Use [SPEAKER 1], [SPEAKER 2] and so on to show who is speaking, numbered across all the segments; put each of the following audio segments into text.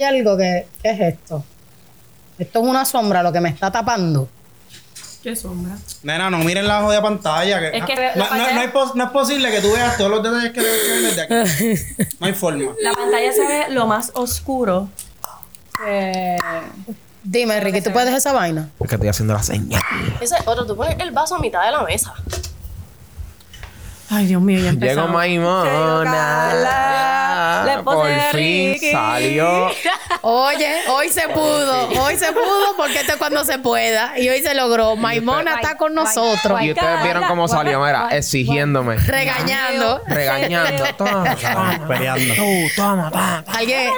[SPEAKER 1] hay algo que, ¿qué es esto? Esto es una sombra lo que me está tapando.
[SPEAKER 2] Qué sombra.
[SPEAKER 3] Nena, no miren la jodida pantalla. Que,
[SPEAKER 2] Es que
[SPEAKER 3] ah,
[SPEAKER 2] la
[SPEAKER 3] no, no-
[SPEAKER 2] pantalla-
[SPEAKER 3] no hay pos- no es posible que tú veas todos los detalles que debes ver desde aquí. No hay forma.
[SPEAKER 2] La pantalla se ve lo más oscuro. que-
[SPEAKER 1] Dime, Ricky, ¿tú puedes esa vaina?
[SPEAKER 4] Porque estoy haciendo la señal.
[SPEAKER 5] Ese es otro, tú pones el vaso a mitad de la mesa.
[SPEAKER 2] Ay, Dios mío, ya empezó.
[SPEAKER 4] Llegó Maimona.
[SPEAKER 2] La esposa
[SPEAKER 4] Ah, Por
[SPEAKER 2] de
[SPEAKER 4] fin
[SPEAKER 2] Ricky.
[SPEAKER 4] salió.
[SPEAKER 1] Oye, hoy se pudo, hoy se pudo porque esto es cuando se pueda y hoy se logró. Maimona está con nosotros,
[SPEAKER 4] Y ustedes vieron cómo salió, mira, exigiéndome.
[SPEAKER 1] regañando.
[SPEAKER 4] Regañando. Toma, toma,
[SPEAKER 3] Peleando.
[SPEAKER 4] tú, toma, toma.
[SPEAKER 1] Alguien,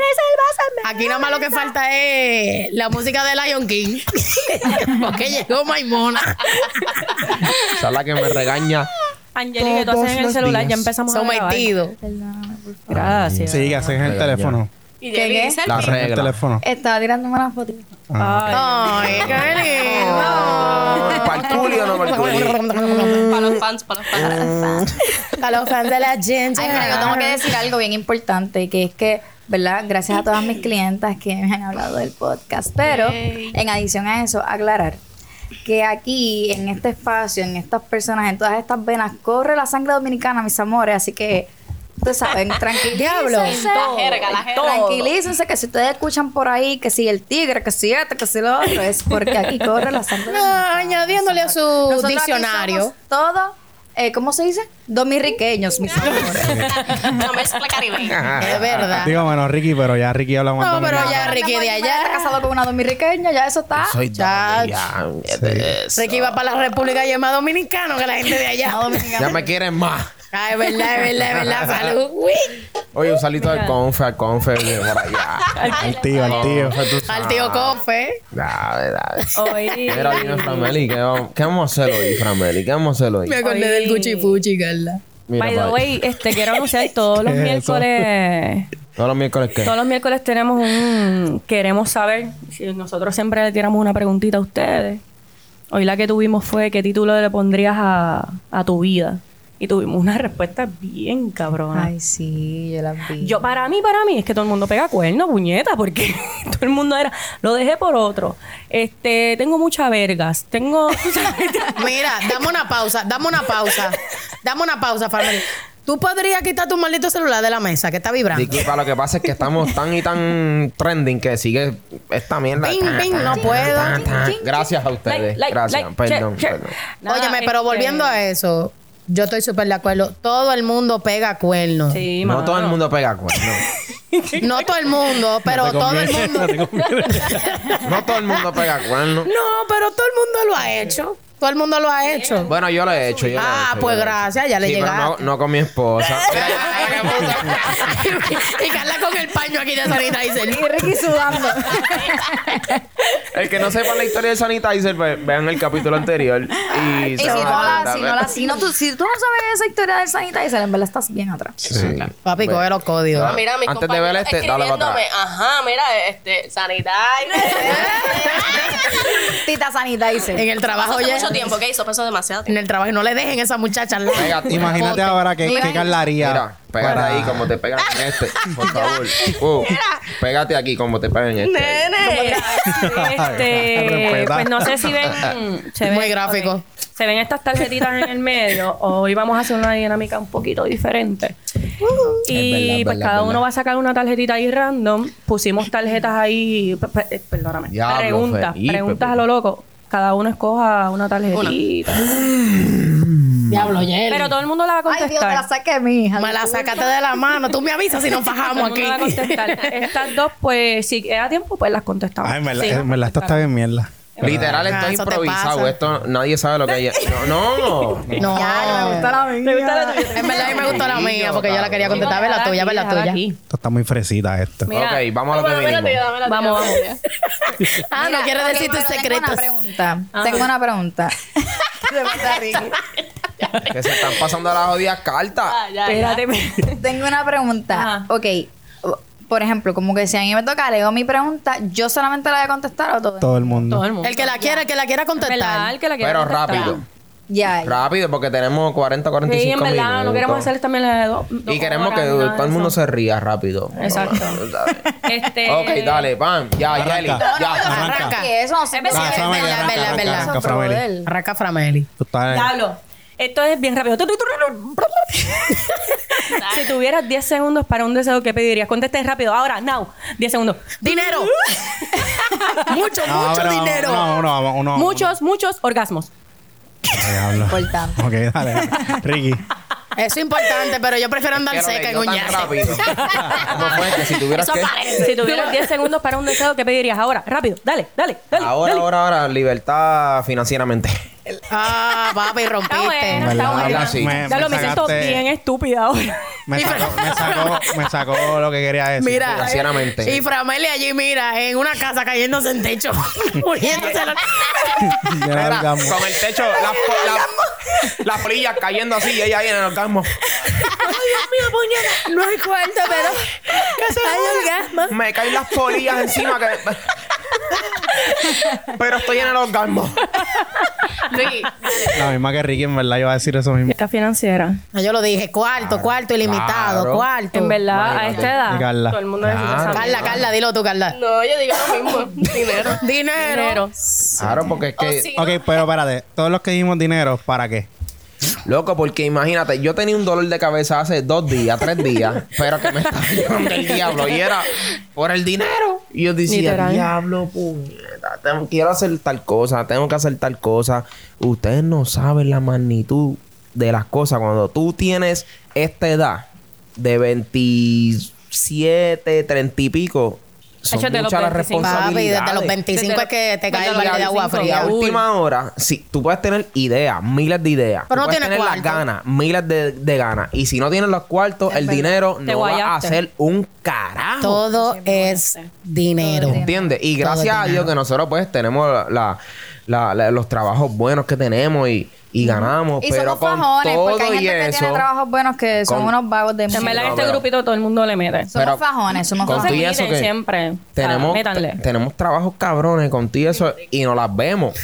[SPEAKER 1] aquí nada más lo que falta es la música de Lion King porque llegó Maimona.
[SPEAKER 4] Esa es la que me regaña.
[SPEAKER 2] Angeli, que tú haces en el
[SPEAKER 4] Todos
[SPEAKER 2] celular,
[SPEAKER 4] los
[SPEAKER 2] ya
[SPEAKER 4] días.
[SPEAKER 2] empezamos a grabar.
[SPEAKER 1] Sometido.
[SPEAKER 2] Gracias.
[SPEAKER 3] Sí, que hacen el
[SPEAKER 4] Regañar.
[SPEAKER 3] teléfono.
[SPEAKER 5] Y de
[SPEAKER 1] qué?
[SPEAKER 5] dice,
[SPEAKER 4] La
[SPEAKER 3] El
[SPEAKER 4] regla.
[SPEAKER 3] teléfono.
[SPEAKER 6] Estaba tirándome una foto.
[SPEAKER 2] Ay,
[SPEAKER 4] Ah,
[SPEAKER 1] Ay, qué lindo.
[SPEAKER 4] ¿Para el culio o no para el culio?
[SPEAKER 5] para los fans, para los fans.
[SPEAKER 4] Mm.
[SPEAKER 1] Para los fans de la gente.
[SPEAKER 6] Ay, mira, yo tengo que decir algo bien importante, que es que, ¿verdad? Gracias a todas mis clientas que me han hablado del podcast. Pero, en adición a eso, aclarar que aquí, en este espacio, en estas personas, en todas estas venas, corre la sangre dominicana, mis amores. Así que, ustedes saben,
[SPEAKER 1] Diablo.
[SPEAKER 6] tranquilícense.
[SPEAKER 5] La jerga, la jerga.
[SPEAKER 6] Tranquilícense que si ustedes escuchan por ahí que si el tigre, que si este, que si lo otro, es porque aquí corre la sangre
[SPEAKER 1] No, añadiéndole a su
[SPEAKER 6] Nosotros aquí
[SPEAKER 1] diccionario.
[SPEAKER 6] somos Todo, eh, ¿cómo se dice? Dominriqueños, mis amores.
[SPEAKER 5] No mezcla caribeña.
[SPEAKER 1] Es verdad.
[SPEAKER 3] Digo, bueno, Ricky, pero ya Ricky habla más
[SPEAKER 1] No, pero
[SPEAKER 3] dominicano.
[SPEAKER 1] ya Ricky de
[SPEAKER 6] Está
[SPEAKER 1] allá.
[SPEAKER 6] casado con una dominriqueña, ya eso está.
[SPEAKER 4] Soy
[SPEAKER 1] Chach.
[SPEAKER 4] doble, ya. olvídate eso.
[SPEAKER 1] Ricky va para la República y es más dominicano que la gente de allá.
[SPEAKER 4] Ya me quieren más.
[SPEAKER 1] Ay, es verdad, es verdad, es verdad. Salud. Uy.
[SPEAKER 4] Oye, un salito al confe, al confe, oye, por allá.
[SPEAKER 3] Al tío, al tío.
[SPEAKER 4] Confe, tú
[SPEAKER 1] Al tío
[SPEAKER 4] sabes.
[SPEAKER 1] Cofe.
[SPEAKER 4] Dale, dale.
[SPEAKER 2] Hoy.
[SPEAKER 4] Mira, dime, Frameli, ¿qué vamos, ¿qué vamos a hacer hoy, Frameli? ¿Qué vamos a hacer hoy?
[SPEAKER 1] Me acordé
[SPEAKER 2] Ay.
[SPEAKER 1] del Guchipuchi, Carla.
[SPEAKER 4] Mira,
[SPEAKER 2] By the
[SPEAKER 4] pa-
[SPEAKER 2] way, este, quiero anunciar todos los
[SPEAKER 3] ¿Qué es eso?
[SPEAKER 2] miércoles.
[SPEAKER 4] ¿Todos los miércoles qué?
[SPEAKER 2] Todos los miércoles tenemos un queremos saber. Si nosotros siempre le tiramos una preguntita a ustedes. Hoy la que tuvimos fue qué título le pondrías a, a tu vida. Y tuvimos una respuesta bien cabrona.
[SPEAKER 6] Ay, sí, yo la vi.
[SPEAKER 2] Yo, para mí, para mí, es que todo el mundo pega cuerno, puñeta, porque todo el mundo era, lo dejé por otro. Este, tengo muchas vergas, tengo.
[SPEAKER 1] Mira, dame una pausa, dame una pausa. Dame una pausa, Farmer. Tú podrías quitar tu maldito celular de la mesa que está vibrando.
[SPEAKER 4] Disculpa, lo que pasa es que estamos tan y tan trending que sigue esta mierda.
[SPEAKER 1] Ping,
[SPEAKER 4] Ta,
[SPEAKER 1] ping,
[SPEAKER 4] ta,
[SPEAKER 1] no
[SPEAKER 4] ta,
[SPEAKER 1] puedo.
[SPEAKER 4] ta, ta. Gracias a ustedes.
[SPEAKER 2] Like, like,
[SPEAKER 4] Gracias.
[SPEAKER 2] like,
[SPEAKER 4] perdón,
[SPEAKER 2] che, che.
[SPEAKER 4] perdón.
[SPEAKER 2] Nada,
[SPEAKER 1] Óyeme, pero
[SPEAKER 2] este,
[SPEAKER 1] volviendo a eso, yo estoy súper de acuerdo. Todo el mundo pega cuernos.
[SPEAKER 2] Sí,
[SPEAKER 4] No
[SPEAKER 2] mano.
[SPEAKER 4] todo el mundo pega cuerno.
[SPEAKER 1] No todo el mundo, pero todo el mundo.
[SPEAKER 4] No todo el mundo pega cuerno.
[SPEAKER 1] No, pero todo el mundo lo ha hecho. Todo el mundo lo ha hecho.
[SPEAKER 4] Bueno, yo lo he hecho. yo lo he
[SPEAKER 1] Ah,
[SPEAKER 4] hecho, yo
[SPEAKER 1] pues
[SPEAKER 4] lo he hecho.
[SPEAKER 1] gracias, ya le
[SPEAKER 4] Sí, pero no,
[SPEAKER 1] llegaste.
[SPEAKER 4] no con mi esposa.
[SPEAKER 1] y Carla con el paño aquí de sanitizer.
[SPEAKER 6] Y Ricky sudando.
[SPEAKER 4] el que no sepa la historia de Sanitizer, pues, vean el capítulo anterior. Y,
[SPEAKER 6] y
[SPEAKER 4] se
[SPEAKER 6] si no
[SPEAKER 4] van a
[SPEAKER 6] la,
[SPEAKER 4] acordar.
[SPEAKER 6] si no la, si no, tú, si tú no sabes esa historia del sanitizer, en verdad estás bien atrás.
[SPEAKER 4] Sí.
[SPEAKER 1] Papi, coge los códigos.
[SPEAKER 5] Mira, mis
[SPEAKER 4] Ah, Antes de ver
[SPEAKER 5] compañeros
[SPEAKER 4] este, dale para
[SPEAKER 5] escribiéndome,
[SPEAKER 4] atrás.
[SPEAKER 5] Ajá, mira, este, sanitario.
[SPEAKER 6] Tita sanitizer.
[SPEAKER 1] En el trabajo
[SPEAKER 5] Hace
[SPEAKER 1] ya.
[SPEAKER 5] mucho tiempo que hizo, pasó demasiado
[SPEAKER 1] En
[SPEAKER 5] tiempo.
[SPEAKER 1] el trabajo y no le dejen a esa muchacha al lado.
[SPEAKER 4] Pega,
[SPEAKER 3] Imagínate ahora que, que Carla haría.
[SPEAKER 4] Mira, pégate
[SPEAKER 3] para-
[SPEAKER 4] ahí como te pegan en este, por favor. Uh, pégate aquí como te pegan en este.
[SPEAKER 5] Nene.
[SPEAKER 2] Este,
[SPEAKER 3] Respeta.
[SPEAKER 2] pues no sé si ven. se
[SPEAKER 1] Muy
[SPEAKER 2] ven-
[SPEAKER 1] gráfico.
[SPEAKER 2] ok. Se ven estas tarjetitas en el medio. Hoy vamos a hacer una dinámica un poquito diferente.
[SPEAKER 4] verdad,
[SPEAKER 2] Y
[SPEAKER 4] Uh-huh. es
[SPEAKER 2] pues
[SPEAKER 4] verdad,
[SPEAKER 2] cada
[SPEAKER 4] es
[SPEAKER 2] uno
[SPEAKER 4] verdad.
[SPEAKER 2] va a sacar una tarjetita ahí random. Pusimos tarjetas ahí. pe- pe- eh, Perdóname.
[SPEAKER 4] Diablo,
[SPEAKER 2] preguntas.
[SPEAKER 4] Felipe, pues.
[SPEAKER 2] preguntas
[SPEAKER 4] pero-
[SPEAKER 2] a lo loco. Cada uno escoja una tarjetita.
[SPEAKER 1] Diablo, Yeli.
[SPEAKER 2] Pero todo el mundo la va a
[SPEAKER 6] Ay, Dios, me la
[SPEAKER 2] contestar.
[SPEAKER 6] saqué, mi hija.
[SPEAKER 1] Me la sacaste de la mano. Tú me avisas si nos
[SPEAKER 2] Todo
[SPEAKER 1] fajamos
[SPEAKER 2] el mundo
[SPEAKER 1] aquí.
[SPEAKER 2] la va a contestar. Estas dos, pues, si queda tiempo, pues las contestamos.
[SPEAKER 3] Ay, en verdad,
[SPEAKER 2] Sí,
[SPEAKER 3] en verdad esto está bien mierda.
[SPEAKER 4] Literal, esto
[SPEAKER 1] Ah,
[SPEAKER 4] es
[SPEAKER 1] eso te
[SPEAKER 4] improvisado.
[SPEAKER 1] pasa.
[SPEAKER 4] Esto nadie sabe lo que hay. No, no.
[SPEAKER 1] No.
[SPEAKER 6] Me gusta la mía.
[SPEAKER 1] En verdad, a mí me gustó la mía porque yo la quería contestar. Ver la tuya, ver la
[SPEAKER 2] Déjala
[SPEAKER 1] tuya.
[SPEAKER 2] aquí.
[SPEAKER 3] Esto está muy fresita esto.
[SPEAKER 2] Mira.
[SPEAKER 4] ok, vamos a lo que
[SPEAKER 5] Dámela,
[SPEAKER 4] vinimos.
[SPEAKER 5] dámela, dámela,
[SPEAKER 2] Vamos, vamos.
[SPEAKER 5] dámela.
[SPEAKER 1] Ah, no
[SPEAKER 6] Mira,
[SPEAKER 1] quiero
[SPEAKER 6] ok,
[SPEAKER 1] decir tus
[SPEAKER 6] pero Tengo una
[SPEAKER 1] secretos.
[SPEAKER 6] pregunta. Tengo una pregunta. De verdad, Ricky.
[SPEAKER 4] Que se están pasando las jodidas cartas.
[SPEAKER 5] Ah, ya, ya.
[SPEAKER 2] Espérate.
[SPEAKER 6] Tengo una pregunta.
[SPEAKER 2] Ajá.
[SPEAKER 6] Ok. o- Por ejemplo, como que si a mí me toca, leo mi pregunta, ¿yo solamente la voy a contestar o todo?
[SPEAKER 3] Todo el mundo.
[SPEAKER 2] Todo el mundo.
[SPEAKER 1] El que la quiera, el que la quiera
[SPEAKER 2] ¿Verdad?
[SPEAKER 1] contestar.
[SPEAKER 2] El que la quiera
[SPEAKER 4] Pero
[SPEAKER 2] contestar.
[SPEAKER 4] rápido.
[SPEAKER 6] Ya, ya.
[SPEAKER 4] Rápido, porque tenemos 40, 45
[SPEAKER 2] Sí, en verdad,
[SPEAKER 4] minutos.
[SPEAKER 2] no queremos hacer también la de dos. dos
[SPEAKER 4] Y queremos
[SPEAKER 2] horas,
[SPEAKER 4] que
[SPEAKER 2] ni nada de
[SPEAKER 4] todo el mundo
[SPEAKER 2] eso.
[SPEAKER 4] se ría rápido.
[SPEAKER 2] Exacto.
[SPEAKER 4] ¿Sabes?
[SPEAKER 2] Este,
[SPEAKER 4] Ok, dale, pam. Ya,
[SPEAKER 3] Arranca.
[SPEAKER 4] Yeli. Ya.
[SPEAKER 1] Arranca.
[SPEAKER 6] Que eso,
[SPEAKER 2] Es verdad,
[SPEAKER 6] no sé,
[SPEAKER 3] Frameli,
[SPEAKER 6] verdad,
[SPEAKER 1] arranca,
[SPEAKER 6] verdad,
[SPEAKER 1] arranca,
[SPEAKER 6] verdad.
[SPEAKER 1] arranca,
[SPEAKER 6] Eso,
[SPEAKER 3] Frameli.
[SPEAKER 6] brother.
[SPEAKER 1] Arranca Frameli.
[SPEAKER 3] Tú estás-
[SPEAKER 2] Diablo. Esto es bien rápido. si tuvieras 10 segundos para un deseo, ¿qué pedirías? Contestes rápido. Ahora, now. 10 segundos.
[SPEAKER 1] Dinero. mucho,
[SPEAKER 3] No,
[SPEAKER 1] mucho
[SPEAKER 3] pero
[SPEAKER 1] dinero.
[SPEAKER 3] Ah, Uno, uno, uno, uno.
[SPEAKER 2] muchos, muchos orgasmos.
[SPEAKER 3] Ay, diablo.
[SPEAKER 6] Importante.
[SPEAKER 3] Ok, dale. Ricky.
[SPEAKER 1] Eso es importante, pero yo prefiero andar
[SPEAKER 4] Quiero que
[SPEAKER 1] seca y
[SPEAKER 4] yo tan
[SPEAKER 1] uñarse.
[SPEAKER 4] rápido. ¿Cómo fue? Que si tuvieras
[SPEAKER 5] Eso
[SPEAKER 4] que...
[SPEAKER 5] aparece.
[SPEAKER 2] Si tuvieras 10 segundos para un deseo, ¿qué pedirías? Ahora, rápido. Dale, dale, dale.
[SPEAKER 3] Ah,
[SPEAKER 4] Ahora,
[SPEAKER 2] dale.
[SPEAKER 4] ahora, ahora. Libertad financieramente.
[SPEAKER 1] Ah, papi,
[SPEAKER 2] Está
[SPEAKER 1] rompiste.
[SPEAKER 2] buena, está
[SPEAKER 4] Verdad,
[SPEAKER 2] buena.
[SPEAKER 4] sí.
[SPEAKER 3] Me-
[SPEAKER 2] Ya
[SPEAKER 3] me
[SPEAKER 2] lo me siento
[SPEAKER 3] sacaste-
[SPEAKER 2] bien ¿eh? estúpida ahora.
[SPEAKER 3] Me sacó, me, sacó, me sacó lo que quería decir.
[SPEAKER 1] Mira,
[SPEAKER 4] Financieramente.
[SPEAKER 1] y Frameli allí, mira, en una casa cayéndose en techo, muriéndose. la-
[SPEAKER 3] Ya
[SPEAKER 4] Mira,
[SPEAKER 3] lo
[SPEAKER 4] Ah, con
[SPEAKER 3] digamos.
[SPEAKER 4] el techo, las la, las polillas cayendo así y ella viene en el orgasmo.
[SPEAKER 6] No hay cuarto, pero hay orgasmo.
[SPEAKER 4] Me caen las polillas encima que... Pero estoy en el orgasmo.
[SPEAKER 5] Luis,
[SPEAKER 3] La misma que Ricky, en verdad, iba a decir eso mismo.
[SPEAKER 2] Está financiera.
[SPEAKER 1] No, Ah, yo lo dije, cuarto, cuarto ilimitado,
[SPEAKER 4] claro.
[SPEAKER 1] cuarto.
[SPEAKER 2] En verdad, a esta edad,
[SPEAKER 3] Y Carla.
[SPEAKER 2] todo el mundo necesita
[SPEAKER 4] Claro.
[SPEAKER 2] saber.
[SPEAKER 1] Carla, Carla, dilo tú, Carla.
[SPEAKER 5] no, yo digo lo mismo. Dinero.
[SPEAKER 1] Dinero.
[SPEAKER 2] Dinero.
[SPEAKER 4] Claro, porque es que...
[SPEAKER 5] O sí,
[SPEAKER 3] Ok, pero espérate. Todos los que dimos dinero, ¿para qué?
[SPEAKER 4] Loco, porque imagínate, yo tenía un dolor de cabeza hace dos días, tres días, pero que me estaba llevando el diablo y era por el dinero. Y yo decía,
[SPEAKER 2] Literal.
[SPEAKER 4] diablo, puñeta, tengo- quiero hacer tal cosa, tengo que hacer tal cosa. Ustedes no saben la magnitud de las cosas cuando tú tienes esta edad de 27, 30 y pico. Son
[SPEAKER 2] Échate los
[SPEAKER 4] muchas las
[SPEAKER 2] 25.
[SPEAKER 1] Papi,
[SPEAKER 4] responsabilidades.
[SPEAKER 1] desde los
[SPEAKER 2] Desde
[SPEAKER 1] 25
[SPEAKER 2] los-
[SPEAKER 1] es que te cae
[SPEAKER 2] desde
[SPEAKER 1] el
[SPEAKER 2] los
[SPEAKER 1] balde de agua
[SPEAKER 2] 25,
[SPEAKER 4] Y a
[SPEAKER 1] fría.
[SPEAKER 2] Uy.
[SPEAKER 4] última hora, sí, tú puedes tener ideas, miles de ideas.
[SPEAKER 1] Pero
[SPEAKER 4] tú
[SPEAKER 1] no
[SPEAKER 4] puedes
[SPEAKER 1] tienes
[SPEAKER 4] tener las
[SPEAKER 1] cuarto.
[SPEAKER 4] ganas, miles de, de ganas. Y si no tienes los cuartos, el dinero
[SPEAKER 2] Te
[SPEAKER 4] no va a
[SPEAKER 2] guayaste.
[SPEAKER 4] hacer un carajo.
[SPEAKER 1] Todo es dinero.
[SPEAKER 4] ¿Entiendes? Y
[SPEAKER 1] Todo
[SPEAKER 4] gracias a
[SPEAKER 1] dinero.
[SPEAKER 4] Dios que nosotros pues tenemos la- la- la- la- los trabajos buenos que tenemos y, y ganamos.
[SPEAKER 6] Y
[SPEAKER 4] pero
[SPEAKER 6] somos
[SPEAKER 4] con
[SPEAKER 6] fajones,
[SPEAKER 4] todo
[SPEAKER 6] porque hay
[SPEAKER 4] y
[SPEAKER 6] gente que
[SPEAKER 4] eso,
[SPEAKER 6] tiene trabajos buenos que son
[SPEAKER 4] Con-
[SPEAKER 6] unos vagos de
[SPEAKER 2] En verdad,
[SPEAKER 6] mierda.
[SPEAKER 2] en
[SPEAKER 4] no,
[SPEAKER 2] este
[SPEAKER 4] pero-
[SPEAKER 2] grupito todo el mundo le mete.
[SPEAKER 4] pero
[SPEAKER 6] Somos fajones, somos
[SPEAKER 4] con
[SPEAKER 6] fajones.
[SPEAKER 4] tu- y
[SPEAKER 2] Miren
[SPEAKER 4] eso que-
[SPEAKER 2] siempre.
[SPEAKER 4] tenemos,
[SPEAKER 2] Ah, métanle.
[SPEAKER 4] te- tenemos trabajos cabrones con ti y eso y no las vemos.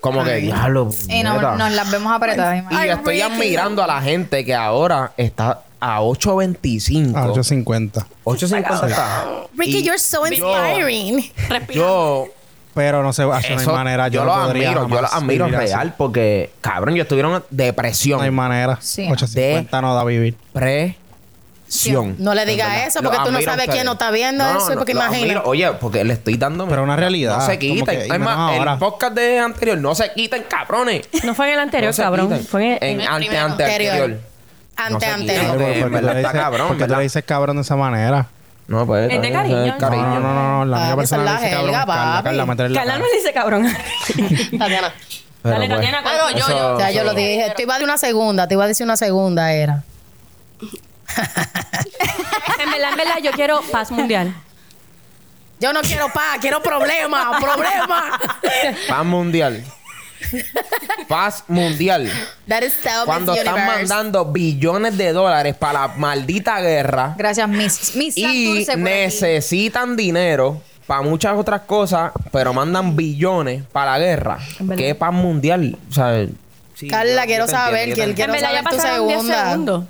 [SPEAKER 4] Como que, diablo.
[SPEAKER 6] Y no-
[SPEAKER 4] puñeta".
[SPEAKER 6] nos las vemos apretadas.
[SPEAKER 4] Y
[SPEAKER 6] imagínate.
[SPEAKER 4] estoy admirando a la gente que ahora está a 8.25.
[SPEAKER 3] A 8.50.
[SPEAKER 4] 8.50 está.
[SPEAKER 1] Ricky,
[SPEAKER 4] Y
[SPEAKER 1] you're so
[SPEAKER 4] yo-
[SPEAKER 1] inspiring.
[SPEAKER 4] Yo,
[SPEAKER 3] Pero no sé, así no hay
[SPEAKER 4] eso-
[SPEAKER 3] manera. Yo,
[SPEAKER 4] yo
[SPEAKER 3] no
[SPEAKER 4] los
[SPEAKER 3] podría
[SPEAKER 4] admiro, yo
[SPEAKER 3] jamás
[SPEAKER 4] los admiro
[SPEAKER 3] vivir así.
[SPEAKER 4] real porque, cabrón, yo estuvieron depresión,
[SPEAKER 3] No hay manera.
[SPEAKER 6] Sí.
[SPEAKER 3] 850 no da vivir.
[SPEAKER 4] presión.
[SPEAKER 1] No le
[SPEAKER 4] En
[SPEAKER 1] diga
[SPEAKER 4] verdad,
[SPEAKER 1] eso porque
[SPEAKER 4] los
[SPEAKER 1] tú no
[SPEAKER 4] admiro a
[SPEAKER 1] sabes quién
[SPEAKER 4] ustedes.
[SPEAKER 1] no está viendo
[SPEAKER 4] No,
[SPEAKER 1] eso,
[SPEAKER 4] no,
[SPEAKER 1] porque
[SPEAKER 4] los
[SPEAKER 1] imagina.
[SPEAKER 4] admiro. Oye, porque le estoy dando...
[SPEAKER 3] Pero una realidad,
[SPEAKER 4] No se
[SPEAKER 3] como
[SPEAKER 4] quiten.
[SPEAKER 3] que, y
[SPEAKER 4] es
[SPEAKER 3] menos
[SPEAKER 4] más,
[SPEAKER 3] ahora.
[SPEAKER 4] el podcast de anterior, no se quiten, cabrones.
[SPEAKER 2] No fue en el anterior,
[SPEAKER 4] No se
[SPEAKER 2] cabrón.
[SPEAKER 4] quiten.
[SPEAKER 2] Fue en el.
[SPEAKER 4] En ante,
[SPEAKER 5] primero.
[SPEAKER 4] ante, anterior.
[SPEAKER 1] Anterior. Ante,
[SPEAKER 4] No sé
[SPEAKER 1] ante.
[SPEAKER 4] quién.
[SPEAKER 3] Claro,
[SPEAKER 4] que
[SPEAKER 3] porque
[SPEAKER 4] en
[SPEAKER 3] tú
[SPEAKER 4] verdad
[SPEAKER 3] le
[SPEAKER 4] está
[SPEAKER 3] dices-
[SPEAKER 4] cabrón,
[SPEAKER 3] porque tú
[SPEAKER 4] ¿verdad?
[SPEAKER 3] le dices cabrón de esa manera.
[SPEAKER 4] No, pues...
[SPEAKER 2] Es de
[SPEAKER 4] también, o sea,
[SPEAKER 2] cariño.
[SPEAKER 4] el
[SPEAKER 3] No, no, no, no, no, La
[SPEAKER 1] Ah,
[SPEAKER 3] única
[SPEAKER 1] que
[SPEAKER 3] persona que le
[SPEAKER 1] se
[SPEAKER 3] dice
[SPEAKER 1] la
[SPEAKER 3] cabrón es
[SPEAKER 1] jela,
[SPEAKER 3] Carla.
[SPEAKER 1] papi.
[SPEAKER 3] Carla, métele la
[SPEAKER 2] Carla no
[SPEAKER 3] cara.
[SPEAKER 2] le dice cabrón.
[SPEAKER 1] Tatiana.
[SPEAKER 4] Pero
[SPEAKER 2] Dale,
[SPEAKER 4] pues,
[SPEAKER 2] Tatiana,
[SPEAKER 5] Ah, no,
[SPEAKER 2] cuéntame.
[SPEAKER 5] yo,
[SPEAKER 4] Eso-
[SPEAKER 5] yo.
[SPEAKER 1] Ya yo lo dije. Te iba de una segunda, te iba a decir una segunda era.
[SPEAKER 2] En verdad, en verdad, yo quiero paz mundial.
[SPEAKER 1] Yo no quiero paz, quiero problemas, problemas.
[SPEAKER 4] Paz mundial. Paz mundial.
[SPEAKER 1] That is so
[SPEAKER 4] Cuando
[SPEAKER 1] Miss
[SPEAKER 4] están
[SPEAKER 1] Universe.
[SPEAKER 4] mandando billones de dólares para la maldita guerra
[SPEAKER 6] Gracias, Miss. Miss
[SPEAKER 4] y
[SPEAKER 6] Santurce por aquí.
[SPEAKER 4] necesitan dinero para muchas otras cosas, pero mandan billones para la guerra. ¿Qué paz mundial? O sea, sí, yo-
[SPEAKER 1] Carla,
[SPEAKER 4] yo
[SPEAKER 1] quiero
[SPEAKER 4] te
[SPEAKER 1] saber,
[SPEAKER 4] entiendo, yo te
[SPEAKER 1] quiero,
[SPEAKER 2] En
[SPEAKER 1] quiero
[SPEAKER 2] verdad,
[SPEAKER 1] saber
[SPEAKER 2] ya
[SPEAKER 1] tu
[SPEAKER 2] pasaron 10
[SPEAKER 1] segunda.
[SPEAKER 2] segundos.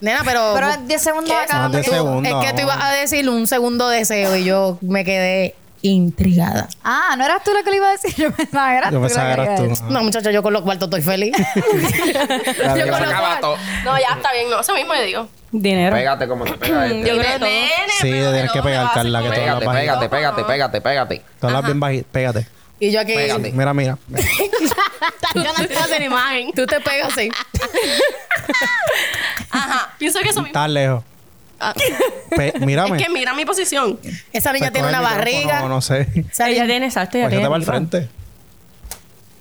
[SPEAKER 1] Nena, pero,
[SPEAKER 6] Pero 10 segundos acá.
[SPEAKER 3] No, de segundo.
[SPEAKER 1] es que tú ibas
[SPEAKER 3] vamos.
[SPEAKER 1] a decir un segundo deseo y yo me quedé intrigada.
[SPEAKER 6] Ah, no eras tú la que le iba a decir. Yo pensaba que eras
[SPEAKER 3] Yo
[SPEAKER 6] tú.
[SPEAKER 3] pensaba
[SPEAKER 6] la
[SPEAKER 3] que eras
[SPEAKER 6] iba a
[SPEAKER 3] tú.
[SPEAKER 6] decir.
[SPEAKER 1] No, muchacho, yo con los cuartos estoy feliz.
[SPEAKER 4] Dale,
[SPEAKER 1] yo
[SPEAKER 4] que
[SPEAKER 1] con
[SPEAKER 4] se
[SPEAKER 1] los
[SPEAKER 4] acaba
[SPEAKER 1] cuartos.
[SPEAKER 4] todo.
[SPEAKER 5] No, ya está bien, no. Eso mismo yo digo.
[SPEAKER 2] Dinero.
[SPEAKER 4] Pégate como te pega este.
[SPEAKER 2] Yo creo que todo.
[SPEAKER 5] Nene,
[SPEAKER 3] Sí,
[SPEAKER 5] pero
[SPEAKER 3] tienes
[SPEAKER 5] no
[SPEAKER 3] que
[SPEAKER 5] me
[SPEAKER 3] pegar,
[SPEAKER 5] vas a
[SPEAKER 3] Carla, que
[SPEAKER 5] comer.
[SPEAKER 3] todo lo
[SPEAKER 4] Pégate,
[SPEAKER 3] bajito.
[SPEAKER 4] pégate, pégate, pégate, pégate.
[SPEAKER 3] Tú hablas bien bajito. Pégate.
[SPEAKER 1] Y yo aquí.
[SPEAKER 4] Pégate.
[SPEAKER 3] Mira, mira.
[SPEAKER 5] Yo no te hacer imagen.
[SPEAKER 1] Tú te pegas así.
[SPEAKER 5] Ajá. Pienso que eso mismo.
[SPEAKER 3] Estás lejos.
[SPEAKER 5] Ah.
[SPEAKER 3] Pe- mírame.
[SPEAKER 5] Es que mira mi posición.
[SPEAKER 1] Esa niña
[SPEAKER 3] Pues
[SPEAKER 1] tiene una
[SPEAKER 3] coge el micrófono,
[SPEAKER 1] barriga.
[SPEAKER 3] No, sé.
[SPEAKER 1] Esa
[SPEAKER 2] Ella
[SPEAKER 1] niña-
[SPEAKER 2] tiene exacto. Ella
[SPEAKER 3] Pues
[SPEAKER 2] tiene
[SPEAKER 3] para el
[SPEAKER 2] diva.
[SPEAKER 3] frente.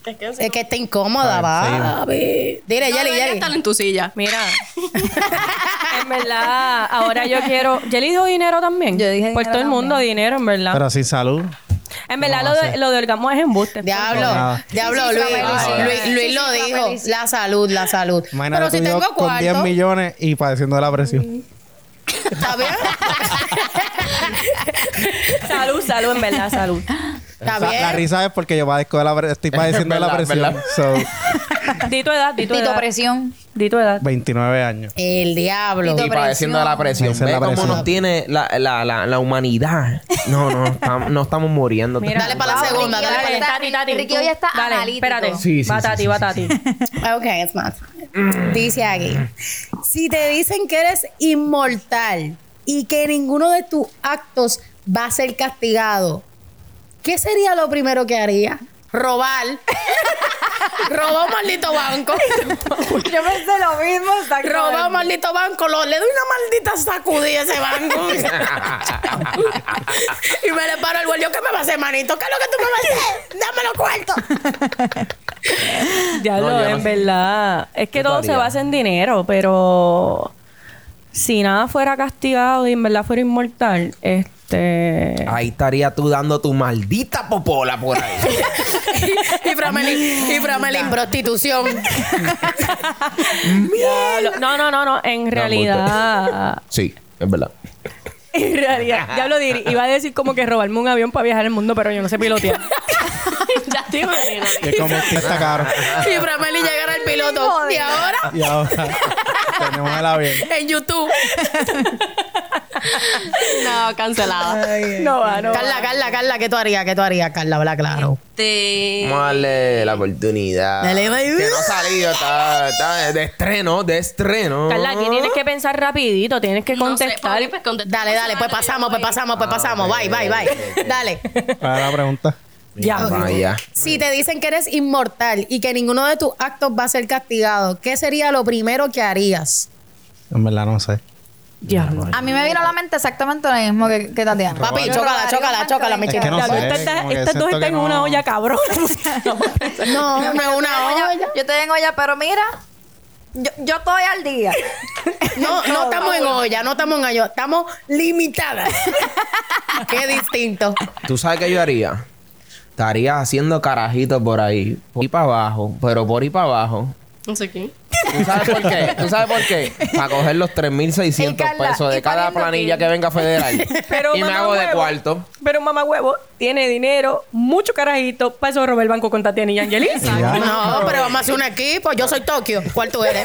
[SPEAKER 5] Es que
[SPEAKER 1] Es que está incómoda, va. Dile,
[SPEAKER 3] A
[SPEAKER 5] no
[SPEAKER 1] Yeli,
[SPEAKER 5] debería
[SPEAKER 1] Yeli.
[SPEAKER 5] estar en tu silla.
[SPEAKER 2] Mira. en verdad, ahora yo quiero. Jelly dijo dinero también.
[SPEAKER 6] Yo dije
[SPEAKER 2] Por
[SPEAKER 6] dinero
[SPEAKER 2] todo el mundo, dinero, en verdad.
[SPEAKER 3] Pero sin salud.
[SPEAKER 2] en verdad, lo de, lo de orgasmo es embuste.
[SPEAKER 1] Diablo,
[SPEAKER 3] Nada.
[SPEAKER 1] diablo,
[SPEAKER 6] Sí, sí,
[SPEAKER 1] Luis,
[SPEAKER 6] Flameli, sí.
[SPEAKER 1] Luis, Luis
[SPEAKER 6] Sí,
[SPEAKER 1] lo
[SPEAKER 6] sí,
[SPEAKER 1] dijo.
[SPEAKER 6] Flameli, sí.
[SPEAKER 1] La salud, la salud.
[SPEAKER 3] Imagínate
[SPEAKER 1] Pero si
[SPEAKER 3] tú y yo
[SPEAKER 1] tengo
[SPEAKER 3] con 10
[SPEAKER 1] cuarto,
[SPEAKER 3] millones y padeciendo de la presión.
[SPEAKER 1] está bien,
[SPEAKER 2] salud, salud, en verdad, salud.
[SPEAKER 1] está
[SPEAKER 3] O sea, La
[SPEAKER 1] bien.
[SPEAKER 3] risa es porque yo padezco de la pre- estoy padeciendo de la
[SPEAKER 4] Verdad,
[SPEAKER 3] presión.
[SPEAKER 4] verdad.
[SPEAKER 3] So,
[SPEAKER 2] Di tu edad, di tu
[SPEAKER 6] Tito
[SPEAKER 2] edad.
[SPEAKER 6] presión.
[SPEAKER 2] Di tu edad.
[SPEAKER 3] 29 años.
[SPEAKER 1] El diablo.
[SPEAKER 6] Tito
[SPEAKER 4] Y padeciendo de la presión.
[SPEAKER 3] Esa es
[SPEAKER 4] Ve
[SPEAKER 3] la
[SPEAKER 4] cómo
[SPEAKER 3] presión.
[SPEAKER 4] nos tiene la, la, la, la humanidad. No, no, estamos, no estamos muriendo.
[SPEAKER 2] Mira,
[SPEAKER 1] Dale para la
[SPEAKER 6] Wow,
[SPEAKER 1] segunda,
[SPEAKER 6] Ricky,
[SPEAKER 1] dale.
[SPEAKER 6] hoy está-
[SPEAKER 2] Tati, Tati.
[SPEAKER 6] Ricky
[SPEAKER 2] tú.
[SPEAKER 6] hoy está
[SPEAKER 2] Dale,
[SPEAKER 6] analítico.
[SPEAKER 2] Espérate.
[SPEAKER 4] Sí, sí,
[SPEAKER 2] va
[SPEAKER 4] sí,
[SPEAKER 2] Tati,
[SPEAKER 4] sí,
[SPEAKER 2] va
[SPEAKER 4] sí,
[SPEAKER 2] Tati.
[SPEAKER 1] Ok, es más. Dice aquí: Si te dicen que eres inmortal y que ninguno de tus actos va a ser castigado, ¿qué sería lo primero que haría? Robar. Robar un maldito banco.
[SPEAKER 6] Yo pensé lo mismo,
[SPEAKER 1] Robar un maldito banco. Lo- le doy una maldita sacudida a ese banco. y me le paro el vuelo. ¿Qué me va a hacer, manito? ¿Qué es lo que tú me vas a hacer? Dámelo cuarto.
[SPEAKER 2] Ya
[SPEAKER 4] No,
[SPEAKER 2] lo,
[SPEAKER 4] yo no
[SPEAKER 2] en
[SPEAKER 4] sé.
[SPEAKER 2] verdad. Es que
[SPEAKER 4] Yo
[SPEAKER 2] todo se
[SPEAKER 4] estaría.
[SPEAKER 2] basa en dinero, pero si nada fuera castigado y en verdad fuera inmortal, este.
[SPEAKER 4] Ahí estaría tú dando tu maldita popola por ahí.
[SPEAKER 1] y Framelin, y Framelin, prostitución.
[SPEAKER 2] Diablo. No, no, no, no. En realidad.
[SPEAKER 4] Sí, es verdad.
[SPEAKER 2] en realidad. Ya lo diré. Iba a decir como que robarme un avión para viajar el mundo, pero yo no sé pilotear.
[SPEAKER 5] ya te imaginas.
[SPEAKER 3] Que como este está caro.
[SPEAKER 1] Y Frameli llegar al piloto. Y ahora
[SPEAKER 3] Y ahora tenemos el avión.
[SPEAKER 1] en YouTube.
[SPEAKER 5] No, cancelada.
[SPEAKER 2] no va, Ah, no. va.
[SPEAKER 1] Carla, Carla, Carla, ¿qué tú harías? ¿Qué tú harías, Carla? Habla claro.
[SPEAKER 5] Este.
[SPEAKER 4] Vamos a darle la oportunidad.
[SPEAKER 1] Dale, baby.
[SPEAKER 4] Que no ha salido, está, está de estreno, de estreno.
[SPEAKER 2] Carla, aquí tienes que pensar rapidito, tienes que
[SPEAKER 5] no sé,
[SPEAKER 2] contestar.
[SPEAKER 5] ok, pues contesta.
[SPEAKER 1] Dale, dale, pues pasamos, pues pasamos, pues pasamos. Bye, bye, bye. Dale.
[SPEAKER 3] ¿Cuál es la pregunta?
[SPEAKER 4] Ya, vaya.
[SPEAKER 1] Si te dicen que eres inmortal y que ninguno de tus actos va a ser castigado, ¿qué sería lo primero que harías?
[SPEAKER 3] En verdad no sé.
[SPEAKER 2] Diablo.
[SPEAKER 6] A mí me vino a la mente exactamente lo mismo que, que Tatiana.
[SPEAKER 1] Papi, chócala, chócala, chócala, mi
[SPEAKER 3] Es que
[SPEAKER 1] chica.
[SPEAKER 3] no
[SPEAKER 2] Diablo,
[SPEAKER 3] sé,
[SPEAKER 2] esta- esta-
[SPEAKER 3] como que
[SPEAKER 2] Estas dos
[SPEAKER 3] siento
[SPEAKER 2] están
[SPEAKER 3] que
[SPEAKER 2] en una
[SPEAKER 3] no-
[SPEAKER 2] olla, cabrón.
[SPEAKER 1] No, no es una
[SPEAKER 6] Yo-
[SPEAKER 1] olla.
[SPEAKER 6] Yo te tengo ya, pero mira, yo, yo estoy al día.
[SPEAKER 1] No, no estamos en olla, no estamos en olla. Estamos limitadas. Qué distinto.
[SPEAKER 4] ¿Tú sabes qué yo haría? Estaría haciendo carajitos por ahí, por ahí para abajo, pero por ahí para abajo.
[SPEAKER 5] No sé quién.
[SPEAKER 4] ¿Tú sabes por qué? ¿Tú sabes por qué? Para coger los
[SPEAKER 6] Y
[SPEAKER 4] 3.600
[SPEAKER 6] Carla,
[SPEAKER 4] pesos
[SPEAKER 6] ¿y
[SPEAKER 4] de cada
[SPEAKER 6] poniendo
[SPEAKER 4] planilla
[SPEAKER 6] quién?
[SPEAKER 4] que venga federal.
[SPEAKER 2] Pero
[SPEAKER 4] y me
[SPEAKER 2] mamá
[SPEAKER 4] hago de
[SPEAKER 2] huevo,
[SPEAKER 4] cuarto.
[SPEAKER 2] Pero mamá huevo tiene dinero, mucho carajito. Para eso robar el banco con Tatiana y Angelina.
[SPEAKER 3] Ya.
[SPEAKER 1] No, pero vamos a hacer un equipo. Yo soy Tokio. ¿Cuál tú eres?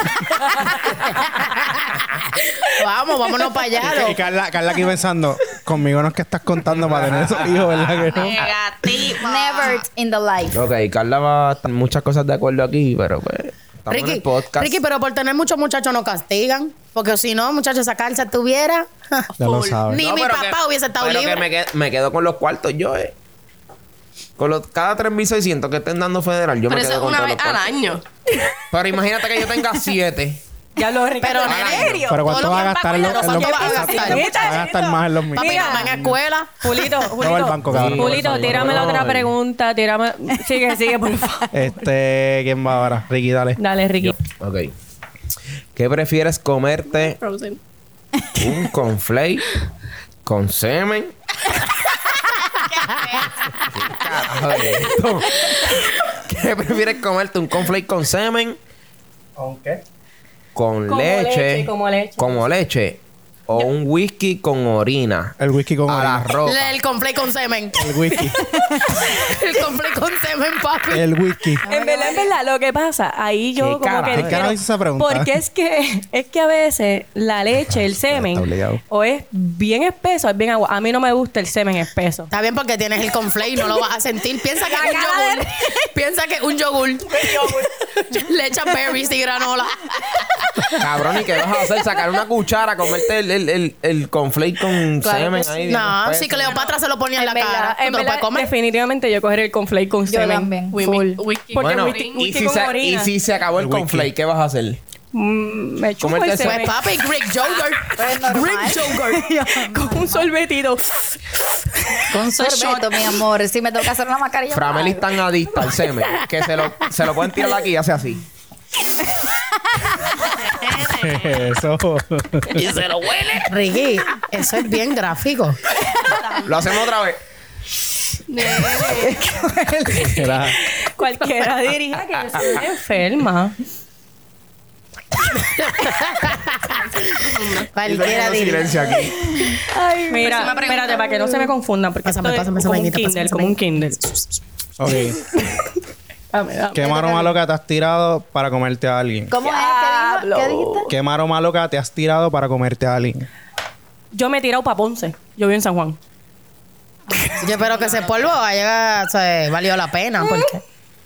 [SPEAKER 1] vamos, vámonos para allá.
[SPEAKER 3] Y
[SPEAKER 1] loco.
[SPEAKER 3] Carla, Carla aquí pensando, conmigo no es que estás contando para tener esos hijos, ¿verdad que no?
[SPEAKER 5] Negativo.
[SPEAKER 4] Ah.
[SPEAKER 6] Never in the life.
[SPEAKER 4] Ok, Carla va a estar muchas cosas de acuerdo aquí, pero pues. Estamos en el
[SPEAKER 1] Ricky,
[SPEAKER 4] podcast.
[SPEAKER 1] Ricky, pero por tener muchos muchachos no castigan. Porque si no, muchachos, esa cárcel tuviera.
[SPEAKER 3] Ya lo sabes.
[SPEAKER 1] Ni mi
[SPEAKER 4] pero
[SPEAKER 1] papá hubiese estado
[SPEAKER 4] pero
[SPEAKER 1] libre.
[SPEAKER 4] que me, qued- me quedo con los cuartos yo, eh. Con los, cada 3.600 que estén dando federal, yo
[SPEAKER 5] Pero
[SPEAKER 4] me
[SPEAKER 5] eso
[SPEAKER 4] quedo
[SPEAKER 5] es
[SPEAKER 4] con
[SPEAKER 5] una
[SPEAKER 4] todos
[SPEAKER 5] vez
[SPEAKER 4] los
[SPEAKER 5] al
[SPEAKER 4] cuartos.
[SPEAKER 5] año.
[SPEAKER 4] Pero imagínate que yo tenga 7.
[SPEAKER 2] Ya lo Ricardo.
[SPEAKER 1] Pero,
[SPEAKER 2] ¿en
[SPEAKER 1] nene,
[SPEAKER 2] serio?
[SPEAKER 3] Pero
[SPEAKER 1] Todo
[SPEAKER 3] cuánto
[SPEAKER 1] lo
[SPEAKER 3] va a
[SPEAKER 1] que
[SPEAKER 3] gastar
[SPEAKER 1] va
[SPEAKER 3] en
[SPEAKER 1] a
[SPEAKER 3] los
[SPEAKER 1] gastar,
[SPEAKER 3] en los-
[SPEAKER 1] ¿qué va a
[SPEAKER 3] exacto,
[SPEAKER 1] gastar?
[SPEAKER 3] Va a gastar más en los míos.
[SPEAKER 1] Papi,
[SPEAKER 2] Mira.
[SPEAKER 1] mamá en la escuela.
[SPEAKER 2] Julito, Julito.
[SPEAKER 3] el banco, cabrón.
[SPEAKER 2] Julito,
[SPEAKER 4] Por favor.
[SPEAKER 2] tírame la otra
[SPEAKER 4] Ay.
[SPEAKER 2] pregunta. Tírame. Sigue, sigue, por favor.
[SPEAKER 3] Este, ¿quién va ahora? Ricky, dale.
[SPEAKER 2] Dale, Ricky.
[SPEAKER 4] Ok. ¿Qué prefieres comerte?
[SPEAKER 5] Frozen.
[SPEAKER 4] ¿Un conflate con semen? ¿Qué carajo es esto? ¿Qué prefieres comerte? ¿Un conflate con semen?
[SPEAKER 3] ¿Con qué?
[SPEAKER 4] ¿Con
[SPEAKER 2] Como
[SPEAKER 4] leche?
[SPEAKER 2] leche, como leche.
[SPEAKER 4] como leche. ¿O un whisky con orina?
[SPEAKER 3] El whisky con
[SPEAKER 4] a la
[SPEAKER 3] orina.
[SPEAKER 4] roca.
[SPEAKER 1] El conflé con semen.
[SPEAKER 3] El whisky.
[SPEAKER 1] El conflé con semen,
[SPEAKER 4] Eh.
[SPEAKER 1] papi.
[SPEAKER 3] El whisky.
[SPEAKER 2] En verdad, en verdad, lo que pasa, ahí yo
[SPEAKER 4] ¿Qué
[SPEAKER 2] como
[SPEAKER 4] carajo?
[SPEAKER 2] que.
[SPEAKER 4] ¿Qué
[SPEAKER 3] carajo hizo esa pregunta?
[SPEAKER 2] Porque es que, es que a veces la leche, el
[SPEAKER 3] Está
[SPEAKER 2] semen,
[SPEAKER 3] obligado.
[SPEAKER 2] o es bien espeso o es bien agua. A mí no me gusta el semen espeso.
[SPEAKER 1] Está bien porque tienes el conflé y no lo vas a sentir. Piensa que es un
[SPEAKER 5] cara
[SPEAKER 1] yogur. Piensa que es un yogur. Le echan berries y granola.
[SPEAKER 4] Cabrón, ¿y qué vas a hacer? Sacar una cuchara, comerte el, el, el, el conflate con semen ahí. pues,
[SPEAKER 1] No,
[SPEAKER 4] después.
[SPEAKER 1] si Cleopatra se lo ponía en, la
[SPEAKER 2] verdad,
[SPEAKER 1] cara. ¿Tú
[SPEAKER 2] en
[SPEAKER 1] te lo
[SPEAKER 2] verdad,
[SPEAKER 1] puedes comer?
[SPEAKER 2] definitivamente yo cogeré el conflate con
[SPEAKER 6] Yo
[SPEAKER 2] semen.
[SPEAKER 6] también.
[SPEAKER 5] Women. Wiki.
[SPEAKER 2] Porque
[SPEAKER 4] Bueno,
[SPEAKER 2] whisky-
[SPEAKER 4] y,
[SPEAKER 2] whisky
[SPEAKER 4] si
[SPEAKER 2] con
[SPEAKER 4] se, y
[SPEAKER 2] orina.
[SPEAKER 4] si se acabó el
[SPEAKER 3] El whisky.
[SPEAKER 4] conflate, ¿qué vas a hacer?
[SPEAKER 2] Mm, me chupo
[SPEAKER 4] Comerte
[SPEAKER 2] el
[SPEAKER 4] ese-
[SPEAKER 1] Pues
[SPEAKER 2] semen.
[SPEAKER 1] papi, Greek yogurt. Greek yogurt.
[SPEAKER 2] Con un sorbetito.
[SPEAKER 6] Con sorbeto, mi amor. Si me toca hacer una pues, mascarilla.
[SPEAKER 4] Framel es
[SPEAKER 6] me la hago.
[SPEAKER 4] tan adicta al semen que se lo, se lo pueden tirar aquí y hace así.
[SPEAKER 3] Eso.
[SPEAKER 5] Y se lo huele.
[SPEAKER 1] Ricky, eso es bien gráfico.
[SPEAKER 4] Lo hacemos otra vez.
[SPEAKER 3] Era-
[SPEAKER 2] Cualquiera diría que yo soy una enferma.
[SPEAKER 1] Cualquiera
[SPEAKER 4] Estoy haciendo
[SPEAKER 1] diría.
[SPEAKER 4] silencio aquí.
[SPEAKER 2] Mira,
[SPEAKER 5] Próxima pregunta.
[SPEAKER 2] espérate, para que no se me confundan, porque
[SPEAKER 1] Pásame,
[SPEAKER 2] esto es
[SPEAKER 1] pásame esa
[SPEAKER 2] como un
[SPEAKER 1] vainita,
[SPEAKER 2] Kindle,
[SPEAKER 1] pásame esa
[SPEAKER 2] como un Kindle.
[SPEAKER 3] Ok.
[SPEAKER 2] Dame, dame.
[SPEAKER 3] ¿Qué maro malo que te has tirado para comerte a alguien?
[SPEAKER 6] ¿Cómo es? ¿Qué, dijo? ¿Qué dijiste?
[SPEAKER 3] ¿Qué maro malo que te has tirado para comerte a alguien?
[SPEAKER 2] Yo me he tirado para Ponce. Yo vivo en San Juan.
[SPEAKER 1] Yo espero que ese polvo haya o sea, valido la pena. Porque,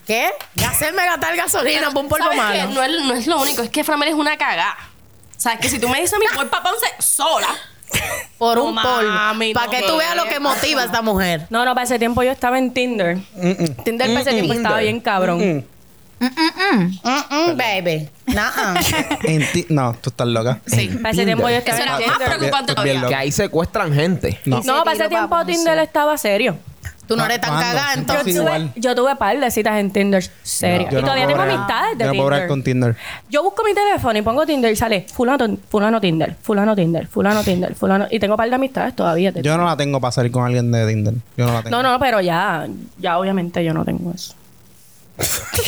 [SPEAKER 1] ¿Qué? Gastarme gastar gasolina por un polvo
[SPEAKER 5] ¿Sabes qué?
[SPEAKER 1] malo.
[SPEAKER 5] No es, no es lo único, es que Framel es una cagada. O sea, que si tú me dices a mí, voy para Ponce sola.
[SPEAKER 1] Por
[SPEAKER 5] No,
[SPEAKER 1] un
[SPEAKER 5] mami,
[SPEAKER 1] polvo. Para
[SPEAKER 5] no
[SPEAKER 1] que tú veas lo que motiva a esta mujer.
[SPEAKER 2] No, no, para ese tiempo yo estaba en Tinder. Tinder para ese tiempo estaba bien cabrón.
[SPEAKER 1] Mm-mm, baby. Nah.
[SPEAKER 3] En ti- No, tú estás loca.
[SPEAKER 5] Sí.
[SPEAKER 2] Para ese tiempo yo
[SPEAKER 5] Eso
[SPEAKER 2] estaba
[SPEAKER 5] era
[SPEAKER 2] en
[SPEAKER 5] más
[SPEAKER 2] Tinder.
[SPEAKER 5] preocupante
[SPEAKER 3] Estoy bien
[SPEAKER 5] todavía.
[SPEAKER 4] Que ahí secuestran gente.
[SPEAKER 3] No.
[SPEAKER 2] No, para ese tiempo Tinder estaba serio.
[SPEAKER 1] Tú no eres tan
[SPEAKER 3] ¿Cuándo?
[SPEAKER 1] cagada,
[SPEAKER 3] Siempre
[SPEAKER 1] entonces.
[SPEAKER 3] Sí,
[SPEAKER 2] Tuve-
[SPEAKER 3] igual.
[SPEAKER 2] yo tuve par de citas en Tinder serio.
[SPEAKER 3] Yo
[SPEAKER 2] y
[SPEAKER 3] no
[SPEAKER 2] todavía
[SPEAKER 3] puedo
[SPEAKER 2] tengo
[SPEAKER 3] bregar-
[SPEAKER 2] amistades de
[SPEAKER 3] yo no puedo bregar
[SPEAKER 2] Tinder.
[SPEAKER 3] con Tinder.
[SPEAKER 2] Yo busco mi teléfono y pongo Tinder y sale fulano, fulano Tinder, fulano Tinder, fulano Tinder, fulano. Y tengo par de amistades todavía.
[SPEAKER 3] Yo no la tengo para salir con alguien de Tinder. Yo no la tengo.
[SPEAKER 2] no, no, pero ya, ya obviamente yo no tengo eso.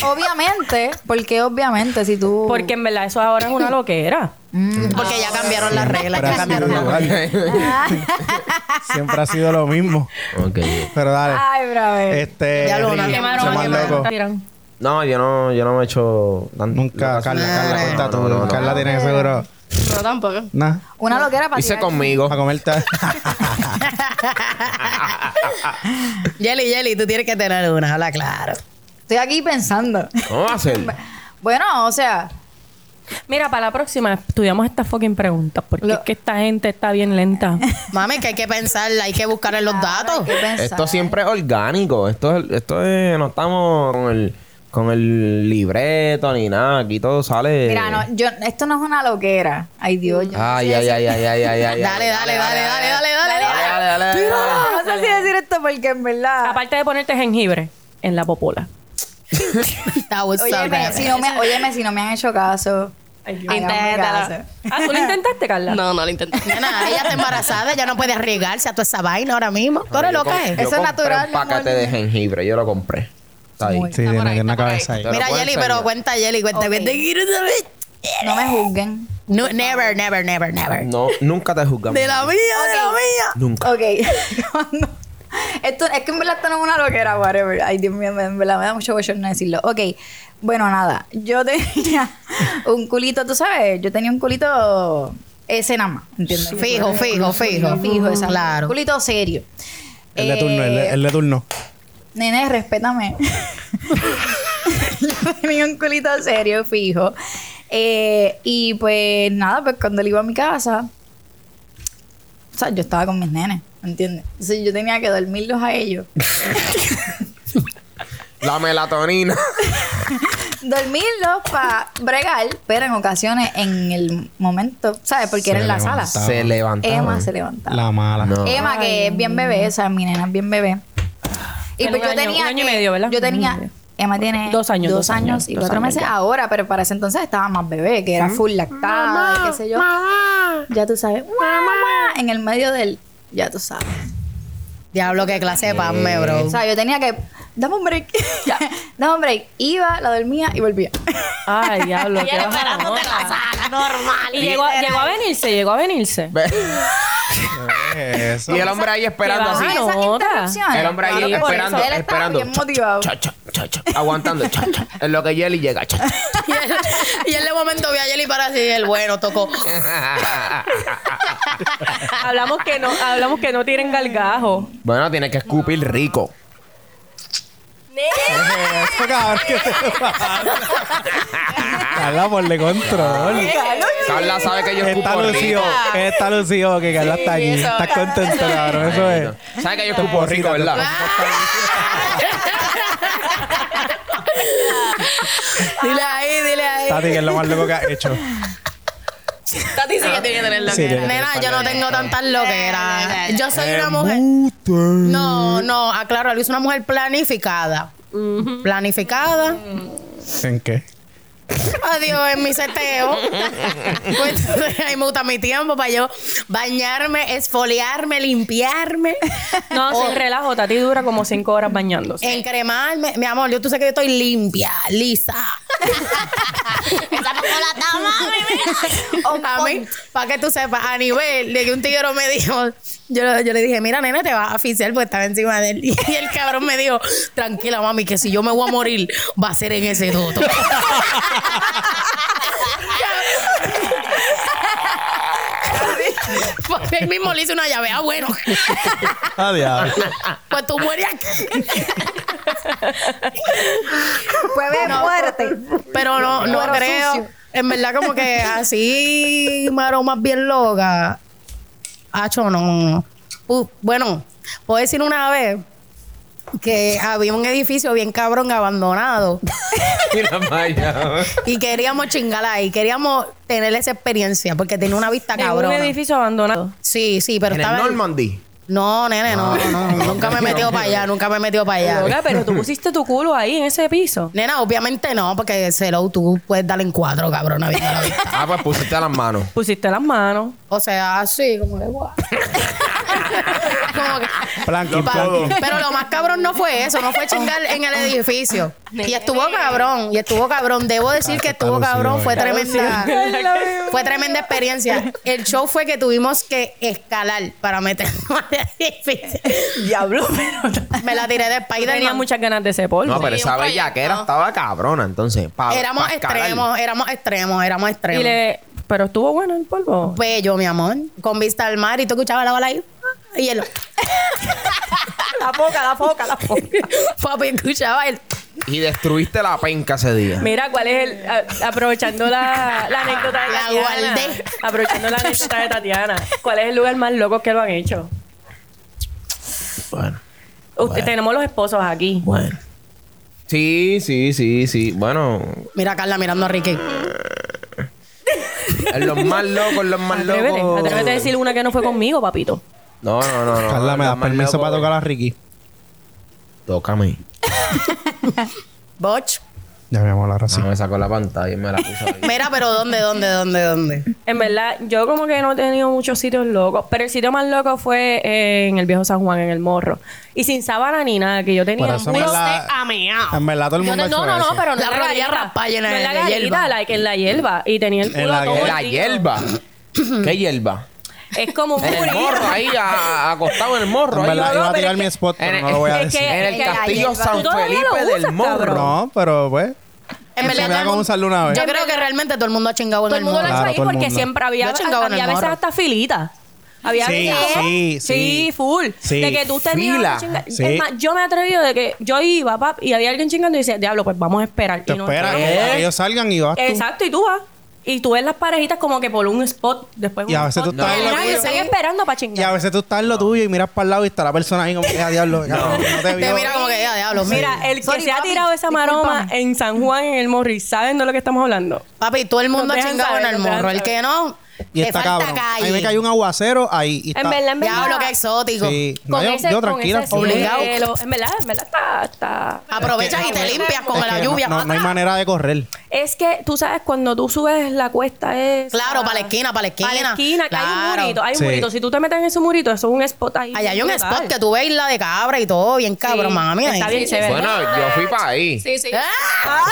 [SPEAKER 6] Obviamente, porque obviamente si tú...
[SPEAKER 2] Porque en verdad eso ahora es una loquera.
[SPEAKER 1] Mm, Porque ya cambiaron las reglas.
[SPEAKER 3] Siempre
[SPEAKER 1] Ya
[SPEAKER 3] ha sido
[SPEAKER 1] cambiaron las reglas.
[SPEAKER 3] igual. Siempre ha sido lo mismo.
[SPEAKER 4] Ok.
[SPEAKER 3] Pero dale.
[SPEAKER 6] Ay, brother.
[SPEAKER 3] Este.
[SPEAKER 1] Ya lo van a
[SPEAKER 3] Ricky,
[SPEAKER 1] quemar,
[SPEAKER 3] sé
[SPEAKER 1] van a
[SPEAKER 3] más
[SPEAKER 1] quemar.
[SPEAKER 3] loco.
[SPEAKER 4] No, yo no, yo no me he hecho tan-
[SPEAKER 3] Nunca,
[SPEAKER 4] loca.
[SPEAKER 3] Carla,
[SPEAKER 1] No,
[SPEAKER 3] Carla,
[SPEAKER 1] no,
[SPEAKER 3] cuenta
[SPEAKER 4] no,
[SPEAKER 3] tú.
[SPEAKER 4] no, no.
[SPEAKER 3] Carla tiene seguro.
[SPEAKER 5] No, tampoco.
[SPEAKER 3] Nah.
[SPEAKER 6] Una loquera para
[SPEAKER 4] Hice
[SPEAKER 6] tirar.
[SPEAKER 4] conmigo.
[SPEAKER 3] Para comerte.
[SPEAKER 1] Yeli, Yeli, tú tienes que tener una, habla claro.
[SPEAKER 6] Estoy aquí pensando.
[SPEAKER 4] ¿Cómo va a ser?
[SPEAKER 6] Bueno, o sea,
[SPEAKER 2] Mira, para la próxima estudiamos esta fucking pregunta. Porque
[SPEAKER 6] Lo-
[SPEAKER 2] es que esta gente está bien lenta.
[SPEAKER 1] Mami, que hay que pensarla, hay que buscar en los datos.
[SPEAKER 6] hay que pensar.
[SPEAKER 4] Esto siempre es orgánico. Esto es, esto es, no estamos con el, con el libreto ni nada. Aquí todo sale.
[SPEAKER 6] Mira, no, yo, esto no es una loquera. Ay, Dios. Yo
[SPEAKER 4] Ay, ay, ay, ay, ay, ay, ay.
[SPEAKER 1] Dale, dale, dale, dale, dale, dale.
[SPEAKER 4] dale, dale, dale.
[SPEAKER 6] no sé si decir esto porque en verdad...
[SPEAKER 2] Aparte de ponerte jengibre en la popola.
[SPEAKER 1] That was so
[SPEAKER 6] Óyeme,
[SPEAKER 1] bad.
[SPEAKER 6] si no me, óyeme, si no me han hecho caso,
[SPEAKER 2] Ay, Dios.
[SPEAKER 6] háganme
[SPEAKER 5] Inténtalo.
[SPEAKER 6] caso.
[SPEAKER 2] Ah, ¿tú lo intentaste, Carla?
[SPEAKER 5] No, no lo intenté.
[SPEAKER 1] Nena, ella está embarazada, ella no puede arriesgarse a toda esa vaina ahora mismo. Tú eres
[SPEAKER 4] Yo
[SPEAKER 1] loca,
[SPEAKER 4] com-
[SPEAKER 1] ¿eh?
[SPEAKER 4] yo
[SPEAKER 6] Eso es
[SPEAKER 4] compré
[SPEAKER 6] natural,
[SPEAKER 4] Un
[SPEAKER 6] mi amor.
[SPEAKER 4] paquete de jengibre, yo lo compré. Está ahí.
[SPEAKER 3] Sí, tiene que una cabeza ahí.
[SPEAKER 4] Pero
[SPEAKER 1] Mira,
[SPEAKER 4] puede
[SPEAKER 1] Yeli,
[SPEAKER 4] ser
[SPEAKER 1] pero
[SPEAKER 4] yo.
[SPEAKER 1] cuenta, Yeli, cuenta.
[SPEAKER 6] Ok.
[SPEAKER 1] cuenta.
[SPEAKER 6] No me juzguen.
[SPEAKER 1] No, never, never, never, never.
[SPEAKER 4] No, nunca te juzgamos.
[SPEAKER 1] De la mía, Ah, de la mía.
[SPEAKER 4] Nunca.
[SPEAKER 6] Ok. Cuando- esto, es que en verdad esto no es una loquera, whatever. Ay, Dios mío, me- en verdad me da mucho bochorno decirlo. Ok. Bueno, nada. Yo tenía un culito, tú sabes, yo tenía un culito eh, ese nada más, ¿entiendes?
[SPEAKER 1] Fijo, fijo, fijo.
[SPEAKER 6] Fijo, exacto.
[SPEAKER 1] Claro.
[SPEAKER 6] Un culito serio.
[SPEAKER 3] El de turno, el de, el de turno.
[SPEAKER 6] Nene, respétame. Yo tenía un culito serio, fijo. Eh, y pues nada, pues cuando él iba a mi casa, o sea, yo estaba con mis nenes, ¿entiendes? Entonces yo tenía que dormirlos a ellos.
[SPEAKER 4] La melatonina.
[SPEAKER 6] Dormirlos para bregar, pero en ocasiones, en el momento, ¿sabes? Porque
[SPEAKER 3] Se
[SPEAKER 6] era en la
[SPEAKER 3] levantaba.
[SPEAKER 6] sala.
[SPEAKER 4] se levantaba.
[SPEAKER 6] Emma se levantaba.
[SPEAKER 3] La mala.
[SPEAKER 4] No.
[SPEAKER 6] Emma, que es bien bebé, o sea, mi nena es bien bebé. Y
[SPEAKER 2] Tiene
[SPEAKER 6] pues
[SPEAKER 2] un
[SPEAKER 6] yo
[SPEAKER 2] año-
[SPEAKER 6] tenía.
[SPEAKER 2] un año y
[SPEAKER 6] que-
[SPEAKER 2] medio, ¿verdad?
[SPEAKER 6] Yo
[SPEAKER 2] Un año y
[SPEAKER 6] tenía.
[SPEAKER 2] medio.
[SPEAKER 6] Emma tiene
[SPEAKER 2] Dos años,
[SPEAKER 6] dos
[SPEAKER 2] dos años,
[SPEAKER 6] años y
[SPEAKER 2] dos
[SPEAKER 6] cuatro
[SPEAKER 2] años
[SPEAKER 6] meses
[SPEAKER 2] ya.
[SPEAKER 6] ahora, pero para ese entonces estaba más bebé, que era full lactada, y qué sé yo. Ya tú sabes, mamá, en el medio del, ya tú sabes.
[SPEAKER 1] Diablo, qué clase de pan, me, bro.
[SPEAKER 6] O sea, yo tenía que, dame un break, ya, dame un break. Iba, la dormía y volvía.
[SPEAKER 2] Ay, diablo. qué baja la moda. Y llegó, a- llegó a venirse, llegó a venirse.
[SPEAKER 4] Ve.
[SPEAKER 3] ¿Qué es eso?
[SPEAKER 4] y el hombre ahí esperando
[SPEAKER 2] baja
[SPEAKER 4] así.
[SPEAKER 2] la
[SPEAKER 6] Esas
[SPEAKER 2] Ah, nota.
[SPEAKER 6] interrupciones.
[SPEAKER 4] El hombre ahí
[SPEAKER 6] Claro que por
[SPEAKER 4] esperando,
[SPEAKER 6] eso. Él estaba
[SPEAKER 4] esperando.
[SPEAKER 6] bien motivado.
[SPEAKER 4] Cha, cha, cha, cha. Aguantando. Cha, cha. En lo que Jelly llega. Cha,
[SPEAKER 1] Y él, y él de momento vio a Yeli para así, el bueno tocó.
[SPEAKER 4] cha.
[SPEAKER 2] hablamos que no, hablamos que no tienen galgajo.
[SPEAKER 4] bueno, tienes que escupir rico.
[SPEAKER 3] Eso, cabrón, ¿qué te pasa? Carla, ponle control.
[SPEAKER 4] Carla sabe que yo
[SPEAKER 3] Está
[SPEAKER 4] escupo
[SPEAKER 3] lucido,
[SPEAKER 4] rico.
[SPEAKER 3] está lucido que Carla está aquí. Estás contento, cabrón, eso es.
[SPEAKER 4] Sabe que yo escupo rico, ¿verdad?
[SPEAKER 1] Dile ahí, dile ahí.
[SPEAKER 3] Tati, que es lo más loco que has hecho.
[SPEAKER 5] Tati sí que tiene que tener la
[SPEAKER 3] Sí,
[SPEAKER 5] cara.
[SPEAKER 3] tiene-
[SPEAKER 1] Nena, yo no tengo tantas
[SPEAKER 5] Ya, ya,
[SPEAKER 1] loqueras.
[SPEAKER 5] ya.
[SPEAKER 1] Yo soy
[SPEAKER 3] Eh,
[SPEAKER 1] una mujer. No, no, aclaro, Luis es una mujer planificada. Planificada.
[SPEAKER 3] ¿En qué?
[SPEAKER 1] Adiós, en mi seteo. Pues, entonces, ahí me gusta mi tiempo para yo bañarme, esfoliarme, limpiarme,
[SPEAKER 2] No, sin relajo, Tati dura como cinco horas bañándose.
[SPEAKER 1] encremarme. Mi amor, yo tú sabes que yo estoy limpia, lisa.
[SPEAKER 5] Esa
[SPEAKER 7] la Tamara.
[SPEAKER 1] a mí, para que tú sepas, a nivel de que un tiguero me dijo, yo, yo le dije, mira, nena, te vas a asfixiar porque estaba encima de él. Y el cabrón me dijo, tranquila, mami, que si yo me voy a morir, va a ser en ese doto. Porque él mismo le hizo una llave. Ah, bueno,
[SPEAKER 3] Ah, diablo.
[SPEAKER 1] pues tú mueres aquí.
[SPEAKER 6] Puede muerte.
[SPEAKER 1] Pero no, no
[SPEAKER 6] Cuero
[SPEAKER 1] creo.
[SPEAKER 6] sucio.
[SPEAKER 1] En verdad, como que así, Maro, más bien loca. Hacho, no, no, no. Pu- bueno, puedo decir una vez que había un edificio bien cabrón abandonado
[SPEAKER 4] Mira, vaya.
[SPEAKER 1] y queríamos chingar ahí, queríamos tener esa experiencia porque tenía una vista
[SPEAKER 2] De un
[SPEAKER 1] cabrón.
[SPEAKER 2] edificio abandonado.
[SPEAKER 1] Sí, sí, pero
[SPEAKER 4] En el Ah.
[SPEAKER 1] estaba.
[SPEAKER 4] Normandy.
[SPEAKER 1] No, nene, no, no, nunca me he metido para allá, nunca me he metido para allá.
[SPEAKER 2] Loca, pero tú pusiste tu culo ahí en ese piso.
[SPEAKER 1] Nena, obviamente no, porque Celo, tú puedes darle en cuatro, cabrón, viendo la vista.
[SPEAKER 4] Ah, pues pusiste las manos.
[SPEAKER 2] Pusiste las manos.
[SPEAKER 1] O sea, así, como que guau. como que.
[SPEAKER 3] Planking
[SPEAKER 1] pa-
[SPEAKER 3] todo.
[SPEAKER 1] Pero lo más cabrón no fue eso, no fue chingar en el edificio. Y estuvo cabrón, y estuvo cabrón. Debo decir que estuvo cabrón, fue tremenda. Fue tremenda experiencia. El show fue que tuvimos que escalar para meternos al edificio.
[SPEAKER 2] Diablo, pero
[SPEAKER 1] Me la tiré de
[SPEAKER 2] tenía
[SPEAKER 1] Spider-Man.
[SPEAKER 2] muchas ganas de ese polvo.
[SPEAKER 4] No, pero
[SPEAKER 5] Sí,
[SPEAKER 4] esa
[SPEAKER 5] un
[SPEAKER 4] bellaquera
[SPEAKER 5] proyecto.
[SPEAKER 4] estaba cabrona, entonces. pa-
[SPEAKER 1] Éramos
[SPEAKER 4] Ah, pa' escalar.
[SPEAKER 1] extremos, éramos extremos, éramos
[SPEAKER 2] Y
[SPEAKER 1] extremos.
[SPEAKER 2] le- pero estuvo bueno el polvo.
[SPEAKER 1] Bello, mi amor. Con vista al mar y tú escuchabas la bala ahí. Y él,
[SPEAKER 2] La foca, la foca, la foca.
[SPEAKER 1] papi, escuchaba el...
[SPEAKER 4] Y destruiste la penca ese día.
[SPEAKER 2] Mira, ¿cuál es el. a- aprovechando la, la anécdota de
[SPEAKER 1] La
[SPEAKER 2] Tatiana.
[SPEAKER 1] guardé.
[SPEAKER 2] Aprovechando la anécdota de Tatiana. ¿Cuál es el lugar más loco que lo han hecho?
[SPEAKER 4] Bueno,
[SPEAKER 2] Usted- Tenemos los esposos aquí.
[SPEAKER 4] bueno. Sí, sí, sí, sí. Bueno,
[SPEAKER 1] Mira a Carla mirando a Ricky.
[SPEAKER 4] en los más locos, en los más
[SPEAKER 2] Atrévete,
[SPEAKER 4] locos.
[SPEAKER 2] atrévete a decir una que no fue conmigo, papito.
[SPEAKER 4] No, no, no. no
[SPEAKER 3] Carla, ¿me
[SPEAKER 4] Los
[SPEAKER 3] das
[SPEAKER 4] más
[SPEAKER 3] permiso
[SPEAKER 4] locos-
[SPEAKER 3] para tocar a Ricky?
[SPEAKER 4] Tócame.
[SPEAKER 1] Botch.
[SPEAKER 3] Ya me vamos a hablar así.
[SPEAKER 4] Ah, me sacó la pantalla y me la puso ahí.
[SPEAKER 1] Mira, pero ¿dónde, dónde, dónde, dónde?
[SPEAKER 2] En verdad, yo como que no he tenido muchos sitios locos, pero el sitio más loco fue eh, en el viejo San Juan, en el morro. Y sin sábana ni nada, que yo tenía
[SPEAKER 3] Por eso
[SPEAKER 2] un
[SPEAKER 3] me
[SPEAKER 2] puro-
[SPEAKER 3] la- En verdad todo el
[SPEAKER 2] ah, Yo
[SPEAKER 3] mundo
[SPEAKER 2] no,
[SPEAKER 3] ha hecho
[SPEAKER 2] no, no,
[SPEAKER 3] eso.
[SPEAKER 2] no, pero no
[SPEAKER 1] La
[SPEAKER 2] en la
[SPEAKER 1] rodilla
[SPEAKER 2] garita.
[SPEAKER 1] raspada llena
[SPEAKER 2] No en
[SPEAKER 1] de-
[SPEAKER 2] la
[SPEAKER 1] de
[SPEAKER 2] garita,
[SPEAKER 1] hierba.
[SPEAKER 2] like, en la hierba. Y tenía el
[SPEAKER 3] En
[SPEAKER 2] culo
[SPEAKER 3] la-
[SPEAKER 2] todo
[SPEAKER 3] en
[SPEAKER 4] la
[SPEAKER 2] gordito.
[SPEAKER 4] hierba. ¿Qué hierba?
[SPEAKER 2] Es como un
[SPEAKER 4] En el
[SPEAKER 2] burrito.
[SPEAKER 4] morro, ahí, a- acostado en el morro.
[SPEAKER 3] En
[SPEAKER 4] ahí.
[SPEAKER 3] verdad
[SPEAKER 2] no,
[SPEAKER 3] iba a
[SPEAKER 2] pero
[SPEAKER 3] tirar
[SPEAKER 2] es
[SPEAKER 3] mi
[SPEAKER 2] que-
[SPEAKER 3] spot, pero
[SPEAKER 4] en
[SPEAKER 3] no
[SPEAKER 4] el-
[SPEAKER 3] lo voy a
[SPEAKER 2] es
[SPEAKER 3] decir.
[SPEAKER 2] que-
[SPEAKER 4] En el
[SPEAKER 6] la
[SPEAKER 4] castillo
[SPEAKER 6] hierba.
[SPEAKER 4] San
[SPEAKER 2] ¿Tú todavía lo
[SPEAKER 4] Felipe del
[SPEAKER 2] usas,
[SPEAKER 4] Morro.
[SPEAKER 2] cabrón?
[SPEAKER 3] No, pero pues.
[SPEAKER 1] En
[SPEAKER 3] Se me
[SPEAKER 1] verdad,
[SPEAKER 3] da
[SPEAKER 1] todo
[SPEAKER 3] como
[SPEAKER 1] el-
[SPEAKER 3] usarlo una vez.
[SPEAKER 1] yo creo que realmente todo el mundo ha chingado en
[SPEAKER 2] Todo el mundo lo
[SPEAKER 1] morro.
[SPEAKER 2] echó
[SPEAKER 3] Claro,
[SPEAKER 2] ahí
[SPEAKER 3] todo el
[SPEAKER 2] porque
[SPEAKER 3] mundo.
[SPEAKER 2] siempre había,
[SPEAKER 1] Yo chingaba en
[SPEAKER 2] había
[SPEAKER 1] el
[SPEAKER 2] a veces
[SPEAKER 1] morro.
[SPEAKER 2] hasta filita. Había
[SPEAKER 3] Sí,
[SPEAKER 2] veces-
[SPEAKER 3] sí, sí.
[SPEAKER 2] full.
[SPEAKER 3] Sí.
[SPEAKER 2] De que tú
[SPEAKER 4] Fila.
[SPEAKER 2] terminabas de chingar.
[SPEAKER 3] Sí.
[SPEAKER 2] Es más, yo me he atrevido de que yo iba, pap, y había alguien chingando y decía, diablo, pues vamos a esperar.
[SPEAKER 3] Te
[SPEAKER 2] Y no-
[SPEAKER 3] esperas
[SPEAKER 4] ¿qué?
[SPEAKER 3] que ellos salgan y vas tú.
[SPEAKER 2] Exacto, y tú vas. Y tú ves las parejitas como que por un spot, después
[SPEAKER 3] Y a
[SPEAKER 2] un
[SPEAKER 3] veces tú
[SPEAKER 2] spot.
[SPEAKER 3] estás
[SPEAKER 2] Y
[SPEAKER 3] en lo
[SPEAKER 2] mira,
[SPEAKER 3] tuyo.
[SPEAKER 2] están esperando para chingar.
[SPEAKER 3] Y a veces tú estás en lo tuyo y miras para el lado y está la persona ahí como que, "Ah, diablo, cabrón, no te
[SPEAKER 1] Te
[SPEAKER 3] vio".
[SPEAKER 1] mira como que ya, diablo.
[SPEAKER 2] Mira,
[SPEAKER 1] sí.
[SPEAKER 2] el que se ha tirado esa maroma en San Juan, en el Morri, ¿saben de lo que estamos hablando?
[SPEAKER 1] Papi, todo el mundo
[SPEAKER 2] Nos
[SPEAKER 1] ha
[SPEAKER 2] dejan
[SPEAKER 1] chingado en
[SPEAKER 2] saber,
[SPEAKER 1] el
[SPEAKER 2] nos dejan
[SPEAKER 1] morro. El que no,
[SPEAKER 3] Y
[SPEAKER 1] te
[SPEAKER 3] está
[SPEAKER 1] falta
[SPEAKER 3] cabrón.
[SPEAKER 1] calle.
[SPEAKER 3] Ahí me cayó un aguacero ahí. Y
[SPEAKER 2] En
[SPEAKER 3] está-
[SPEAKER 2] verdad, en verdad.
[SPEAKER 1] Diablo, qué exótico.
[SPEAKER 3] Sí. No,
[SPEAKER 2] Con
[SPEAKER 3] yo,
[SPEAKER 2] ese-
[SPEAKER 3] yo
[SPEAKER 2] con
[SPEAKER 3] tranquila.
[SPEAKER 2] ese
[SPEAKER 3] full.
[SPEAKER 1] obligado.
[SPEAKER 2] cielo. En verdad, en verdad está- está...
[SPEAKER 1] Aprovechas
[SPEAKER 3] Es que-
[SPEAKER 1] y te limpias con
[SPEAKER 3] Es
[SPEAKER 1] la
[SPEAKER 3] que no-
[SPEAKER 1] lluvia.
[SPEAKER 3] No, no hay
[SPEAKER 2] ¡ah!
[SPEAKER 3] manera de correr.
[SPEAKER 2] Es que tú sabes, cuando tú subes la cuesta es.
[SPEAKER 1] Claro, para la esquina, para la esquina.
[SPEAKER 2] Para la esquina, que hay
[SPEAKER 1] Claro.
[SPEAKER 2] un murito, hay un
[SPEAKER 3] Sí.
[SPEAKER 2] murito. Si tú te metes en ese murito, eso es un spot ahí.
[SPEAKER 1] Allá hay un
[SPEAKER 2] brutal.
[SPEAKER 1] spot que tú ves la de cabra y todo, bien cabrón,
[SPEAKER 2] Sí,
[SPEAKER 1] mami.
[SPEAKER 2] Está bien chévere.
[SPEAKER 4] Bueno, yo fui para ahí.
[SPEAKER 5] Sí, sí.
[SPEAKER 1] ¡Ah!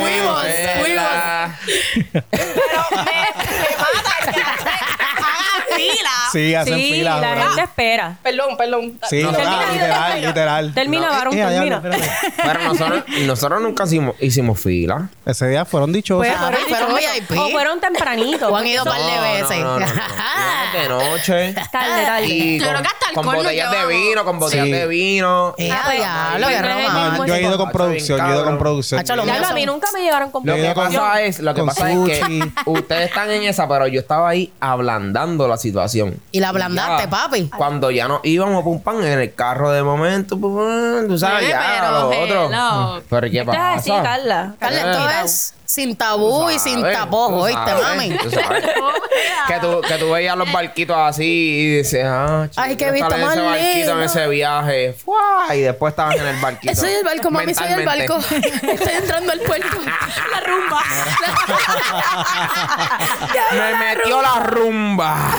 [SPEAKER 4] Fuimos,
[SPEAKER 5] Pero me, me mata el que hagan fila.
[SPEAKER 3] Sí, hacen
[SPEAKER 2] Ah. sí,
[SPEAKER 3] fila.
[SPEAKER 2] la
[SPEAKER 3] bro.
[SPEAKER 2] gente espera.
[SPEAKER 5] Perdón, perdón.
[SPEAKER 3] Sí,
[SPEAKER 4] No,
[SPEAKER 3] loca,
[SPEAKER 4] termina,
[SPEAKER 3] literal,
[SPEAKER 5] termina.
[SPEAKER 3] literal.
[SPEAKER 2] Termina,
[SPEAKER 3] No,
[SPEAKER 2] varón,
[SPEAKER 3] eh, diablo,
[SPEAKER 2] termina.
[SPEAKER 3] espérate.
[SPEAKER 4] Pero nosotros, nosotros nunca hicimos, hicimos fila.
[SPEAKER 3] Ese día fueron dichosos.
[SPEAKER 1] Pues, Papi, fueron
[SPEAKER 2] dichosos.
[SPEAKER 1] VIP.
[SPEAKER 2] O fueron tempranito.
[SPEAKER 1] O han ido
[SPEAKER 2] porque
[SPEAKER 1] par de veces.
[SPEAKER 4] No, no, no, no. Íbamos de noche.
[SPEAKER 2] eso- Tarde, tarde.
[SPEAKER 4] Y
[SPEAKER 5] Yo creo
[SPEAKER 4] con,
[SPEAKER 5] que hasta
[SPEAKER 4] con
[SPEAKER 5] alcohol no
[SPEAKER 4] botellas de
[SPEAKER 5] llevamos.
[SPEAKER 4] vino, con botellas
[SPEAKER 3] Sí.
[SPEAKER 4] de vino.
[SPEAKER 1] Eh,
[SPEAKER 2] Ah, pues,
[SPEAKER 1] diablo, qué
[SPEAKER 2] Primer-
[SPEAKER 1] romántico.
[SPEAKER 3] Ah, yo he ido con
[SPEAKER 4] Hacho,
[SPEAKER 3] producción, yo he ido
[SPEAKER 4] cabrón.
[SPEAKER 3] con producción.
[SPEAKER 1] Hacho, lo
[SPEAKER 2] Diablo, a mí nunca me llevaron con
[SPEAKER 4] Lo que
[SPEAKER 3] Yo con-
[SPEAKER 4] pasa es, lo que
[SPEAKER 3] con
[SPEAKER 4] pasa es que
[SPEAKER 3] sushi.
[SPEAKER 4] ustedes están en esa, pero yo estaba ahí ablandando la situación.
[SPEAKER 1] Y la ablandaste,
[SPEAKER 4] Ya,
[SPEAKER 1] papi.
[SPEAKER 4] Cuando ya nos íbamos pum pan en el carro de momento, pum, pum, tú sabes,
[SPEAKER 5] Oye,
[SPEAKER 4] ya,
[SPEAKER 5] pero,
[SPEAKER 4] lo otro. Mm.
[SPEAKER 5] hello.
[SPEAKER 4] Pero ¿qué
[SPEAKER 2] Estás
[SPEAKER 4] pasa?
[SPEAKER 2] así, Carla.
[SPEAKER 1] Carla,
[SPEAKER 4] Eh.
[SPEAKER 1] esto es sin tabú y sin tapujos, ¿oíste, mami?
[SPEAKER 4] que, tú, que tú veías los barquitos así y dices, ah, chico,
[SPEAKER 1] Ay, qué
[SPEAKER 4] yo estaba en
[SPEAKER 1] vista
[SPEAKER 4] ese
[SPEAKER 1] más
[SPEAKER 4] barquito en
[SPEAKER 1] linda.
[SPEAKER 4] ese viaje. ¡Fua! Y después estabas en el barquito.
[SPEAKER 1] Soy el barco, mami, soy el
[SPEAKER 4] Mentalmente.
[SPEAKER 1] barco. Estoy entrando al puerto. La rumba.
[SPEAKER 4] Me metió la rumba.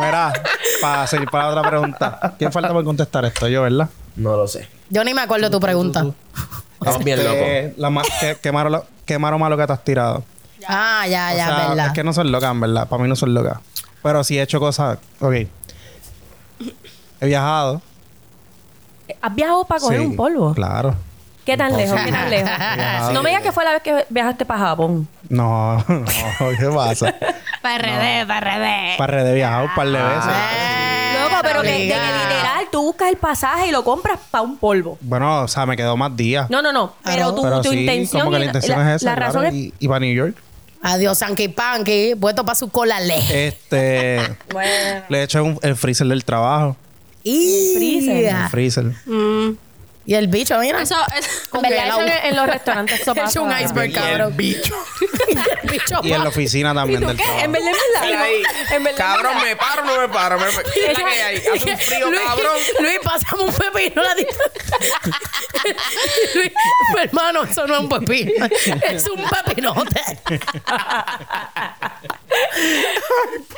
[SPEAKER 3] Mira, para seguir para otra pregunta. ¿Quién falta por contestar esto? Yo, ¿verdad?
[SPEAKER 4] No lo sé.
[SPEAKER 1] Yo ni me acuerdo tu pregunta. Este,
[SPEAKER 4] Estamos bien locos.
[SPEAKER 3] Eh, la ma- que, qué, malo, lo- qué malo malo que te has tirado.
[SPEAKER 1] Ah, ya,
[SPEAKER 3] O
[SPEAKER 1] ya,
[SPEAKER 3] sea,
[SPEAKER 1] verdad.
[SPEAKER 3] Es que no son locas, en verdad. Para mí no son locas. Pero sí he hecho cosas. Ok. He viajado.
[SPEAKER 2] ¿Has viajado para coger
[SPEAKER 3] Sí,
[SPEAKER 2] un polvo?
[SPEAKER 3] Claro.
[SPEAKER 2] ¿Qué tan lejos? ¿Qué tan lejos?
[SPEAKER 3] Viajado.
[SPEAKER 2] No me digas que fue la vez que viajaste para Japón.
[SPEAKER 3] No, no, ¿qué pasa?
[SPEAKER 5] Parredé, parredé.
[SPEAKER 3] Para de viajado un par de veces.
[SPEAKER 2] Loco, pero que, de que
[SPEAKER 1] obligado.
[SPEAKER 2] literal tú buscas el pasaje y lo compras para un polvo.
[SPEAKER 3] Bueno, o sea, me quedó más días.
[SPEAKER 2] No, no, no. Pero tu,
[SPEAKER 3] Ah, Pero
[SPEAKER 2] tu
[SPEAKER 3] sí,
[SPEAKER 2] intención.
[SPEAKER 3] como que
[SPEAKER 2] y
[SPEAKER 3] la intención
[SPEAKER 2] la-
[SPEAKER 3] es esa.
[SPEAKER 2] la
[SPEAKER 3] claro,
[SPEAKER 2] razón es.
[SPEAKER 3] Y, y para New York.
[SPEAKER 1] Adiós, Sanky Panky. Vuelto para su cola le.
[SPEAKER 3] Este. Le he hecho un- el freezer del trabajo.
[SPEAKER 1] Y
[SPEAKER 3] El freezer.
[SPEAKER 1] y el bicho, mira.
[SPEAKER 5] Eso es.
[SPEAKER 2] En verdad, eso en, en los restaurantes eso
[SPEAKER 1] Es
[SPEAKER 2] pasa.
[SPEAKER 1] un
[SPEAKER 4] Pues,
[SPEAKER 1] iceberg, cabrón. bicho. el bicho.
[SPEAKER 3] Y en la
[SPEAKER 1] pa-
[SPEAKER 3] oficina también del trabajo.
[SPEAKER 2] En verdad, en verdad. En verdad.
[SPEAKER 4] Cabrón, me paro, no me paro. Me... ¿Qué es la que hay? Hace un frío,
[SPEAKER 1] Luis,
[SPEAKER 4] cabrón.
[SPEAKER 1] Luis, pasamos un pepino la di- Luis, hermano, eso no es un pepino. Es un pepinote.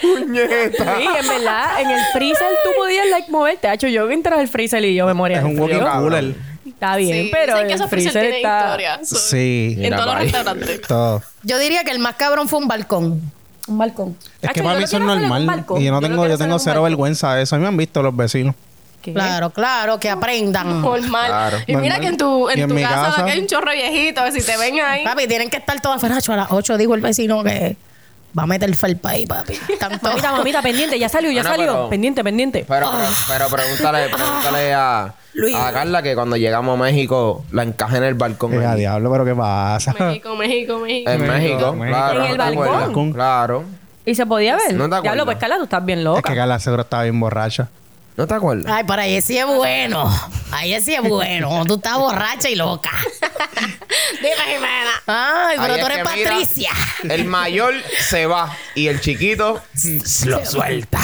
[SPEAKER 4] Puñeta.
[SPEAKER 2] Sí, en verdad, en el freezer tú podías like, moverte. Ha hecho yo entras al freezer y yo me moría.
[SPEAKER 3] Es
[SPEAKER 2] de
[SPEAKER 3] un
[SPEAKER 2] frío.
[SPEAKER 3] walking cooler.
[SPEAKER 2] Está bien,
[SPEAKER 5] Sí,
[SPEAKER 2] pero.
[SPEAKER 5] dicen que
[SPEAKER 2] el
[SPEAKER 5] esos freezer tienen
[SPEAKER 2] está-
[SPEAKER 5] historia. so-
[SPEAKER 3] Sí.
[SPEAKER 5] En
[SPEAKER 4] Mira,
[SPEAKER 5] todos los
[SPEAKER 4] bye.
[SPEAKER 5] restaurantes.
[SPEAKER 3] Todo.
[SPEAKER 1] Yo diría que el más cabrón fue un balcón.
[SPEAKER 2] Un balcón.
[SPEAKER 3] Es que
[SPEAKER 2] Hacho,
[SPEAKER 3] para
[SPEAKER 2] yo
[SPEAKER 3] mí
[SPEAKER 2] lo
[SPEAKER 3] son
[SPEAKER 2] quiero hacer en un
[SPEAKER 3] normal.
[SPEAKER 2] balcón.
[SPEAKER 3] Y yo no
[SPEAKER 2] lo
[SPEAKER 3] tengo,
[SPEAKER 2] quiero
[SPEAKER 3] yo
[SPEAKER 2] hacer en
[SPEAKER 3] tengo
[SPEAKER 2] un
[SPEAKER 3] cero
[SPEAKER 2] balcón.
[SPEAKER 3] vergüenza de eso. A mí me han visto los vecinos.
[SPEAKER 2] ¿Qué?
[SPEAKER 1] Claro, claro, que aprendan.
[SPEAKER 5] Normal.
[SPEAKER 4] Claro.
[SPEAKER 5] Y mira
[SPEAKER 3] Normal.
[SPEAKER 5] que en tu, en
[SPEAKER 3] Y en
[SPEAKER 5] tu
[SPEAKER 3] mi
[SPEAKER 5] casa,
[SPEAKER 3] casa-
[SPEAKER 5] que hay un chorro viejito, que si te ven ahí.
[SPEAKER 1] Papi, tienen que estar todas ferracho a las 8, dijo el vecino que va a meter felpa ahí, papi. Tanto.
[SPEAKER 2] Mamita, mamita, pendiente, ya salió, ya
[SPEAKER 4] Bueno,
[SPEAKER 2] salió.
[SPEAKER 4] pero-
[SPEAKER 2] Pendiente, pendiente.
[SPEAKER 4] Pero, pero, pero pregúntale, pregúntale a, a Carla que cuando llegamos a México la encajé en el balcón.
[SPEAKER 3] Venga,
[SPEAKER 4] allí.
[SPEAKER 3] Pues, diablo, pero ¿qué pasa?
[SPEAKER 5] México, México, México.
[SPEAKER 4] en México,
[SPEAKER 3] México, México.
[SPEAKER 4] claro.
[SPEAKER 2] En el
[SPEAKER 4] ¿no te
[SPEAKER 2] balcón.
[SPEAKER 4] acuerdas? Claro.
[SPEAKER 2] Y se podía ver.
[SPEAKER 4] No te
[SPEAKER 2] ya
[SPEAKER 4] acuerdas.
[SPEAKER 2] lo pues Carla, tú estás bien
[SPEAKER 3] Es
[SPEAKER 2] loca.
[SPEAKER 3] que Carla seguro estaba bien borracha.
[SPEAKER 4] ¿No te acuerdas?
[SPEAKER 1] Ay, para ahí sí es bueno. Ahí sí es bueno. Tú estás borracha y loca.
[SPEAKER 5] Dime, Jimena.
[SPEAKER 1] Ay, pero
[SPEAKER 4] Ahí
[SPEAKER 1] tú
[SPEAKER 4] es
[SPEAKER 1] eres
[SPEAKER 4] que mira,
[SPEAKER 1] Patricia.
[SPEAKER 4] el mayor se va y el chiquito lo suelta.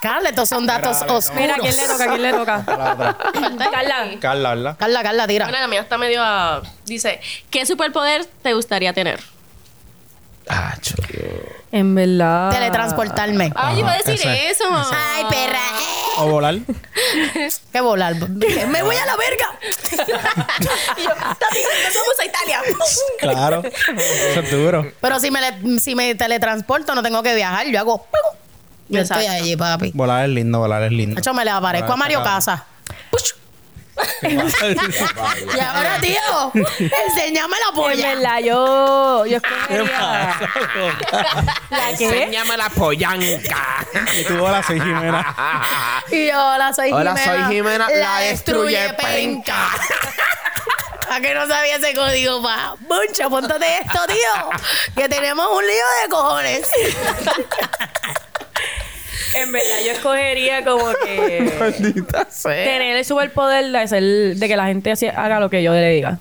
[SPEAKER 1] Carla, estos son datos oscuros.
[SPEAKER 2] Mira, ¿quién le toca? ¿Quién le toca? Carla.
[SPEAKER 3] Carla, ¿verdad?
[SPEAKER 1] Carla, Carla, tira.
[SPEAKER 5] Bueno, la mía está medio. ah, Dice, ¿qué superpoder te gustaría tener?
[SPEAKER 4] Ah, chulo.
[SPEAKER 2] En verdad.
[SPEAKER 1] Teletransportarme.
[SPEAKER 5] Ay, iba a decir eso.
[SPEAKER 1] Ay, perra. eh,
[SPEAKER 3] O volar.
[SPEAKER 1] Qué volar. Me voy a la verga.
[SPEAKER 5] Nos vamos a Italia.
[SPEAKER 3] Claro. Eso es duro.
[SPEAKER 1] Pero si me, le- si me teletransporto, no tengo que viajar. Yo hago. ¡pum! Yo estoy
[SPEAKER 5] Exacto.
[SPEAKER 1] allí, papi.
[SPEAKER 3] Volar es lindo, volar es lindo.
[SPEAKER 1] Nacho, me le aparezco a Mario Casas. Y ahora, tío, enséñame la
[SPEAKER 2] En
[SPEAKER 1] polla.
[SPEAKER 2] verdad, yo. Yo escogería. ¿La qué?
[SPEAKER 4] Enséñame la pollanca.
[SPEAKER 3] Y tú volas, soy Jimena.
[SPEAKER 1] Y yo, hola, soy Jimena.
[SPEAKER 4] Hola, soy Jimena, la destruye penca.
[SPEAKER 1] ¿A que no sabía ese código, pa? Moncho, póntate esto, tío. Que tenemos un lío de cojones.
[SPEAKER 2] En verdad, yo escogería como que.
[SPEAKER 4] Maldita sea.
[SPEAKER 2] tener el superpoder de, ser, de que la gente así haga lo que yo le diga.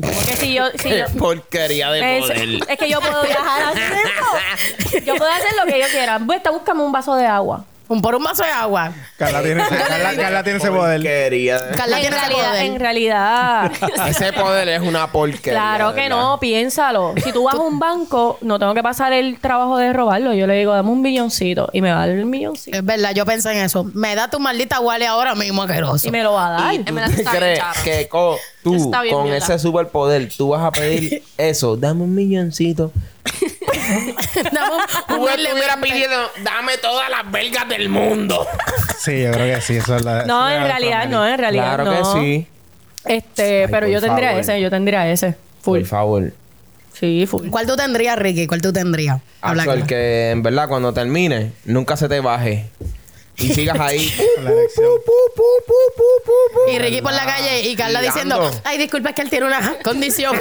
[SPEAKER 2] Porque si yo. Si
[SPEAKER 4] Qué
[SPEAKER 2] yo
[SPEAKER 4] porquería de
[SPEAKER 2] es,
[SPEAKER 4] poder.
[SPEAKER 2] es que yo puedo viajar así mismo. Yo puedo hacer lo que yo quiera. Vuelta, búscame un vaso de agua.
[SPEAKER 1] Un por un vaso de agua.
[SPEAKER 3] Carla tiene, Carla, Carla tiene ese poder.
[SPEAKER 4] Porquería.
[SPEAKER 1] Carla
[SPEAKER 2] en,
[SPEAKER 1] tiene ese
[SPEAKER 2] realidad,
[SPEAKER 1] poder.
[SPEAKER 2] en realidad.
[SPEAKER 4] Ese poder es una porquería.
[SPEAKER 2] Claro
[SPEAKER 4] de
[SPEAKER 2] que
[SPEAKER 4] verdad.
[SPEAKER 2] no, piénsalo. Si tú vas a un banco, no tengo que pasar el trabajo de robarlo. Yo le digo, dame un billoncito. Y me va a dar el milloncito.
[SPEAKER 1] Es verdad, yo pensé en eso. Me da tu maldita Wally ahora mismo, asqueroso.
[SPEAKER 2] Y me lo va a dar.
[SPEAKER 5] Y- En verdad,
[SPEAKER 4] ¿Tú
[SPEAKER 5] está bien
[SPEAKER 4] crees
[SPEAKER 5] charro.
[SPEAKER 4] que co- tú,
[SPEAKER 5] Está bien
[SPEAKER 4] con
[SPEAKER 5] mierda.
[SPEAKER 4] ese superpoder, tú vas a pedir eso? Dame un milloncito.
[SPEAKER 1] Dame un-
[SPEAKER 4] Tú
[SPEAKER 1] un
[SPEAKER 4] estuvieras
[SPEAKER 1] elemento.
[SPEAKER 4] pidiendo, dame todas las belgas del mundo.
[SPEAKER 3] Sí, yo creo que sí. Eso es la,
[SPEAKER 2] No, en realidad no, en realidad
[SPEAKER 4] claro
[SPEAKER 2] no.
[SPEAKER 4] que sí.
[SPEAKER 2] Este,
[SPEAKER 4] Ay,
[SPEAKER 2] pero
[SPEAKER 4] por
[SPEAKER 2] yo tendría
[SPEAKER 4] favor.
[SPEAKER 2] ese, yo tendría ese. Full.
[SPEAKER 4] Por favor.
[SPEAKER 2] Sí, full.
[SPEAKER 1] ¿Cuál tú tendrías, Ricky? ¿Cuál tú tendrías? Habla
[SPEAKER 4] Hacho, Ah, el
[SPEAKER 1] claro.
[SPEAKER 4] que en verdad cuando termine, nunca se te baje. Y sigas ahí.
[SPEAKER 3] La elección.
[SPEAKER 1] Y Ricky por la calle y Carla
[SPEAKER 4] Mirando.
[SPEAKER 1] diciendo, ay, disculpa, es que él tiene una condición.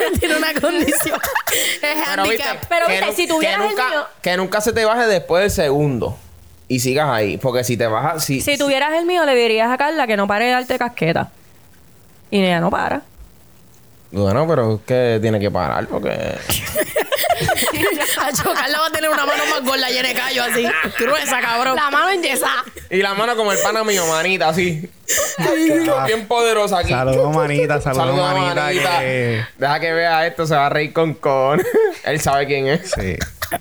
[SPEAKER 1] él tiene una condición. Eh, Es handicap.
[SPEAKER 2] pero viste, si tuvieras el
[SPEAKER 4] nunca,
[SPEAKER 2] mío-
[SPEAKER 4] Que nunca se te baje después del segundo. Y sigas ahí. Porque si te bajas... Si,
[SPEAKER 2] Si tuvieras el mío, le dirías a Carla que no pare de darte casqueta. Y ella no para.
[SPEAKER 4] Bueno, pero es que tiene que parar porque...
[SPEAKER 1] Acho, Carla va a tener una mano más gorda llena de callo así. Gruesa, cabrón.
[SPEAKER 5] La mano en yesa.
[SPEAKER 4] Y la mano como el pana mío, manita, así. Bien poderosa aquí.
[SPEAKER 3] Saludos, manita. Saludos,
[SPEAKER 4] Saludos,
[SPEAKER 3] manita.
[SPEAKER 4] manita.
[SPEAKER 3] que-
[SPEAKER 4] Deja que vea esto, se va a reír con con. Él sabe quién es.
[SPEAKER 3] Sí.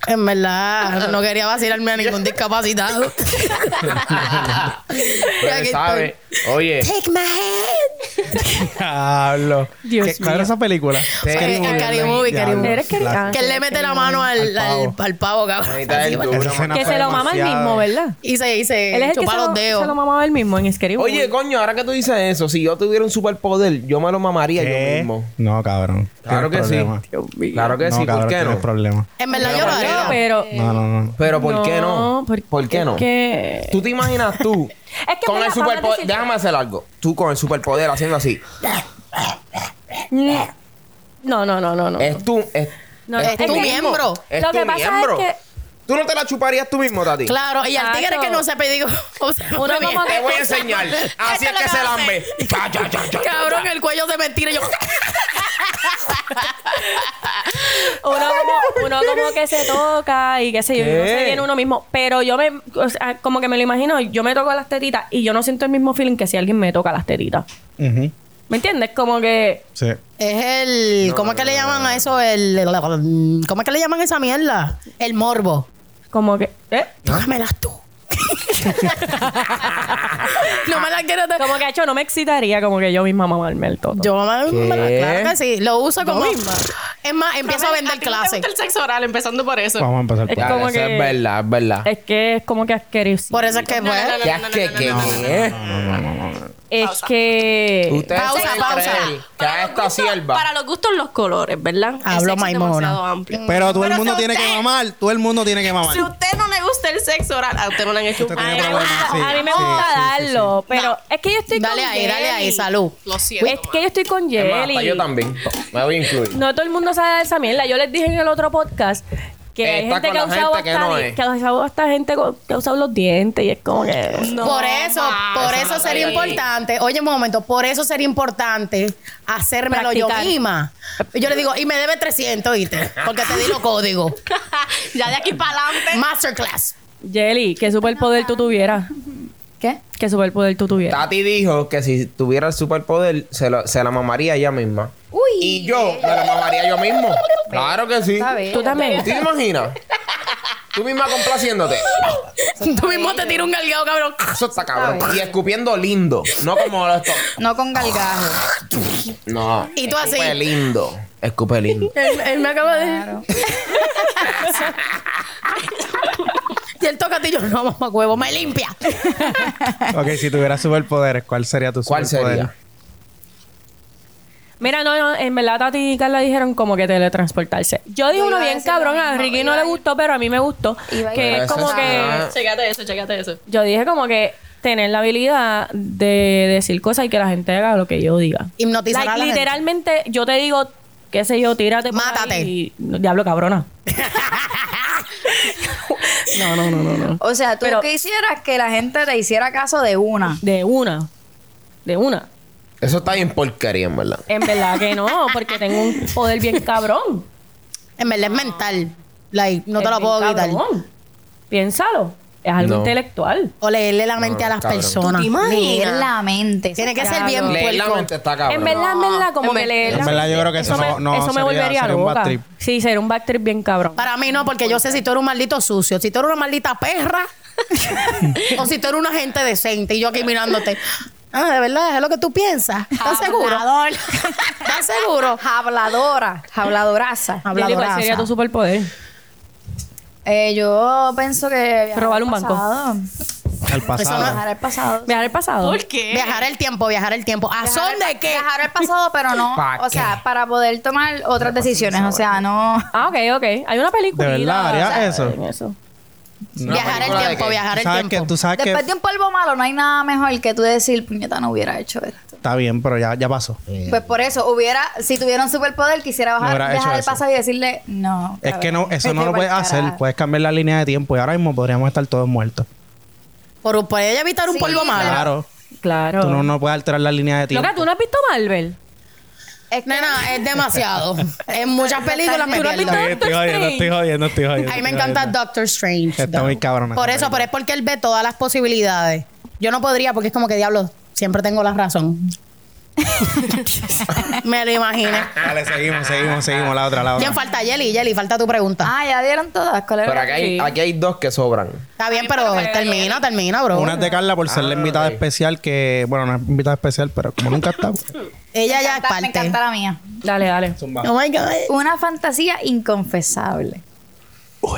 [SPEAKER 1] En verdad, no quería vacilarme a ningún discapacitado.
[SPEAKER 4] Pero él Pues, sabe. Oye,
[SPEAKER 1] Take my hand.
[SPEAKER 3] Diablo.
[SPEAKER 2] Dios
[SPEAKER 3] ¿Qué- ¿Cuál
[SPEAKER 2] mío.
[SPEAKER 3] era esa película?
[SPEAKER 4] Sí.
[SPEAKER 1] Eh, a Carimubi,
[SPEAKER 3] Diablo,
[SPEAKER 1] Carimubi.
[SPEAKER 2] Eres que-
[SPEAKER 3] clásico.
[SPEAKER 2] ah,
[SPEAKER 1] Que él le mete la mano al,
[SPEAKER 3] Al
[SPEAKER 1] al,
[SPEAKER 3] pavo.
[SPEAKER 1] al pavo, cabrón.
[SPEAKER 4] Ahorita el
[SPEAKER 1] Así,
[SPEAKER 4] duro,
[SPEAKER 3] Esa escena
[SPEAKER 4] mano.
[SPEAKER 2] que
[SPEAKER 3] fue
[SPEAKER 2] se lo mama el
[SPEAKER 3] demasiado-
[SPEAKER 2] mismo, ¿verdad?
[SPEAKER 1] Y se, y se
[SPEAKER 2] Él es el que
[SPEAKER 1] chupa
[SPEAKER 2] se
[SPEAKER 1] los
[SPEAKER 2] lo,
[SPEAKER 1] dedos.
[SPEAKER 2] se lo mamaba él mismo en Scary Movie.
[SPEAKER 4] Oye, coño, ahora que tú dices eso, si yo tuviera un superpoder, yo me lo mamaría yo
[SPEAKER 3] ¿Qué?
[SPEAKER 4] mismo.
[SPEAKER 3] ¿Eh? No, cabrón.
[SPEAKER 4] Claro
[SPEAKER 3] Tienes
[SPEAKER 4] que sí.
[SPEAKER 3] problema.
[SPEAKER 2] Dios mío.
[SPEAKER 4] Claro que
[SPEAKER 3] no,
[SPEAKER 4] sí,
[SPEAKER 3] cabrón,
[SPEAKER 4] ¿por qué
[SPEAKER 3] tienes
[SPEAKER 4] no?
[SPEAKER 3] problema.
[SPEAKER 1] En verdad yo lo
[SPEAKER 2] No,
[SPEAKER 1] haría.
[SPEAKER 2] pero...
[SPEAKER 3] No, no, no.
[SPEAKER 4] Pero ¿por qué no?
[SPEAKER 2] por-
[SPEAKER 4] ¿Por qué no?
[SPEAKER 2] es que-
[SPEAKER 4] ¿Tú te imaginas tú
[SPEAKER 2] Es que
[SPEAKER 4] con
[SPEAKER 2] me la-
[SPEAKER 4] el
[SPEAKER 2] vamos a
[SPEAKER 4] superpoder?
[SPEAKER 2] decir-
[SPEAKER 4] Déjame hacer algo. Tú con el superpoder haciendo así.
[SPEAKER 2] No, no, no, no, no.
[SPEAKER 4] Es tu... Es,
[SPEAKER 2] No,
[SPEAKER 4] es
[SPEAKER 2] es
[SPEAKER 4] tu
[SPEAKER 2] que-
[SPEAKER 4] miembro. Es
[SPEAKER 2] Lo
[SPEAKER 4] tu
[SPEAKER 2] que pasa es
[SPEAKER 4] miembro.
[SPEAKER 2] que-
[SPEAKER 4] Tú no te la chuparías tú mismo, Tati.
[SPEAKER 1] Claro, y al tigre
[SPEAKER 2] Exacto.
[SPEAKER 1] que no sepa, y digo, o sea,
[SPEAKER 2] Uno
[SPEAKER 1] bien.
[SPEAKER 2] como
[SPEAKER 4] Te voy a
[SPEAKER 2] Esto
[SPEAKER 4] enseñar. Así
[SPEAKER 1] Este lo
[SPEAKER 4] es que
[SPEAKER 1] acabas
[SPEAKER 4] se
[SPEAKER 1] de
[SPEAKER 4] lambe. Ya, ya, ya, ya, ya,
[SPEAKER 1] Cabrón,
[SPEAKER 4] ya.
[SPEAKER 1] el cuello de mentira. y Yo,
[SPEAKER 2] Uno como, uno como que se toca y qué sé yo, y uno
[SPEAKER 4] ¿Qué?
[SPEAKER 2] se viene uno mismo. Pero yo me, o sea, como que me lo imagino, yo me toco las tetitas y yo no siento el mismo feeling que si alguien me toca las tetitas.
[SPEAKER 3] Ujú.
[SPEAKER 2] ¿Me entiendes? Como que
[SPEAKER 3] Sí.
[SPEAKER 1] es el. ¿Cómo es que le llaman a eso? El, el- el- ¿Cómo es que le llaman a esa mierda? El morbo.
[SPEAKER 2] como que, ¿eh?
[SPEAKER 4] ¿Ah?
[SPEAKER 1] Tócamelas tú. no me las quiero tocar.
[SPEAKER 2] Como que hecho no me excitaría como que yo misma mamarme el todo.
[SPEAKER 1] Yo, mamá,
[SPEAKER 4] ¿Qué?
[SPEAKER 1] claro que sí. Lo uso como. Es más, empiezo a vender
[SPEAKER 5] ti no te
[SPEAKER 1] clases.
[SPEAKER 5] gusta el sexo oral, empezando por eso.
[SPEAKER 3] Vamos a empezar por
[SPEAKER 2] Es
[SPEAKER 4] Ya,
[SPEAKER 2] como
[SPEAKER 4] eso
[SPEAKER 2] que-
[SPEAKER 4] es verdad, es verdad.
[SPEAKER 2] Es que es como que asqueroso.
[SPEAKER 1] Por eso es que,
[SPEAKER 5] No, no,
[SPEAKER 1] pues.
[SPEAKER 5] no, no,
[SPEAKER 4] Ya
[SPEAKER 5] no,
[SPEAKER 4] que,
[SPEAKER 5] no, no,
[SPEAKER 4] que,
[SPEAKER 5] no, no, no.
[SPEAKER 4] que.
[SPEAKER 2] es
[SPEAKER 5] Pausa.
[SPEAKER 2] que
[SPEAKER 4] Ustedes
[SPEAKER 1] Pausa,
[SPEAKER 4] pueden
[SPEAKER 1] pausa.
[SPEAKER 4] creer que
[SPEAKER 5] Para
[SPEAKER 4] a
[SPEAKER 5] los
[SPEAKER 4] esta
[SPEAKER 5] gustos-
[SPEAKER 4] sierva.
[SPEAKER 5] Para los gustos, los colores, ¿verdad? El
[SPEAKER 1] Hablo
[SPEAKER 5] sexo es
[SPEAKER 1] maimona.
[SPEAKER 5] demasiado amplio.
[SPEAKER 3] Pero todo el
[SPEAKER 5] Pero
[SPEAKER 3] mundo
[SPEAKER 5] si
[SPEAKER 3] tiene que
[SPEAKER 5] usted-
[SPEAKER 3] mamar. Todo el mundo tiene que mamar.
[SPEAKER 5] Si a usted no le gusta el sexo oral, a usted no le han hecho
[SPEAKER 3] Usted tiene
[SPEAKER 5] Ay,
[SPEAKER 3] problemas.
[SPEAKER 5] ah,
[SPEAKER 3] Sí,
[SPEAKER 2] a mí me
[SPEAKER 3] sí,
[SPEAKER 2] gusta
[SPEAKER 3] sí, sí, sí.
[SPEAKER 2] darlo, pero es que yo estoy
[SPEAKER 1] Dale
[SPEAKER 2] con
[SPEAKER 1] ahí, dale ahí,
[SPEAKER 2] Jelly.
[SPEAKER 1] salud.
[SPEAKER 5] Lo siento.
[SPEAKER 2] Es que yo estoy con
[SPEAKER 4] Es más,
[SPEAKER 2] Jelly.
[SPEAKER 4] hasta yo también. Me voy a incluir.
[SPEAKER 2] No todo el mundo sabe de esa mierda. Yo les dije en el otro podcast que hay
[SPEAKER 4] Está
[SPEAKER 2] gente que ha
[SPEAKER 4] con la
[SPEAKER 2] usado
[SPEAKER 4] gente que
[SPEAKER 2] hasta
[SPEAKER 4] no
[SPEAKER 2] di-
[SPEAKER 4] es.
[SPEAKER 2] que ha usado hasta gente co- que ha usado los dientes y es como que
[SPEAKER 1] por eso, por eso sería importante, oye un momento, por eso sería importante hacérmelo
[SPEAKER 2] Practicar.
[SPEAKER 1] yo misma. Yo le digo, y me debe 300, ¿viste? Porque te di los códigos.
[SPEAKER 5] ya de aquí para adelante.
[SPEAKER 1] Masterclass.
[SPEAKER 2] Jelly, qué superpoder tú tuvieras.
[SPEAKER 6] ¿Qué?
[SPEAKER 2] Qué superpoder tú tuvieras.
[SPEAKER 4] Tati dijo que si tuviera el superpoder, se, lo- se la mamaría ella misma.
[SPEAKER 6] Uy.
[SPEAKER 4] Y yo me la mamaría yo mismo. Claro que sí.
[SPEAKER 6] Está bello.
[SPEAKER 2] Tú también.
[SPEAKER 4] ¿Tú te imaginas? Tú misma complaciéndote.
[SPEAKER 1] Tú mismo te tiras un galgado, cabrón.
[SPEAKER 4] Eso está cabrón. Y escupiendo lindo. No como esto.
[SPEAKER 6] No con galgajo.
[SPEAKER 4] No.
[SPEAKER 1] Y tú así.
[SPEAKER 4] Escupe lindo. Escupe lindo.
[SPEAKER 1] Él, él me acaba
[SPEAKER 2] Ah.
[SPEAKER 1] de...
[SPEAKER 6] Claro.
[SPEAKER 1] Y él toca a ti, yo, no, mamá huevo, me limpia.
[SPEAKER 3] Ok, si tuvieras superpoderes, ¿cuál sería tu
[SPEAKER 4] ¿Cuál
[SPEAKER 3] superpoder?
[SPEAKER 4] sería?
[SPEAKER 2] Mira, no, no, en verdad Tati y Carla dijeron como que teletransportarse. Yo dije
[SPEAKER 6] Yo iba
[SPEAKER 2] uno
[SPEAKER 6] a
[SPEAKER 2] bien
[SPEAKER 6] decir lo
[SPEAKER 2] cabrón, a
[SPEAKER 6] mismo,
[SPEAKER 2] Ricky
[SPEAKER 6] iba
[SPEAKER 2] no
[SPEAKER 6] a
[SPEAKER 2] le
[SPEAKER 6] ir-
[SPEAKER 2] gustó, pero a mí me gustó.
[SPEAKER 6] Iba a ir-
[SPEAKER 2] Que
[SPEAKER 4] Pero
[SPEAKER 2] es
[SPEAKER 4] eso
[SPEAKER 2] como
[SPEAKER 4] es
[SPEAKER 2] que
[SPEAKER 4] nada.
[SPEAKER 5] Checate Ah, eso, checate eso.
[SPEAKER 2] yo dije como que tener la habilidad de decir cosas y que la gente haga lo que yo diga.
[SPEAKER 1] Hipnotizar a
[SPEAKER 2] Like,
[SPEAKER 1] la gente.
[SPEAKER 2] literalmente, yo te digo, qué sé yo, tírate por
[SPEAKER 1] Mátate.
[SPEAKER 2] ahí y- Diablo, cabrona. no, no, no, no, no.
[SPEAKER 6] O sea, tú
[SPEAKER 2] Pero-
[SPEAKER 6] quisieras que la gente te hiciera caso de una.
[SPEAKER 2] De una. De una.
[SPEAKER 4] Eso está bien porquería, en verdad.
[SPEAKER 2] En verdad que no, porque tengo un poder bien cabrón.
[SPEAKER 1] En verdad es mental. Like, no te
[SPEAKER 2] Es
[SPEAKER 1] lo
[SPEAKER 2] bien
[SPEAKER 1] puedo quitar.
[SPEAKER 2] cabrón. Piénsalo. Es algo
[SPEAKER 4] No.
[SPEAKER 2] intelectual.
[SPEAKER 1] O leerle la mente
[SPEAKER 4] No,
[SPEAKER 1] a las
[SPEAKER 4] cabrón.
[SPEAKER 1] personas.
[SPEAKER 6] Leer la mente.
[SPEAKER 1] Tiene que ser bien
[SPEAKER 4] Leer la
[SPEAKER 1] puerco.
[SPEAKER 4] mente está cabrón.
[SPEAKER 2] en verdad, en verdad, como
[SPEAKER 5] En
[SPEAKER 2] que
[SPEAKER 5] ver-
[SPEAKER 2] leer
[SPEAKER 3] En
[SPEAKER 2] la-
[SPEAKER 3] verdad, yo creo que eso no- no
[SPEAKER 2] eso me
[SPEAKER 3] sería-
[SPEAKER 2] volvería
[SPEAKER 3] sería un
[SPEAKER 2] loca.
[SPEAKER 3] bad trip.
[SPEAKER 2] Sí, sería un backtrip bien cabrón.
[SPEAKER 1] Para mí no, porque yo sé si tú eres un maldito sucio, si tú eres una maldita perra o si tú eres una gente decente y yo aquí mirándote. Ah, de verdad, es lo que tú piensas. ¿Estás seguro?
[SPEAKER 6] Hablador.
[SPEAKER 1] ¿Estás seguro? pues,
[SPEAKER 6] Habladora.
[SPEAKER 2] Jelly,
[SPEAKER 6] Habladoraza.
[SPEAKER 2] ¿cuál sería
[SPEAKER 1] Habladoraza.
[SPEAKER 2] tu superpoder?
[SPEAKER 6] Eh, yo pienso que. viajar
[SPEAKER 2] Robar
[SPEAKER 6] al
[SPEAKER 2] un banco.
[SPEAKER 6] pasado.
[SPEAKER 3] Al
[SPEAKER 1] Ah.
[SPEAKER 3] pasado.
[SPEAKER 6] Viajar al pasado.
[SPEAKER 2] Viajar al pasado.
[SPEAKER 5] ¿Por qué?
[SPEAKER 1] Viajar el tiempo, viajar el tiempo. ¿A
[SPEAKER 6] Viajar
[SPEAKER 1] son
[SPEAKER 6] al-
[SPEAKER 1] de qué?
[SPEAKER 6] Viajar al pasado, pero no.
[SPEAKER 4] ¿Pa'
[SPEAKER 6] O sea, para poder tomar otras decisiones. O sea, no.
[SPEAKER 2] Ah, ok, ok. Hay una película.
[SPEAKER 3] ¿De verdad? ¿Harías eso? No.
[SPEAKER 1] Viajar el
[SPEAKER 4] ¿Película de
[SPEAKER 1] tiempo,
[SPEAKER 4] qué?
[SPEAKER 1] viajar
[SPEAKER 3] Tú
[SPEAKER 1] el
[SPEAKER 3] sabes que,
[SPEAKER 1] tiempo.
[SPEAKER 3] tú sabes que
[SPEAKER 6] Después de un polvo malo, no hay nada mejor que tú decir, puñeta, no hubiera hecho esto.
[SPEAKER 3] está bien, pero ya, ya pasó.
[SPEAKER 1] Eh,
[SPEAKER 6] Pues por eso, hubiera, si tuviera un superpoder, quisiera
[SPEAKER 3] No
[SPEAKER 6] bajar,
[SPEAKER 3] hubiera hecho
[SPEAKER 6] viajar al
[SPEAKER 3] eso.
[SPEAKER 6] pasado y decirle, no.
[SPEAKER 3] Es que no,
[SPEAKER 6] cabrón,
[SPEAKER 3] eso no
[SPEAKER 6] vete
[SPEAKER 3] lo
[SPEAKER 6] pa'l
[SPEAKER 3] puedes hacer.
[SPEAKER 6] Pues carajo".
[SPEAKER 3] Puedes cambiar la línea de tiempo y ahora mismo podríamos estar todos muertos.
[SPEAKER 1] Por, por ella evitar un
[SPEAKER 6] Sí,
[SPEAKER 1] polvo malo.
[SPEAKER 3] Claro.
[SPEAKER 2] Claro.
[SPEAKER 3] Tú no, no puedes alterar la línea de tiempo.
[SPEAKER 2] Loca, ¿tú no has visto Marvel?
[SPEAKER 6] Es que
[SPEAKER 1] Nena, es demasiado. en muchas películas me
[SPEAKER 2] ¿Tú no has
[SPEAKER 1] pierdo.
[SPEAKER 2] visto? Doctor Strange.
[SPEAKER 3] jodiendo, estoy jodiendo.
[SPEAKER 1] A mí me
[SPEAKER 3] estoy
[SPEAKER 1] encanta
[SPEAKER 3] jodiendo.
[SPEAKER 1] Doctor Strange.
[SPEAKER 3] Está muy cabrona.
[SPEAKER 1] Por eso, pero es porque él ve todas las posibilidades. Yo no podría porque es como que diablo, siempre tengo la razón. Me lo imagino.
[SPEAKER 3] Dale, seguimos, seguimos, seguimos. La otra, la
[SPEAKER 1] ¿Quién
[SPEAKER 3] otra.
[SPEAKER 1] falta? Yeli, Yeli, falta tu pregunta.
[SPEAKER 6] Ah, ya dieron todas. ¿Cuál era?
[SPEAKER 4] Pero aquí hay,
[SPEAKER 2] Sí.
[SPEAKER 4] aquí hay dos que sobran.
[SPEAKER 1] Está bien, pero termina, termina, bro.
[SPEAKER 3] Una es de Carla por ser la
[SPEAKER 4] Ah,
[SPEAKER 3] invitada
[SPEAKER 4] ok.
[SPEAKER 3] especial que... Bueno, no es invitada especial, pero como nunca está...
[SPEAKER 1] Ella
[SPEAKER 6] Me
[SPEAKER 1] ya es
[SPEAKER 6] encanta- Me
[SPEAKER 1] parte.
[SPEAKER 6] encanta la mía.
[SPEAKER 2] Dale, dale.
[SPEAKER 3] Zumba.
[SPEAKER 1] Oh my God.
[SPEAKER 6] Una fantasía inconfesable.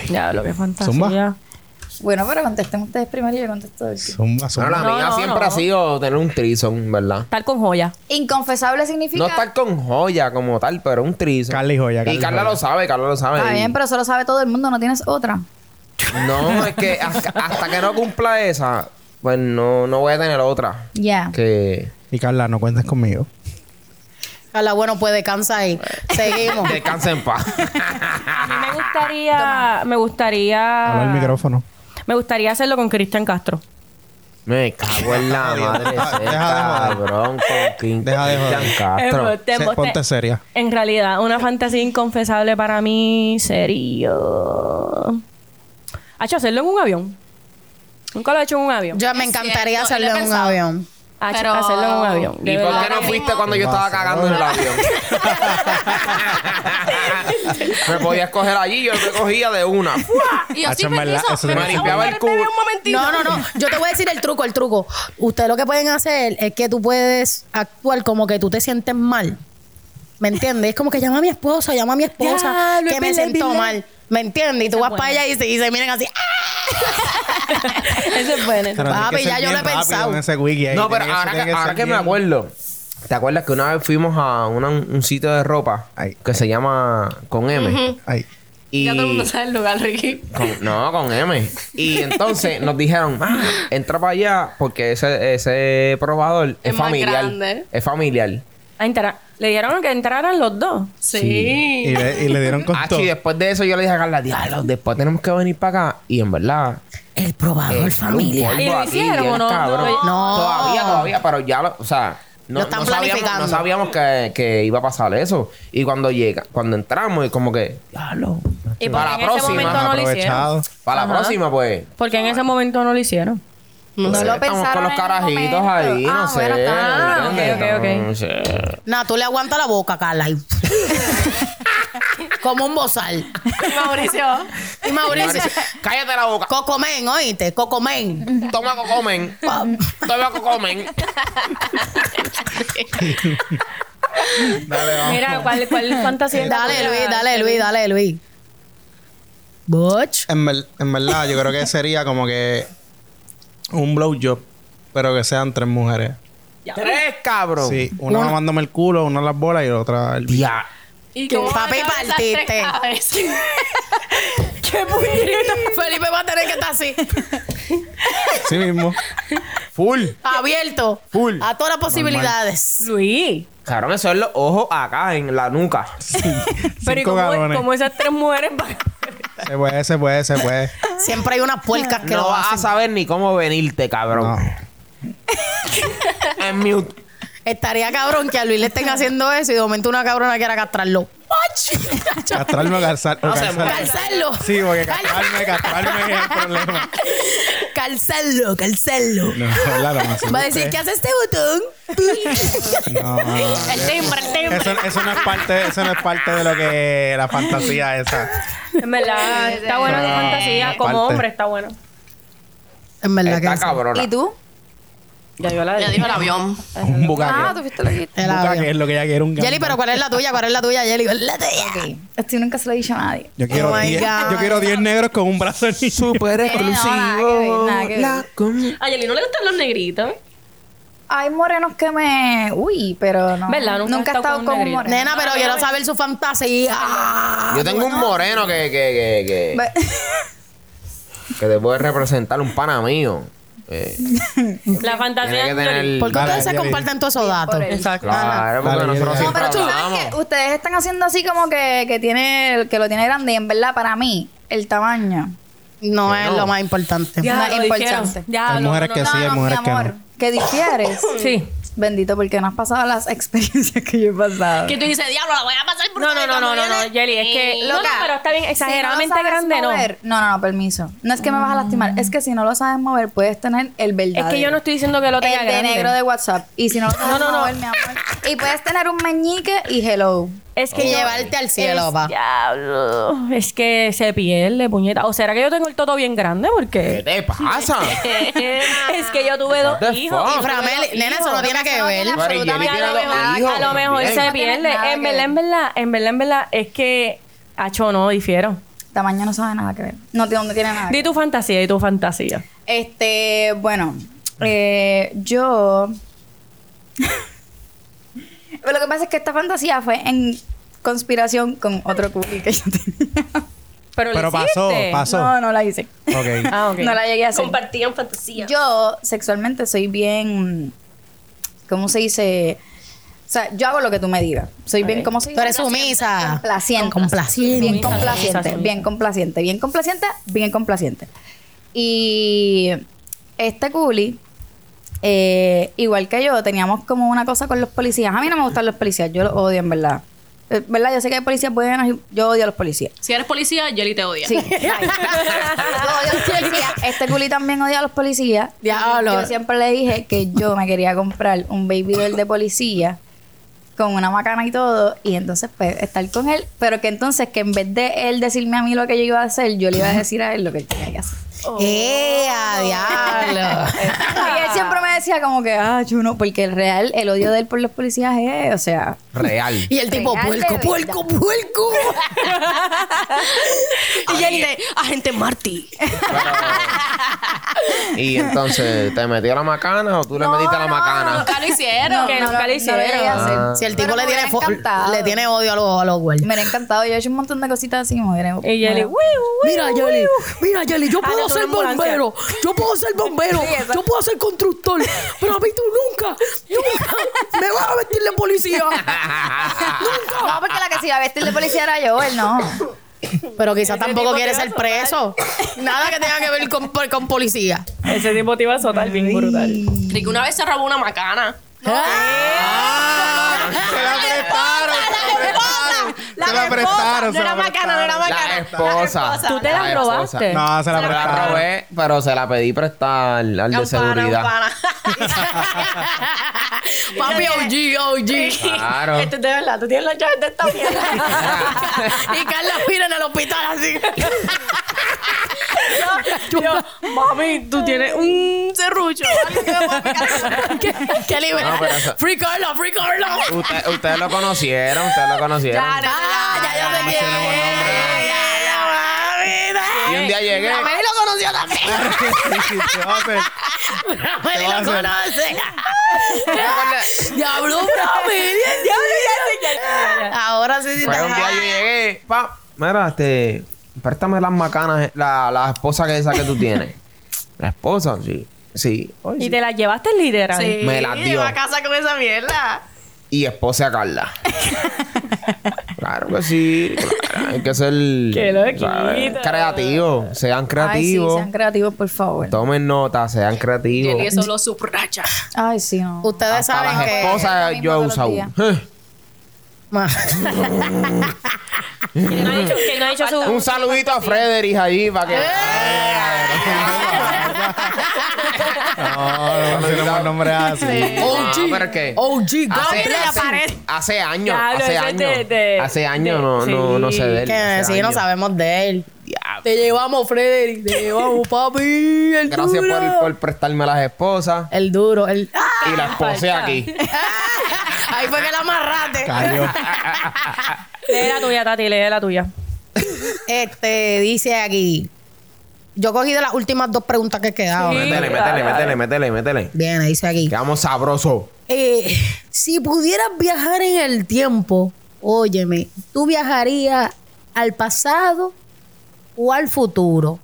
[SPEAKER 2] Ya, lo que es
[SPEAKER 3] Zumba.
[SPEAKER 2] fantasía.
[SPEAKER 6] Bueno, pero contesten ustedes primero y yo contesto después.
[SPEAKER 3] Zumba,
[SPEAKER 4] Bueno,
[SPEAKER 3] zumba.
[SPEAKER 4] la
[SPEAKER 2] No,
[SPEAKER 4] mía
[SPEAKER 2] no,
[SPEAKER 4] siempre
[SPEAKER 2] no.
[SPEAKER 4] ha sido tener un trison, ¿verdad?
[SPEAKER 2] Estar con joya.
[SPEAKER 6] Inconfesable significa.
[SPEAKER 4] No estar con joya como tal, pero un trison.
[SPEAKER 3] Carla y joya, Carla
[SPEAKER 4] Y
[SPEAKER 3] y
[SPEAKER 4] Carla
[SPEAKER 3] joya.
[SPEAKER 4] lo sabe, Carla lo sabe.
[SPEAKER 6] Está
[SPEAKER 4] Y-
[SPEAKER 6] bien, pero eso lo sabe todo el mundo, no tienes otra.
[SPEAKER 4] No, es que hasta, hasta que no cumpla esa, pues no, no voy a tener otra.
[SPEAKER 6] Ya.
[SPEAKER 4] Que
[SPEAKER 3] Y Carla, no cuentes conmigo.
[SPEAKER 1] Carla, bueno, pues descansa ahí. Seguimos.
[SPEAKER 4] descanse en paz.
[SPEAKER 2] A mí me gustaría. Me gustaría.
[SPEAKER 3] Habla el micrófono.
[SPEAKER 2] Me gustaría hacerlo con Cristian Castro.
[SPEAKER 4] Me cago en la madre.
[SPEAKER 3] Deja-
[SPEAKER 4] seca,
[SPEAKER 3] deja de joder.
[SPEAKER 4] cabrón, con King
[SPEAKER 3] Deja de joder.
[SPEAKER 4] Cristian Castro.
[SPEAKER 2] Eh, Te
[SPEAKER 3] Se-
[SPEAKER 2] boté.
[SPEAKER 3] ponte seria.
[SPEAKER 2] En realidad, una fantasía inconfesable para mí sería. Ha hecho hacerlo en un avión. Nunca lo he hecho en un avión.
[SPEAKER 1] Yo me
[SPEAKER 5] Es
[SPEAKER 1] encantaría
[SPEAKER 5] cierto,
[SPEAKER 1] hacerlo
[SPEAKER 5] yo lo
[SPEAKER 1] en
[SPEAKER 5] he
[SPEAKER 1] un
[SPEAKER 5] pensado.
[SPEAKER 1] avión.
[SPEAKER 2] Ha hecho
[SPEAKER 5] pero-
[SPEAKER 2] hacerlo en un avión.
[SPEAKER 4] ¿Y
[SPEAKER 2] De
[SPEAKER 4] por
[SPEAKER 2] verdad.
[SPEAKER 4] qué no fuiste cuando yo estaba cagando en el avión? me podías coger allí, yo te cogía de una.
[SPEAKER 5] Y yo sí,
[SPEAKER 3] Hacho, en verdad,
[SPEAKER 5] permiso,
[SPEAKER 3] eso
[SPEAKER 5] me
[SPEAKER 3] se
[SPEAKER 4] me limpiaba el culo.
[SPEAKER 5] un momentito.
[SPEAKER 1] No, no, no. Yo te voy a decir el truco, el truco. Ustedes lo que pueden hacer es que tú puedes actuar como que tú te sientes mal. ¿Me entiendes? Es como que llama a mi esposa, llama a mi esposa,
[SPEAKER 2] Ya, lo
[SPEAKER 1] que
[SPEAKER 2] es
[SPEAKER 1] me
[SPEAKER 2] verdad, es
[SPEAKER 1] siento
[SPEAKER 2] verdad.
[SPEAKER 1] mal. ¿Me entiendes? Y tú vas
[SPEAKER 2] buena.
[SPEAKER 1] para allá y se, y se miran así. ¡ah!
[SPEAKER 2] Eso es bueno.
[SPEAKER 3] Pero tiene
[SPEAKER 1] Papi,
[SPEAKER 3] que ser
[SPEAKER 1] ya yo
[SPEAKER 3] bien
[SPEAKER 1] lo he
[SPEAKER 3] rápido
[SPEAKER 1] pensado.
[SPEAKER 3] en ese wiki ahí.
[SPEAKER 4] No, pero
[SPEAKER 3] Tiene eso
[SPEAKER 4] ahora
[SPEAKER 3] tiene
[SPEAKER 4] que,
[SPEAKER 3] ser
[SPEAKER 4] ahora que me
[SPEAKER 3] bien-
[SPEAKER 4] acuerdo, ¿te acuerdas que una vez fuimos a una- un sitio de ropa
[SPEAKER 3] Ay.
[SPEAKER 4] que se llama Con M?
[SPEAKER 3] Ay.
[SPEAKER 4] Y
[SPEAKER 5] Ya todo el mundo sabe el lugar, Ricky.
[SPEAKER 4] Con- no, con M. Y entonces nos dijeron, "Ah, entra para allá porque ese, ese probador es,
[SPEAKER 5] Es más
[SPEAKER 4] familiar.
[SPEAKER 5] grande.
[SPEAKER 4] Es familiar.
[SPEAKER 2] Ah, entera- Le dijeron que entraran los dos.
[SPEAKER 5] Sí.
[SPEAKER 3] Y, le, y le dieron con
[SPEAKER 4] Ah,
[SPEAKER 3] todo.
[SPEAKER 4] sí, después de eso yo le dije a Carla, diablo, después tenemos que venir para acá. Y en verdad...
[SPEAKER 1] El probador
[SPEAKER 4] eh,
[SPEAKER 1] familia.
[SPEAKER 4] sale un
[SPEAKER 2] ¿Y lo
[SPEAKER 4] polvo a ti,
[SPEAKER 2] hicieron
[SPEAKER 4] bien
[SPEAKER 2] o no?
[SPEAKER 4] cabrón.
[SPEAKER 2] No.
[SPEAKER 1] No.
[SPEAKER 4] Todavía, todavía, pero ya lo... O sea... No,
[SPEAKER 1] Lo están
[SPEAKER 4] no sabíamos,
[SPEAKER 1] planificando.
[SPEAKER 4] no sabíamos que, que iba a pasar eso. Y cuando llega, cuando entramos, y como que, diablo.
[SPEAKER 2] Y
[SPEAKER 4] Para
[SPEAKER 2] porque en ese
[SPEAKER 4] la próxima,
[SPEAKER 2] momento no lo hicieron.
[SPEAKER 3] Aprovechado.
[SPEAKER 4] Para la
[SPEAKER 2] Ajá.
[SPEAKER 4] próxima, pues.
[SPEAKER 2] Porque en ese momento no lo hicieron.
[SPEAKER 4] No,
[SPEAKER 6] sé,
[SPEAKER 4] lo
[SPEAKER 6] lo
[SPEAKER 4] pensaron. con los
[SPEAKER 6] pensaron en el
[SPEAKER 4] carajitos
[SPEAKER 6] momento.
[SPEAKER 4] ahí, no
[SPEAKER 6] Ah,
[SPEAKER 4] sé.
[SPEAKER 6] bueno, está
[SPEAKER 2] bien.
[SPEAKER 4] ¿entiendes?
[SPEAKER 2] Ok, ok, ok.
[SPEAKER 4] No sé.
[SPEAKER 1] Nah, tú le aguantas la boca, Carla. y- como un bozal.
[SPEAKER 5] Mauricio.
[SPEAKER 1] Y Mauricio,
[SPEAKER 4] Cállate la boca.
[SPEAKER 1] Cocomen, oíste, Cocomen.
[SPEAKER 4] Toma cocomen. Toma cocomen.
[SPEAKER 3] Dale, vamos.
[SPEAKER 2] Mira, ¿cuál, cuál fantasía?
[SPEAKER 1] Dale, Luis, dale, Luis, dale, Luis. Butch.
[SPEAKER 3] En, ver- en verdad, yo creo que sería como que un blowjob, pero que sean tres mujeres.
[SPEAKER 4] Tres, cabrón.
[SPEAKER 3] Sí, una mamándome el culo, una las bolas y la otra el bicho.
[SPEAKER 4] Ya.
[SPEAKER 5] ¿Y
[SPEAKER 1] ¿Qué?
[SPEAKER 5] cómo van a
[SPEAKER 1] Papi,
[SPEAKER 5] caber esas
[SPEAKER 1] partiste.
[SPEAKER 5] tres cabezas?
[SPEAKER 1] ¡Qué puñeta! Felipe va a tener que estar así,
[SPEAKER 3] Sí mismo.
[SPEAKER 4] Full.
[SPEAKER 1] abierto
[SPEAKER 4] Full.
[SPEAKER 1] a todas las posibilidades.
[SPEAKER 2] Luis.
[SPEAKER 4] Cabrón, eso es los ojos acá en la nuca.
[SPEAKER 2] Pero ¿y
[SPEAKER 3] Cinco
[SPEAKER 2] cómo,
[SPEAKER 3] galones.
[SPEAKER 2] cómo esas tres mujeres van-
[SPEAKER 3] Se puede, se puede, se puede.
[SPEAKER 1] Siempre hay unas puercas que
[SPEAKER 4] no
[SPEAKER 1] lo
[SPEAKER 4] vas a
[SPEAKER 1] hacen.
[SPEAKER 4] saber ni cómo venirte,
[SPEAKER 3] No.
[SPEAKER 4] cabrón. En mute.
[SPEAKER 1] Estaría cabrón que a Luis le estén haciendo eso y de momento una cabrona quiera castrarlo.
[SPEAKER 3] Castrarme o calzar. o
[SPEAKER 4] No se
[SPEAKER 3] calzar-
[SPEAKER 4] mueve.
[SPEAKER 1] Calzarlo.
[SPEAKER 3] Sí, porque castrarme, castrarme es el problema.
[SPEAKER 1] Calzarlo, calzarlo.
[SPEAKER 3] No, la no,
[SPEAKER 1] Va a decir, ¿qué hace este botón?
[SPEAKER 3] No.
[SPEAKER 5] El timbre, el timbre.
[SPEAKER 3] Eso, eso no es parte, eso no es parte de lo que la fantasía esa.
[SPEAKER 2] En verdad, está bueno tu
[SPEAKER 3] Ah,
[SPEAKER 2] fantasía. Como
[SPEAKER 3] parte.
[SPEAKER 2] hombre, está bueno.
[SPEAKER 1] En verdad que
[SPEAKER 4] Está
[SPEAKER 1] sí.
[SPEAKER 4] cabrona.
[SPEAKER 6] ¿Y tú?
[SPEAKER 2] Ya yo la
[SPEAKER 5] Ya dijo el avión.
[SPEAKER 3] Un
[SPEAKER 6] Ah,
[SPEAKER 3] bucaque.
[SPEAKER 6] tú fuiste lo que
[SPEAKER 1] El
[SPEAKER 3] Un bucaque
[SPEAKER 1] avión.
[SPEAKER 3] es lo que ella quiere, un gambán.
[SPEAKER 1] Jelly, pero ¿cuál es la tuya? ¿Cuál es la tuya, Jelly? ¿Cuál es la tuya?
[SPEAKER 6] Esto nunca se lo he dicho a nadie.
[SPEAKER 3] Yo quiero,
[SPEAKER 1] Oh my
[SPEAKER 3] 10
[SPEAKER 1] God.
[SPEAKER 3] yo quiero 10 negros con un brazo en
[SPEAKER 4] Súper
[SPEAKER 6] exclusivo. nada que ver, Eh, nada que ver. La
[SPEAKER 2] A Yeli no le gustan los negritos.
[SPEAKER 6] Hay morenos que me. Uy, pero no.
[SPEAKER 2] ¿Verdad? Nunca
[SPEAKER 6] Nunca he
[SPEAKER 2] has estado
[SPEAKER 6] estado
[SPEAKER 2] con un
[SPEAKER 6] con un
[SPEAKER 2] negrito.
[SPEAKER 6] moreno.
[SPEAKER 1] Nena, pero quiero saber su fantasía.
[SPEAKER 4] Yo tengo un moreno que, que, que, que,
[SPEAKER 6] Ve-
[SPEAKER 4] que te puede representar un pana mío. Eh,
[SPEAKER 2] La fantasía.
[SPEAKER 4] tiene que tener.
[SPEAKER 1] ¿Por qué
[SPEAKER 3] Dale,
[SPEAKER 1] ustedes se
[SPEAKER 3] Jelly.
[SPEAKER 1] comparten todos esos datos?
[SPEAKER 2] Exacto.
[SPEAKER 4] Claro, porque
[SPEAKER 3] Dale,
[SPEAKER 4] nosotros
[SPEAKER 3] dale.
[SPEAKER 6] No,
[SPEAKER 4] siempre
[SPEAKER 6] pero tú
[SPEAKER 4] hablamos.
[SPEAKER 6] sabes que ustedes están haciendo así como que, que tiene que lo tiene grande y en verdad para mí el tamaño
[SPEAKER 1] No es
[SPEAKER 4] no.
[SPEAKER 1] lo más importante.
[SPEAKER 6] Ya,
[SPEAKER 2] Ya,
[SPEAKER 6] lo
[SPEAKER 2] lo dijeron.
[SPEAKER 6] dijeron.
[SPEAKER 2] Ya,
[SPEAKER 3] Hay
[SPEAKER 2] no,
[SPEAKER 3] mujeres
[SPEAKER 2] no,
[SPEAKER 3] que
[SPEAKER 2] no.
[SPEAKER 3] sí, hay mujeres
[SPEAKER 6] mi
[SPEAKER 3] que
[SPEAKER 6] amor,
[SPEAKER 3] no.
[SPEAKER 6] que difieres
[SPEAKER 2] Sí.
[SPEAKER 6] Bendito, porque no has pasado las experiencias que yo he pasado.
[SPEAKER 5] Que tú dices, diablo, la voy a pasar por
[SPEAKER 2] No, no, no, no, no, no, Jelly, es que. No, no,
[SPEAKER 6] Loca,
[SPEAKER 2] pero está bien,
[SPEAKER 6] si
[SPEAKER 2] exageradamente
[SPEAKER 6] no sabes
[SPEAKER 2] grande, no. Mm.
[SPEAKER 6] mover- no. No, no, permiso. No es que me vas a lastimar, es que si no lo sabes mover, puedes tener el verdadero.
[SPEAKER 2] Es que yo no estoy diciendo que lo tenga
[SPEAKER 6] el de
[SPEAKER 2] grande.
[SPEAKER 6] negro de WhatsApp. Y si no lo sabes
[SPEAKER 2] No, no, no.
[SPEAKER 6] mover, mi amor. Y puedes tener un meñique y hello.
[SPEAKER 2] Es que
[SPEAKER 1] Y
[SPEAKER 2] yo-
[SPEAKER 1] llevarte al cielo,
[SPEAKER 2] es-
[SPEAKER 1] pa.
[SPEAKER 2] Diablo. Es que se pierde, puñeta. O será que yo tengo el toto bien grande
[SPEAKER 4] ¿Qué
[SPEAKER 2] porque
[SPEAKER 4] te pasa?
[SPEAKER 2] es que yo tuve
[SPEAKER 4] What
[SPEAKER 2] dos
[SPEAKER 4] the
[SPEAKER 2] hijos.
[SPEAKER 4] fuck?
[SPEAKER 1] Y Framel, nena, eso no tiene que ver.
[SPEAKER 4] Pero Jenny
[SPEAKER 2] Y
[SPEAKER 4] tiene
[SPEAKER 2] a
[SPEAKER 4] dos
[SPEAKER 2] lo mejor,
[SPEAKER 4] hijos.
[SPEAKER 2] a lo mejor
[SPEAKER 4] Bien.
[SPEAKER 2] se
[SPEAKER 6] No tiene
[SPEAKER 2] pierde.
[SPEAKER 6] nada
[SPEAKER 2] En
[SPEAKER 6] que
[SPEAKER 2] verdad,
[SPEAKER 6] ver.
[SPEAKER 2] en verdad, en verdad, en verdad, es que Hacho no difiero.
[SPEAKER 6] Tamaño no sabe nada que ver. No tiene, no tiene
[SPEAKER 1] Ah,
[SPEAKER 6] nada. que
[SPEAKER 2] Di tu fantasía, di tu fantasía.
[SPEAKER 6] ver. Este, bueno, eh, yo. Pero lo que pasa es que esta fantasía fue en conspiración con otro cookie que yo tenía.
[SPEAKER 2] Pero,
[SPEAKER 3] Pero
[SPEAKER 2] lo
[SPEAKER 3] pasó,
[SPEAKER 2] hiciste.
[SPEAKER 3] pasó.
[SPEAKER 6] No, no la hice.
[SPEAKER 3] Ok.
[SPEAKER 2] Ah, ok.
[SPEAKER 6] No la llegué a hacer.
[SPEAKER 5] Compartían fantasía.
[SPEAKER 6] Yo sexualmente soy bien. ¿Cómo se dice? O sea, yo hago lo que tú me digas. Soy bien, ¿cómo se
[SPEAKER 1] Tú
[SPEAKER 6] dice?
[SPEAKER 1] eres sumisa.
[SPEAKER 6] Complaciente.
[SPEAKER 1] Complaciente.
[SPEAKER 6] Bien
[SPEAKER 2] Sumisa,
[SPEAKER 6] complaciente,
[SPEAKER 2] sumisa,
[SPEAKER 6] bien complaciente, bien complaciente, bien complaciente. Y este culi, eh, igual que yo, teníamos como una cosa con los policías. A mí no me gustan los policías, yo los odio en verdad. Eh, ¿Verdad? Yo sé que hay policías buenos y yo odio a los policías.
[SPEAKER 5] Si eres policía, Jelly te odia.
[SPEAKER 6] Sí. Yo odio a los policías. Este culi también odia a los policías.
[SPEAKER 1] Diablo.
[SPEAKER 6] Yo siempre le dije que yo me quería comprar un baby doll de policía con una macana y todo. Y entonces, pues, estar con él. Pero que entonces, que en vez de él decirme a mí lo que yo iba a hacer, yo le iba a decir a él lo que él tenía que hacer.
[SPEAKER 1] ¡Eh, a diablo!
[SPEAKER 6] Y él siempre me decía como que, ah, yo no, porque el real, el odio de él por los policías es, o sea...
[SPEAKER 4] Real.
[SPEAKER 1] Y el tipo,
[SPEAKER 6] Real de
[SPEAKER 1] puerco,
[SPEAKER 6] verdad.
[SPEAKER 1] puerco, puerco.
[SPEAKER 5] Agente, agente Marty.
[SPEAKER 4] Y entonces, ¿te metió la macana o tú le metiste la macana?
[SPEAKER 5] Nunca lo hicieron.
[SPEAKER 2] Que
[SPEAKER 6] no,
[SPEAKER 2] nunca
[SPEAKER 6] no,
[SPEAKER 2] le
[SPEAKER 6] no lo llegué a hacer.
[SPEAKER 4] Ah.
[SPEAKER 1] Si el tipo
[SPEAKER 6] Pero
[SPEAKER 1] le
[SPEAKER 6] me
[SPEAKER 1] tiene,
[SPEAKER 6] hubiera
[SPEAKER 1] fo-
[SPEAKER 6] encantado.
[SPEAKER 1] le tiene odio a los, a los guardias.
[SPEAKER 6] Me hubiera encantado. Yo he hecho un montón de cositas así. Me hubiera,
[SPEAKER 2] Y Jelly,
[SPEAKER 6] me hubiera-
[SPEAKER 2] "Wiu, wiu".
[SPEAKER 7] Mira, Yeli, mira, Yeli, yo
[SPEAKER 2] Ah, no,
[SPEAKER 7] puedo
[SPEAKER 2] tú
[SPEAKER 7] ser
[SPEAKER 2] eres ambulancia.
[SPEAKER 7] bombero, yo puedo ser bombero, yo puedo ser constructor, pero a mí tú nunca, nunca me vas a vestir de policía.
[SPEAKER 6] No, porque la que se iba a vestir de policía era yo, él no.
[SPEAKER 1] Pero quizás
[SPEAKER 2] Ese
[SPEAKER 1] tampoco
[SPEAKER 2] tipo
[SPEAKER 1] quiere
[SPEAKER 2] te va
[SPEAKER 1] ser
[SPEAKER 2] a
[SPEAKER 1] preso. Nada que tenga que ver con, por- con policía.
[SPEAKER 2] Ese tipo te iba a soltar bien brutal.
[SPEAKER 5] Ricky una vez se robó una macana.
[SPEAKER 4] Se la prestaron, se la prestaron.
[SPEAKER 5] La
[SPEAKER 4] Se la prestaron,
[SPEAKER 5] No
[SPEAKER 4] se
[SPEAKER 5] era
[SPEAKER 4] la
[SPEAKER 5] macana, no era macana.
[SPEAKER 4] La esposa.
[SPEAKER 2] ¿Tú te la
[SPEAKER 4] esposa.
[SPEAKER 2] robaste?
[SPEAKER 3] No, se la
[SPEAKER 4] Se la
[SPEAKER 3] prestaron.
[SPEAKER 4] robé, pero se la pedí prestar al de seguridad.
[SPEAKER 1] Papi, OG, OG.
[SPEAKER 4] Claro.
[SPEAKER 5] Esto es de verdad, tú tienes la llave de esta mierda.
[SPEAKER 1] Y Carla mira en el hospital así.
[SPEAKER 2] Yo, mami, tú tienes un serrucho.
[SPEAKER 1] Qué libera.
[SPEAKER 4] No, pero eso-
[SPEAKER 1] Free Carla, free Carla.
[SPEAKER 4] Usted- Ustedes lo conocieron, ustedes lo conocieron.
[SPEAKER 1] Ah, ya yo te
[SPEAKER 4] ya
[SPEAKER 1] quiero.
[SPEAKER 4] tenemos nombre.
[SPEAKER 1] Ya, ya,
[SPEAKER 4] Y un día llegué.
[SPEAKER 1] ya, mami. Ramel lo conoció también.
[SPEAKER 3] Te va a hacer-
[SPEAKER 1] Ramel lo conoce. Diablo, Ramel. Ahora sí, sí.
[SPEAKER 4] Fue un día yo llegué. Pa, mira, este. Préstame las macanas, la, la esposa que esa que tú tienes. La esposa, sí. Sí. Ay,
[SPEAKER 2] Y
[SPEAKER 4] sí.
[SPEAKER 2] te la llevaste literal.
[SPEAKER 5] Sí,
[SPEAKER 4] Me la dio.
[SPEAKER 5] va a casa con esa mierda.
[SPEAKER 4] Y esposa a Carla. claro que sí. claro, hay que ser. Qué
[SPEAKER 2] loquito.
[SPEAKER 4] Creativo. Sean
[SPEAKER 6] Ay, sí,
[SPEAKER 4] creativos.
[SPEAKER 6] sean creativos, por favor.
[SPEAKER 4] Tomen nota, sean creativos.
[SPEAKER 5] Jelly eso lo subracha.
[SPEAKER 6] Ay, sí, no.
[SPEAKER 1] Ustedes
[SPEAKER 4] Hasta
[SPEAKER 1] saben
[SPEAKER 4] las
[SPEAKER 1] que.
[SPEAKER 4] esposas
[SPEAKER 6] Lo mismo
[SPEAKER 4] yo he
[SPEAKER 6] todos los
[SPEAKER 4] usado.
[SPEAKER 6] días.
[SPEAKER 4] Eh,
[SPEAKER 1] Ma-
[SPEAKER 2] Que no ha dicho, que no ha dicho su...
[SPEAKER 4] Un saludito a Frederich allí para que.
[SPEAKER 3] No, no tenemos nombre
[SPEAKER 4] Eh.
[SPEAKER 3] así.
[SPEAKER 4] OG. pero es que
[SPEAKER 1] OG,
[SPEAKER 4] hace,
[SPEAKER 1] Gabriel Aparel.
[SPEAKER 4] hace años,
[SPEAKER 2] Diablo,
[SPEAKER 4] hace
[SPEAKER 2] ese es
[SPEAKER 4] años,
[SPEAKER 2] de- de-
[SPEAKER 4] hace años
[SPEAKER 2] de-
[SPEAKER 4] no, no,
[SPEAKER 2] sí.
[SPEAKER 4] no sé de él.
[SPEAKER 1] Que
[SPEAKER 4] hace
[SPEAKER 1] sí, no
[SPEAKER 4] años.
[SPEAKER 1] sabemos de él.
[SPEAKER 4] Diablo.
[SPEAKER 1] Te llevamos, Frederick. Te llevamos, papi. El
[SPEAKER 4] Gracias
[SPEAKER 1] duro.
[SPEAKER 4] por, por prestarme las esposas
[SPEAKER 1] El duro. El... ¡Ah!
[SPEAKER 4] y las posé aquí.
[SPEAKER 1] Ahí fue que la amarraste.
[SPEAKER 3] Cayó.
[SPEAKER 2] Lee la tuya, Tati, lee la tuya.
[SPEAKER 1] Este, dice aquí. Yo cogí de las últimas dos preguntas que quedaban.
[SPEAKER 4] Métele, métele, métele, métele, métele.
[SPEAKER 1] Viene, dice aquí.
[SPEAKER 4] Quedamos sabroso.
[SPEAKER 1] Eh, si pudieras viajar en el tiempo, óyeme, ¿tú viajarías al pasado o al futuro?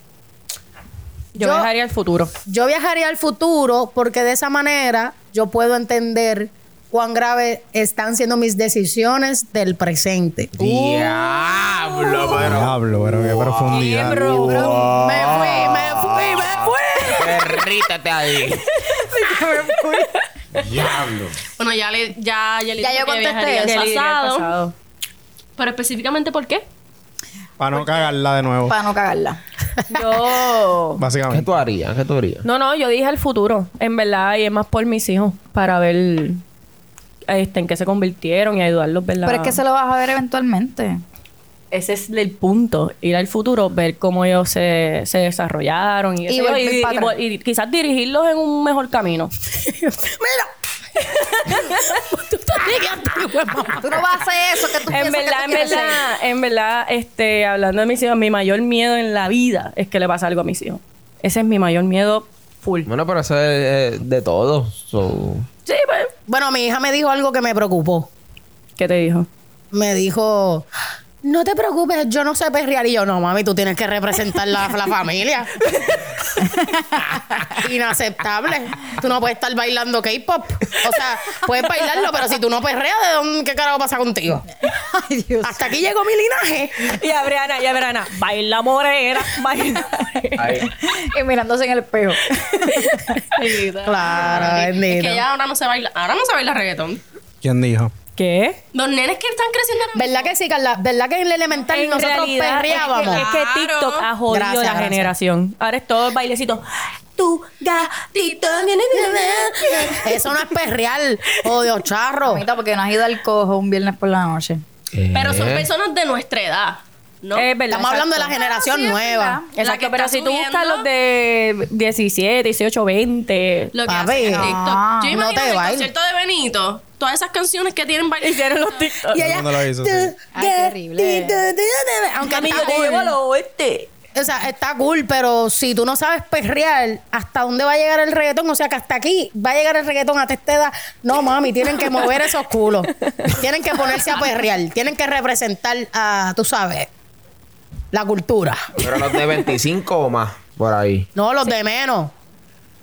[SPEAKER 2] Yo,
[SPEAKER 1] Yo-
[SPEAKER 2] dejaría el futuro.
[SPEAKER 1] Yo viajaría al futuro porque de esa manera yo puedo entender cuán grave están siendo mis decisiones del presente.
[SPEAKER 4] Diablo, pero
[SPEAKER 3] Diablo, pero qué profundidad.
[SPEAKER 1] Me fui, me fui, me fui.
[SPEAKER 4] Derrítate ahí.
[SPEAKER 8] Diablo.
[SPEAKER 5] Bueno, ya le, ya, ya le
[SPEAKER 6] Ya
[SPEAKER 5] dije
[SPEAKER 6] yo
[SPEAKER 5] que
[SPEAKER 6] contesté
[SPEAKER 5] viajaría al
[SPEAKER 6] eso.
[SPEAKER 2] Ya le diré el
[SPEAKER 5] pasado.
[SPEAKER 2] pasado.
[SPEAKER 5] Pero específicamente, ¿por qué?
[SPEAKER 3] Para no cagarla de nuevo.
[SPEAKER 6] para no cagarla.
[SPEAKER 2] Yo.
[SPEAKER 4] ¿Qué
[SPEAKER 3] Básicamente.
[SPEAKER 4] tú harías? ¿Qué tú harías?
[SPEAKER 2] No, no, yo dije el futuro, en verdad, y es más por mis hijos, para ver este, en qué se convirtieron y ayudarlos, ¿verdad?
[SPEAKER 6] Pero es que se lo vas a ver eventualmente.
[SPEAKER 2] Ese es el punto, ir al futuro, ver cómo ellos se, se desarrollaron y,
[SPEAKER 6] Y
[SPEAKER 2] eso,
[SPEAKER 6] volver para atrás.
[SPEAKER 2] y quizás dirigirlos en un mejor camino.
[SPEAKER 6] Tú no vas a hacer eso que tú
[SPEAKER 2] En
[SPEAKER 6] piensas que
[SPEAKER 2] verdad,
[SPEAKER 6] tú
[SPEAKER 2] en
[SPEAKER 6] quieres hacer.
[SPEAKER 2] verdad, en verdad, este, hablando de mis hijos, mi mayor miedo en la vida es que le pase algo a mis hijos. Ese es mi mayor miedo full.
[SPEAKER 4] Bueno, pero eso es eh, de todo. so.
[SPEAKER 2] Sí, pues.
[SPEAKER 1] Bueno, mi hija me dijo algo que me preocupó.
[SPEAKER 2] ¿Qué te dijo?
[SPEAKER 1] me dijo, no te preocupes, yo no sé perrear. Y yo, no, mami, tú tienes que representar la, la familia. Inaceptable. Tú no puedes estar bailando K-pop. O sea, puedes bailarlo, pero si tú no perreas, ¿de dónde, qué carajo pasa contigo? Hasta aquí llegó mi linaje.
[SPEAKER 2] Y a Briana, y a Briana, baila morena, baila morena.
[SPEAKER 6] Y mirándose en el espejo.
[SPEAKER 1] Claro,
[SPEAKER 5] Es
[SPEAKER 1] bendito.
[SPEAKER 5] que ya ahora no se baila, ahora no se baila reggaetón.
[SPEAKER 3] ¿Quién dijo?
[SPEAKER 2] ¿Qué?
[SPEAKER 5] Los nenes que están creciendo ahora
[SPEAKER 1] ¿Verdad que sí, Carla? ¿Verdad que en el elemental
[SPEAKER 2] En
[SPEAKER 1] nosotros
[SPEAKER 2] realidad,
[SPEAKER 1] perreábamos?
[SPEAKER 2] Es que, es que
[SPEAKER 5] Claro.
[SPEAKER 2] TikTok ha jodido
[SPEAKER 1] Gracias,
[SPEAKER 2] la
[SPEAKER 1] gracias.
[SPEAKER 2] generación. Ahora es todo el bailecito. Tu gatito. na, na, na, na.
[SPEAKER 1] Eso no es perrear, odio charro.
[SPEAKER 6] Mamita, porque no has ido al cojo un viernes por la noche.
[SPEAKER 5] Pero son
[SPEAKER 4] ¿Qué?
[SPEAKER 5] personas de nuestra edad, ¿no?
[SPEAKER 6] Eh,
[SPEAKER 2] Es verdad,
[SPEAKER 1] Estamos hablando de la
[SPEAKER 2] exacto.
[SPEAKER 1] generación nueva.
[SPEAKER 5] La que
[SPEAKER 2] Exacto, pero
[SPEAKER 5] está
[SPEAKER 2] si tú
[SPEAKER 5] subiendo-
[SPEAKER 2] buscas los de 17, 18, 20,
[SPEAKER 5] Lo que
[SPEAKER 1] Papi,
[SPEAKER 5] hacen en TikTok.
[SPEAKER 1] ah,
[SPEAKER 5] Yo
[SPEAKER 1] no
[SPEAKER 5] imagino
[SPEAKER 1] te
[SPEAKER 5] que el
[SPEAKER 1] bailes.
[SPEAKER 5] concierto de Benito, todas esas canciones que tienen baile.
[SPEAKER 2] hicieron los TikTok.
[SPEAKER 1] Y
[SPEAKER 3] Todo el
[SPEAKER 1] ella,
[SPEAKER 3] mundo lo hizo, sí.
[SPEAKER 6] Ay, qué horrible.
[SPEAKER 1] Aunque
[SPEAKER 2] Mami,
[SPEAKER 1] está
[SPEAKER 2] yo te
[SPEAKER 1] cool.
[SPEAKER 2] llevo a los oeste.
[SPEAKER 1] O sea, está cool, pero si tú no sabes perrear, ¿hasta dónde va a llegar el reggaetón? O sea, que hasta aquí va a llegar el reggaetón a esta edad. No, mami, tienen que mover esos culos. tienen que ponerse a perrear. Tienen que representar a, tú sabes, la cultura.
[SPEAKER 4] Pero los de 25 o más, por ahí.
[SPEAKER 1] No, los de menos.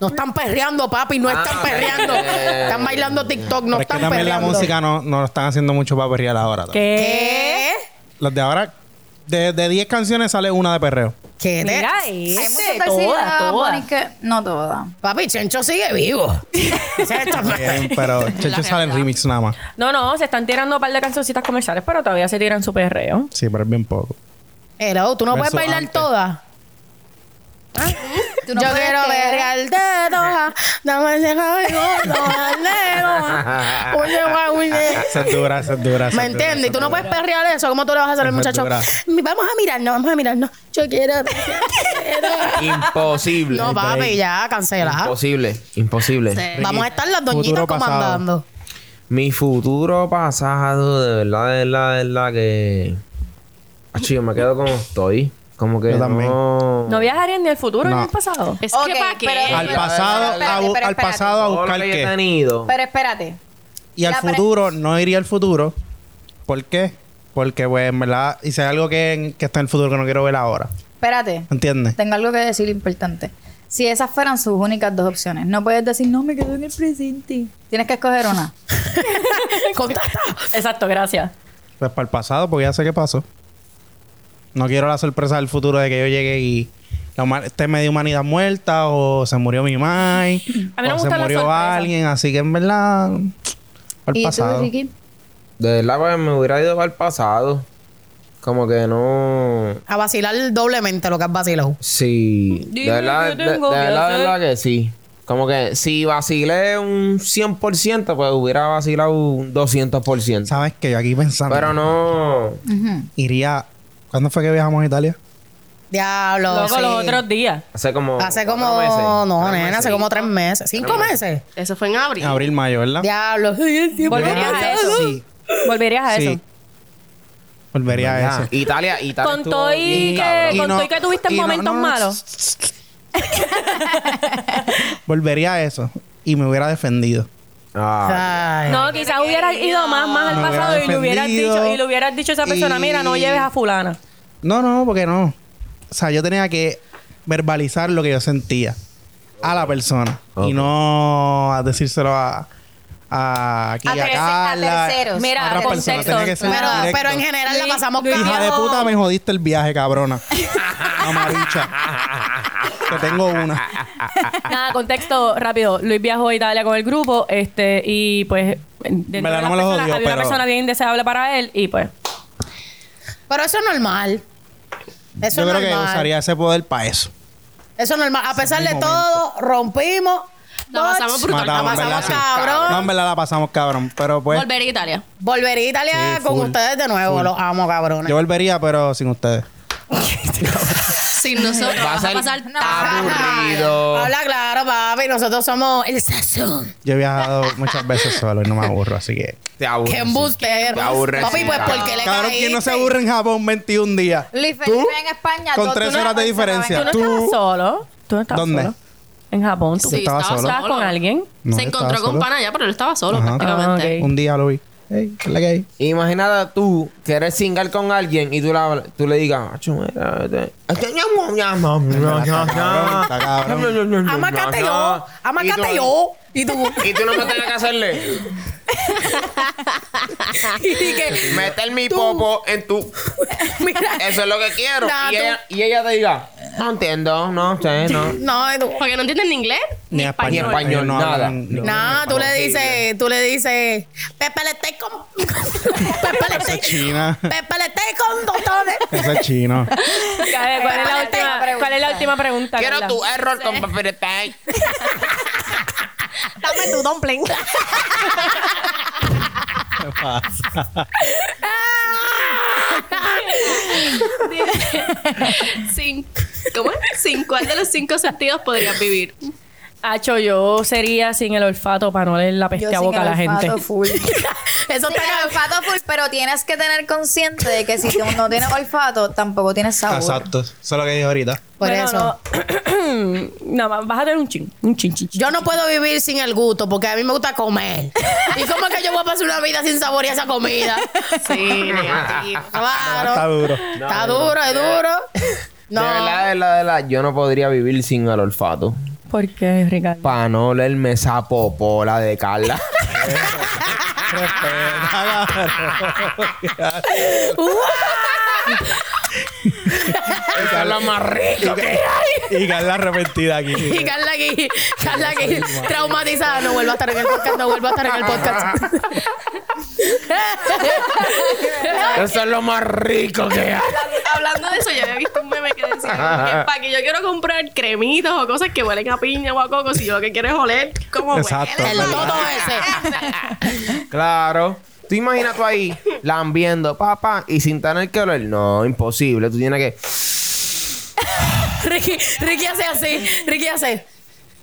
[SPEAKER 1] No están perreando, papi, no están
[SPEAKER 4] Ah,
[SPEAKER 1] perreando.
[SPEAKER 4] eh.
[SPEAKER 1] Están bailando TikTok, no
[SPEAKER 3] Pero es que
[SPEAKER 1] están
[SPEAKER 3] también
[SPEAKER 1] perreando.
[SPEAKER 3] la música no, no lo están haciendo mucho para perrear ahora.
[SPEAKER 2] ¿Qué?
[SPEAKER 1] ¿Qué?
[SPEAKER 3] Las de ahora, de de 10 canciones sale una de perreo.
[SPEAKER 1] ¿Qué te-
[SPEAKER 2] Mira
[SPEAKER 6] Hay muchas
[SPEAKER 2] ese,
[SPEAKER 6] salsitas,
[SPEAKER 2] toda, toda.
[SPEAKER 6] Bonnie, que- No todas.
[SPEAKER 1] Papi, Chencho sigue vivo.
[SPEAKER 3] Bien, pero Checho sale en remix nada más.
[SPEAKER 2] No, no, se están tirando un par de cancioncitas comerciales, pero todavía se tiran su perreo.
[SPEAKER 3] Sí, pero es bien poco.
[SPEAKER 1] Hello, tú no
[SPEAKER 3] Verso
[SPEAKER 1] puedes bailar
[SPEAKER 3] antes.
[SPEAKER 1] todas.
[SPEAKER 6] Tú no
[SPEAKER 1] Yo
[SPEAKER 6] puedes
[SPEAKER 1] quiero
[SPEAKER 6] que-
[SPEAKER 1] ver al dedo, ja, dame ese cabello, al dedo, oye, guau, oye.
[SPEAKER 3] Esa es dura, esa es dura. esa
[SPEAKER 1] ¿Me
[SPEAKER 3] es dura,
[SPEAKER 1] entiendes? Y
[SPEAKER 3] esa
[SPEAKER 1] tú
[SPEAKER 3] es
[SPEAKER 1] no
[SPEAKER 3] dura.
[SPEAKER 1] puedes perrear eso. ¿Cómo tú le vas a hacer al
[SPEAKER 3] Esa es
[SPEAKER 1] muchacho?
[SPEAKER 3] dura.
[SPEAKER 1] Vamos a mirarnos, vamos a mirarnos. Yo quiero. quiero.
[SPEAKER 4] Imposible.
[SPEAKER 1] No, papi, ya, cancelado.
[SPEAKER 4] Imposible. Imposible.
[SPEAKER 1] Vamos a estar las doñitas
[SPEAKER 3] Futuro pasado.
[SPEAKER 1] comandando.
[SPEAKER 4] Mi futuro pasado, de verdad, de verdad, de verdad que. Achi, yo me quedo como estoy. Como que
[SPEAKER 3] Yo también.
[SPEAKER 4] no.
[SPEAKER 2] ¿No viajarían ni al futuro ni
[SPEAKER 3] No.
[SPEAKER 2] al pasado?
[SPEAKER 5] Es
[SPEAKER 6] Ok,
[SPEAKER 5] que pa' qué.
[SPEAKER 6] pero-
[SPEAKER 3] Al
[SPEAKER 6] Pero,
[SPEAKER 3] pasado,
[SPEAKER 6] espérate,
[SPEAKER 3] a, bu-
[SPEAKER 6] pero
[SPEAKER 3] al
[SPEAKER 6] espérate.
[SPEAKER 3] pasado a
[SPEAKER 4] Todo
[SPEAKER 3] buscar
[SPEAKER 4] lo que yo he
[SPEAKER 3] qué.
[SPEAKER 4] tenido.
[SPEAKER 6] Pero espérate.
[SPEAKER 3] Y al
[SPEAKER 6] La pre-
[SPEAKER 3] futuro, no iría al futuro. ¿Por qué? Porque, pues, en verdad, hice algo que, que está en el futuro que no quiero ver ahora.
[SPEAKER 6] Espérate.
[SPEAKER 3] ¿Entiendes?
[SPEAKER 6] Tengo algo que decir importante. Si esas fueran sus únicas dos opciones, no puedes decir, no, me quedo en el presente. Tienes que escoger una.
[SPEAKER 2] Exacto, gracias.
[SPEAKER 3] Pues para el pasado, porque ya sé qué pasó. No quiero la sorpresa del futuro de que yo llegue y la huma- esté medio humanidad muerta o se murió mi mai
[SPEAKER 2] A mí no me
[SPEAKER 3] o se
[SPEAKER 2] gustan las
[SPEAKER 3] murió
[SPEAKER 2] sorpresas.
[SPEAKER 3] alguien. Así que en verdad, para el
[SPEAKER 6] ¿Y tú,
[SPEAKER 3] pasado.
[SPEAKER 6] Ricky?
[SPEAKER 4] De verdad, pues, me hubiera ido para el pasado. Como que no.
[SPEAKER 1] A vacilar doblemente lo que has vacilado.
[SPEAKER 4] Sí, de
[SPEAKER 2] Dime
[SPEAKER 4] verdad,
[SPEAKER 2] qué
[SPEAKER 4] de,
[SPEAKER 2] tengo
[SPEAKER 4] de
[SPEAKER 2] que
[SPEAKER 4] verdad, de
[SPEAKER 2] hacer.
[SPEAKER 4] verdad que sí. Como que si vacilé un 100%, pues hubiera vacilado un 200%.
[SPEAKER 3] Sabes que yo aquí pensando,
[SPEAKER 4] Pero no.
[SPEAKER 3] iría. ¿Cuándo fue que viajamos a Italia?
[SPEAKER 1] Diablo.
[SPEAKER 2] Luego
[SPEAKER 1] sí.
[SPEAKER 2] los otros días.
[SPEAKER 4] Hace como.
[SPEAKER 1] Hace
[SPEAKER 4] cuatro
[SPEAKER 1] como.
[SPEAKER 4] meses,
[SPEAKER 1] No,
[SPEAKER 4] tres
[SPEAKER 1] nena,
[SPEAKER 4] meses.
[SPEAKER 1] hace como tres meses. ¿Cinco meses?
[SPEAKER 5] Eso fue en abril.
[SPEAKER 3] En abril, mayo, ¿verdad?
[SPEAKER 1] Diablo.
[SPEAKER 2] Volverías a eso.
[SPEAKER 3] Sí,
[SPEAKER 2] Volverías a eso.
[SPEAKER 3] sí. Volvería a
[SPEAKER 4] Ya,
[SPEAKER 3] eso.
[SPEAKER 4] Italia, Italia.
[SPEAKER 2] Con
[SPEAKER 4] estuvo
[SPEAKER 2] todo y
[SPEAKER 4] bien
[SPEAKER 2] que,
[SPEAKER 4] cabrón.
[SPEAKER 2] con todo y que tuviste
[SPEAKER 3] y no-
[SPEAKER 2] momentos
[SPEAKER 3] no, no,
[SPEAKER 2] malos.
[SPEAKER 3] Volvería a eso. Y me hubiera defendido.
[SPEAKER 4] Ah,
[SPEAKER 1] Ay.
[SPEAKER 2] No, quizás hubieras ido más, más al
[SPEAKER 3] Me hubiera
[SPEAKER 2] pasado y le hubieras
[SPEAKER 3] defendido
[SPEAKER 2] dicho, y le hubieras dicho a esa persona,
[SPEAKER 3] y-
[SPEAKER 2] mira, no lleves a fulana.
[SPEAKER 3] No, no, porque no. O sea, yo tenía que verbalizar lo que yo sentía a la persona
[SPEAKER 4] Ok.
[SPEAKER 3] y no a decírselo a a aquí
[SPEAKER 6] A
[SPEAKER 3] a,
[SPEAKER 6] terce- a
[SPEAKER 3] Carla,
[SPEAKER 6] terceros.
[SPEAKER 2] Mira,
[SPEAKER 3] a otra
[SPEAKER 2] contexto,
[SPEAKER 3] persona. Tenía que ser
[SPEAKER 1] Pero,
[SPEAKER 3] directo.
[SPEAKER 1] pero en general la pasamos
[SPEAKER 3] Hija de puta, me jodiste el viaje, cabrona. Mamaricha. que tengo una. ah.
[SPEAKER 2] Nada, contexto rápido. Luis viajó a Italia con el grupo, este, y pues. dentro
[SPEAKER 3] Mela,
[SPEAKER 2] de las
[SPEAKER 3] no me los
[SPEAKER 2] personas,
[SPEAKER 3] odio,
[SPEAKER 2] Había una
[SPEAKER 3] pero-
[SPEAKER 2] persona bien indeseable para él, y pues.
[SPEAKER 1] Pero eso es normal. Eso es
[SPEAKER 3] Yo creo que
[SPEAKER 1] normal.
[SPEAKER 3] usaría ese poder para eso.
[SPEAKER 1] Eso es normal. A pesar de
[SPEAKER 3] momento.
[SPEAKER 1] todo, rompimos.
[SPEAKER 5] La
[SPEAKER 1] Botch,
[SPEAKER 5] pasamos brutal.
[SPEAKER 1] La
[SPEAKER 3] Matamos,
[SPEAKER 1] pasamos
[SPEAKER 3] ¿verdad? Sí.
[SPEAKER 1] cabrón.
[SPEAKER 3] No, en verdad la pasamos cabrón. Pero pues,
[SPEAKER 5] Volver a Italia.
[SPEAKER 1] Volveré a Italia
[SPEAKER 3] Sí,
[SPEAKER 1] con
[SPEAKER 3] full.
[SPEAKER 1] ustedes de nuevo.
[SPEAKER 3] Full.
[SPEAKER 1] Los amo, cabrones.
[SPEAKER 3] yo volvería, pero sin ustedes.
[SPEAKER 5] Sin nosotros.
[SPEAKER 4] Va a
[SPEAKER 5] Vas Ah, a
[SPEAKER 4] ser
[SPEAKER 5] pasar
[SPEAKER 4] aburrido.
[SPEAKER 1] Habla claro, papi. Nosotros somos el sazón.
[SPEAKER 3] Yo he viajado muchas veces solo y no me aburro, así que.
[SPEAKER 4] Te aburres.
[SPEAKER 1] Qué embustero.
[SPEAKER 4] Qué aburre,
[SPEAKER 1] Papi,
[SPEAKER 4] sí,
[SPEAKER 1] pues
[SPEAKER 4] cabrón.
[SPEAKER 1] porque le
[SPEAKER 3] Cabrón,
[SPEAKER 1] caíste?
[SPEAKER 3] ¿quién no se aburre en Japón 21 días?
[SPEAKER 6] Luis Felipe en España.
[SPEAKER 3] Con
[SPEAKER 6] tú- tú
[SPEAKER 3] tres
[SPEAKER 6] no
[SPEAKER 3] horas de
[SPEAKER 6] eres
[SPEAKER 3] diferencia.
[SPEAKER 2] Tú no
[SPEAKER 3] Tú-
[SPEAKER 2] estabas solo. Tú no estabas
[SPEAKER 3] ¿Dónde?
[SPEAKER 2] solo. En Japón. Tú
[SPEAKER 3] Sí. estaba
[SPEAKER 5] estaba
[SPEAKER 3] solo.
[SPEAKER 2] estabas con alguien.
[SPEAKER 3] No,
[SPEAKER 5] se
[SPEAKER 3] yo
[SPEAKER 5] encontró
[SPEAKER 3] estaba
[SPEAKER 5] con
[SPEAKER 3] solo.
[SPEAKER 5] un pana allá, pero él estaba solo
[SPEAKER 3] Ajá.
[SPEAKER 5] prácticamente.
[SPEAKER 2] Ah, ok.
[SPEAKER 3] Un día lo vi. Ey, ¿qué es la que hay?
[SPEAKER 4] Imagina tú que eres single con alguien y tú, la, tú le digas, "Acho, mira, este- este- ñam, ñam, ñam, ñam, ñam, ñam".
[SPEAKER 3] Está cabrón.
[SPEAKER 1] Amacate
[SPEAKER 4] Y
[SPEAKER 1] yo.
[SPEAKER 4] tú-
[SPEAKER 1] Amacate yo. Y tú.
[SPEAKER 4] Y tú no me tenías que hacerle.
[SPEAKER 1] y que.
[SPEAKER 4] Meter mi popo en tu.
[SPEAKER 1] Mira.
[SPEAKER 4] Eso es lo que quiero.
[SPEAKER 1] Nah,
[SPEAKER 4] y,
[SPEAKER 1] tú-
[SPEAKER 4] ella, y ella te diga, no entiendo, no sé, no.
[SPEAKER 1] No, y tú.
[SPEAKER 5] Porque no entienden ni inglés.
[SPEAKER 3] Ni español.
[SPEAKER 4] Ni español,
[SPEAKER 3] Ellos no
[SPEAKER 4] nada.
[SPEAKER 3] hablan-
[SPEAKER 4] No.
[SPEAKER 1] No, tú le dices, tú le dices, Pepe le estoy con Pepe le
[SPEAKER 3] Esa es
[SPEAKER 1] estoy
[SPEAKER 3] china.
[SPEAKER 1] Pepe le estoy con doctores.
[SPEAKER 3] Esa es chino.
[SPEAKER 2] Ya, eh, ¿Cuál es la
[SPEAKER 6] Pero tengo
[SPEAKER 2] última
[SPEAKER 6] pregunta.
[SPEAKER 2] ¿Cuál es la última pregunta?
[SPEAKER 4] Quiero
[SPEAKER 2] Carla?
[SPEAKER 4] tu error con papiretay.
[SPEAKER 1] Dame tu dumpling.
[SPEAKER 5] Sin, ¿Cómo es? ¿Sin cuál de los cinco sentidos podrías vivir?
[SPEAKER 2] Hacho, yo sería sin el olfato para no leer la
[SPEAKER 6] Yo
[SPEAKER 2] peste a
[SPEAKER 6] sí
[SPEAKER 2] boca
[SPEAKER 6] que
[SPEAKER 2] a la
[SPEAKER 6] el olfato
[SPEAKER 2] gente.
[SPEAKER 6] full.
[SPEAKER 1] Eso
[SPEAKER 6] Sí,
[SPEAKER 1] está
[SPEAKER 6] el olfato full, pero tienes que tener consciente de que si tú no tienes olfato, tampoco tienes sabor.
[SPEAKER 3] Exacto. Eso es lo que dije ahorita.
[SPEAKER 1] Por
[SPEAKER 2] Bueno,
[SPEAKER 1] eso.
[SPEAKER 2] No, Nada más, vas a tener un chin. Un chin, chin, chin.
[SPEAKER 1] Yo no puedo vivir sin el gusto porque a mí me gusta comer. ¿Y cómo es que yo voy a pasar una vida sin saborear esa comida?
[SPEAKER 5] Sí, negativo.
[SPEAKER 1] Claro.
[SPEAKER 3] Está duro.
[SPEAKER 1] Está duro, es duro. No.
[SPEAKER 4] De verdad, de verdad, de verdad, yo no podría vivir sin el olfato.
[SPEAKER 2] ¿Por qué, Ricardo?
[SPEAKER 4] Para no olerme esa popola de Carla.
[SPEAKER 3] Respeta, cabrón.
[SPEAKER 4] Esa es la más rica que hay.
[SPEAKER 3] Y Carla arrepentida
[SPEAKER 1] Y
[SPEAKER 3] aquí.
[SPEAKER 1] Carla aquí, Carla aquí, traumatizada. No vuelvo a estar en el podcast, no vuelvo a estar en el podcast.
[SPEAKER 4] Eso es lo más rico que hay.
[SPEAKER 5] Hablando de eso, yo había visto un meme que decía como que para que yo quiero comprar cremitas o cosas que huelen a piña o a coco, si yo lo que quiero es oler como huele.
[SPEAKER 3] Exacto.
[SPEAKER 1] El
[SPEAKER 3] ¿verdad?
[SPEAKER 1] todo ese.
[SPEAKER 4] Claro. Tú imaginas tú ahí lambiendo, papá, y sin tener que oler. No, imposible. Tú tienes que.
[SPEAKER 1] Ricky, Ricky hace así, Ricky hace.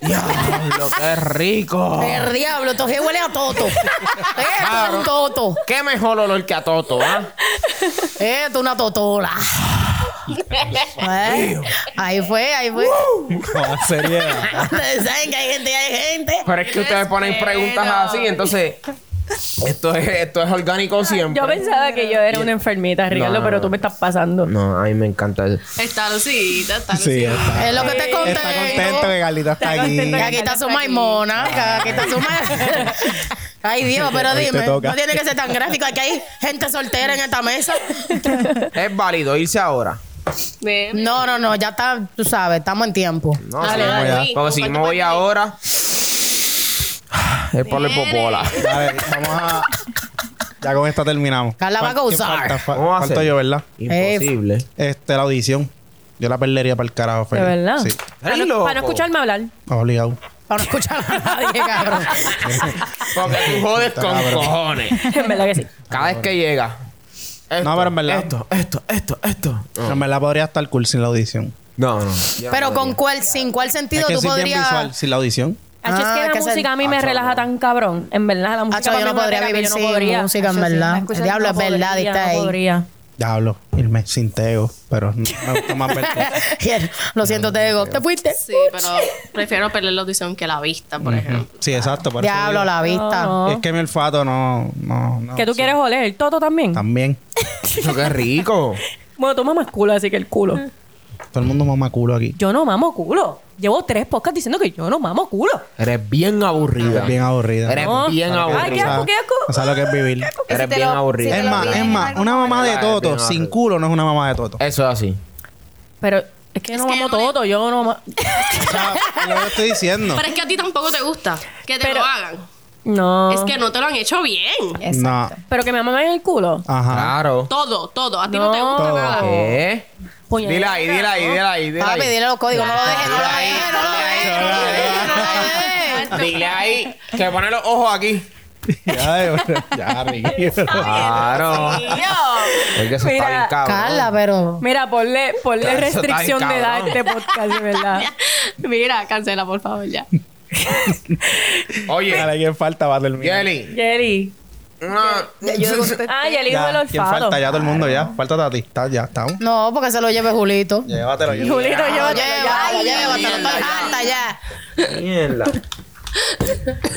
[SPEAKER 4] ¡Diablo, qué rico!
[SPEAKER 1] El diablo, esto que huele a toto. Esto es un toto.
[SPEAKER 4] ¡Qué mejor olor que a Toto, ah!
[SPEAKER 1] Esto es una totola. Eh, Ahí fue, ahí fue.
[SPEAKER 3] Con seriedad.
[SPEAKER 1] Ustedes saben que hay gente, hay gente.
[SPEAKER 4] Pero es que ustedes ponen preguntas así, entonces. Esto es, esto es orgánico siempre.
[SPEAKER 2] Yo pensaba que yo era una enfermita, Ricardo,
[SPEAKER 4] no,
[SPEAKER 2] pero
[SPEAKER 4] no.
[SPEAKER 2] tú me estás pasando.
[SPEAKER 4] No, a mí me encanta eso.
[SPEAKER 5] Está lucida, está
[SPEAKER 3] Sí,
[SPEAKER 5] lucida.
[SPEAKER 3] está.
[SPEAKER 1] Es lo que te conté.
[SPEAKER 3] Está contento que Carlita está aquí.
[SPEAKER 1] Que aquí está su maimona, que aquí está su maimona. Ay Dios, pero
[SPEAKER 3] Hoy te
[SPEAKER 1] dime,
[SPEAKER 3] toca.
[SPEAKER 1] no tiene que ser tan gráfico. Aquí hay gente soltera en esta mesa.
[SPEAKER 4] Es válido irse ahora.
[SPEAKER 5] Bien.
[SPEAKER 1] No, no, no, ya está, tú sabes, estamos en tiempo.
[SPEAKER 4] No,
[SPEAKER 5] Dale,
[SPEAKER 4] sí,
[SPEAKER 5] dale,
[SPEAKER 4] voy a-
[SPEAKER 5] Luis,
[SPEAKER 4] Porque si
[SPEAKER 5] comparte
[SPEAKER 4] me voy
[SPEAKER 5] conmigo.
[SPEAKER 4] ahora. Es por la
[SPEAKER 5] Viene.
[SPEAKER 4] popola.
[SPEAKER 3] A ver, vamos a. Ya con esta terminamos.
[SPEAKER 1] Carla va a
[SPEAKER 3] ¿Cuál- qué
[SPEAKER 1] gozar.
[SPEAKER 3] falta? Fa-
[SPEAKER 4] ¿Cómo va a
[SPEAKER 3] falto
[SPEAKER 4] ser?
[SPEAKER 3] yo, ¿verdad?
[SPEAKER 4] Imposible.
[SPEAKER 3] Este, la audición. Yo la perdería para el carajo,
[SPEAKER 2] ¿De
[SPEAKER 3] Feli.
[SPEAKER 2] verdad?
[SPEAKER 3] Sí.
[SPEAKER 2] Para,
[SPEAKER 4] Ay,
[SPEAKER 2] no, para no
[SPEAKER 4] loco.
[SPEAKER 2] escucharme hablar.
[SPEAKER 3] Obligado.
[SPEAKER 1] Para no escuchar a nadie, cabrón.
[SPEAKER 4] Porque tú jodes con
[SPEAKER 3] Cabrón.
[SPEAKER 4] cojones.
[SPEAKER 2] en verdad que sí.
[SPEAKER 4] Cada vez que llega. Esto,
[SPEAKER 3] No, pero en verdad.
[SPEAKER 4] Esto, esto, esto, esto.
[SPEAKER 3] Pero en verdad podría estar cool sin la audición.
[SPEAKER 4] No, no.
[SPEAKER 1] Pero con cuál, sin cuál
[SPEAKER 3] Es
[SPEAKER 1] sentido
[SPEAKER 3] que
[SPEAKER 1] tú
[SPEAKER 3] soy
[SPEAKER 1] podrías.
[SPEAKER 3] bien visual sin la audición.
[SPEAKER 2] Hacho,
[SPEAKER 1] Ah,
[SPEAKER 2] es que la
[SPEAKER 1] que es el-
[SPEAKER 2] música a mí me relaja tan cabrón. En verdad, la música
[SPEAKER 1] Hacho,
[SPEAKER 2] para
[SPEAKER 1] yo
[SPEAKER 2] mí
[SPEAKER 1] no
[SPEAKER 2] me
[SPEAKER 1] podría
[SPEAKER 2] relaja,
[SPEAKER 1] vivir
[SPEAKER 2] yo no
[SPEAKER 1] sin
[SPEAKER 2] podría.
[SPEAKER 1] música, en
[SPEAKER 6] Hacho, sí, me
[SPEAKER 1] verdad.
[SPEAKER 6] escuchas,
[SPEAKER 1] El diablo
[SPEAKER 6] no
[SPEAKER 1] es verdad,
[SPEAKER 2] Podría,
[SPEAKER 1] está
[SPEAKER 2] no
[SPEAKER 1] ahí.
[SPEAKER 2] podría.
[SPEAKER 3] Diablo, irme sin Tego, pero me gusta más verte.
[SPEAKER 1] Bien, Lo siento, te digo, te fuiste.
[SPEAKER 5] Sí, pero prefiero perder la audición que la vista, por ejemplo.
[SPEAKER 3] Sí, exacto. por eso
[SPEAKER 1] Diablo,
[SPEAKER 3] digo.
[SPEAKER 1] la vista.
[SPEAKER 2] No,
[SPEAKER 3] Es que mi olfato no. no, no
[SPEAKER 2] Que tú quieres oler el toto también.
[SPEAKER 3] También.
[SPEAKER 4] Eso qué rico.
[SPEAKER 2] Bueno, tú mamas culo, así que el culo.
[SPEAKER 5] Mm.
[SPEAKER 3] Todo el mundo mama culo aquí.
[SPEAKER 2] Yo no mamo culo. Llevo tres podcasts diciendo que yo no mamo culo.
[SPEAKER 4] Eres bien aburrida.
[SPEAKER 3] Eres bien aburrida.
[SPEAKER 4] Eres
[SPEAKER 2] No.
[SPEAKER 4] bien
[SPEAKER 2] Ay,
[SPEAKER 4] aburrida.
[SPEAKER 2] qué asco, qué asco.
[SPEAKER 3] O sea, lo que es vivir.
[SPEAKER 6] Y si
[SPEAKER 4] Eres
[SPEAKER 6] te
[SPEAKER 4] bien
[SPEAKER 6] lo-
[SPEAKER 4] aburrida.
[SPEAKER 6] si te
[SPEAKER 3] Es
[SPEAKER 6] lo
[SPEAKER 3] más,
[SPEAKER 6] piden
[SPEAKER 3] es
[SPEAKER 6] en
[SPEAKER 3] más,
[SPEAKER 6] algún
[SPEAKER 3] una mamá de
[SPEAKER 4] Verdad, es
[SPEAKER 3] toto
[SPEAKER 4] bien
[SPEAKER 3] sin
[SPEAKER 4] horrible.
[SPEAKER 3] culo no es una mamá de toto.
[SPEAKER 4] Eso es así.
[SPEAKER 2] Pero Es que
[SPEAKER 5] Es
[SPEAKER 2] no
[SPEAKER 5] que
[SPEAKER 2] mamo
[SPEAKER 5] no le-
[SPEAKER 2] todo, yo no ma-
[SPEAKER 3] O sea, es lo que estoy diciendo.
[SPEAKER 5] Pero es que a ti tampoco te gusta que te
[SPEAKER 2] Pero-
[SPEAKER 5] lo hagan.
[SPEAKER 2] No.
[SPEAKER 5] Es que no te lo han hecho bien.
[SPEAKER 3] No.
[SPEAKER 2] Pero que me mamen el culo.
[SPEAKER 3] Ajá.
[SPEAKER 4] Claro.
[SPEAKER 5] Todo, todo. A ti no, te
[SPEAKER 2] No.
[SPEAKER 5] gusta nada.
[SPEAKER 4] ¿Qué?
[SPEAKER 2] Puñeta,
[SPEAKER 4] Dile ahí, dile ahí, dile ahí, dile
[SPEAKER 1] Papi,
[SPEAKER 4] ahí.
[SPEAKER 1] dile los códigos. No lo dejes, no lo
[SPEAKER 4] Dile
[SPEAKER 1] dejes, no lo dejes,
[SPEAKER 4] ahí, dile
[SPEAKER 1] no lo
[SPEAKER 4] ahí,
[SPEAKER 1] dejes, no lo dejes.
[SPEAKER 4] Dile ahí, que pone los ojos aquí.
[SPEAKER 3] Ya, bro. ya, Ricky, bro.
[SPEAKER 4] Claro. Es que eso
[SPEAKER 2] Mira,
[SPEAKER 4] está bien cabrón.
[SPEAKER 1] Carla, pero...
[SPEAKER 2] Mira, ponle, ponle
[SPEAKER 4] Eso está bien,
[SPEAKER 2] restricción de edad a
[SPEAKER 4] cabrón.
[SPEAKER 2] este podcast, de verdad.
[SPEAKER 5] Mira, cancela, por favor, ya.
[SPEAKER 4] Oye,
[SPEAKER 3] Dale, ¿quién falta? Va a terminar.
[SPEAKER 4] Yeli.
[SPEAKER 2] Jelly.
[SPEAKER 4] una-
[SPEAKER 2] Ah, Jelly dijo el
[SPEAKER 3] Ya, ¿Quién falta?
[SPEAKER 2] olfato.
[SPEAKER 3] Ya todo el mundo, ya. Falta Tati. Está, ya, estamos.
[SPEAKER 1] No, porque se lo lleve Julito.
[SPEAKER 3] Llévatelo ya.
[SPEAKER 2] Julito, yo.
[SPEAKER 1] Llévatelo, llévatelo. Estoy harta ya.
[SPEAKER 4] Mierda.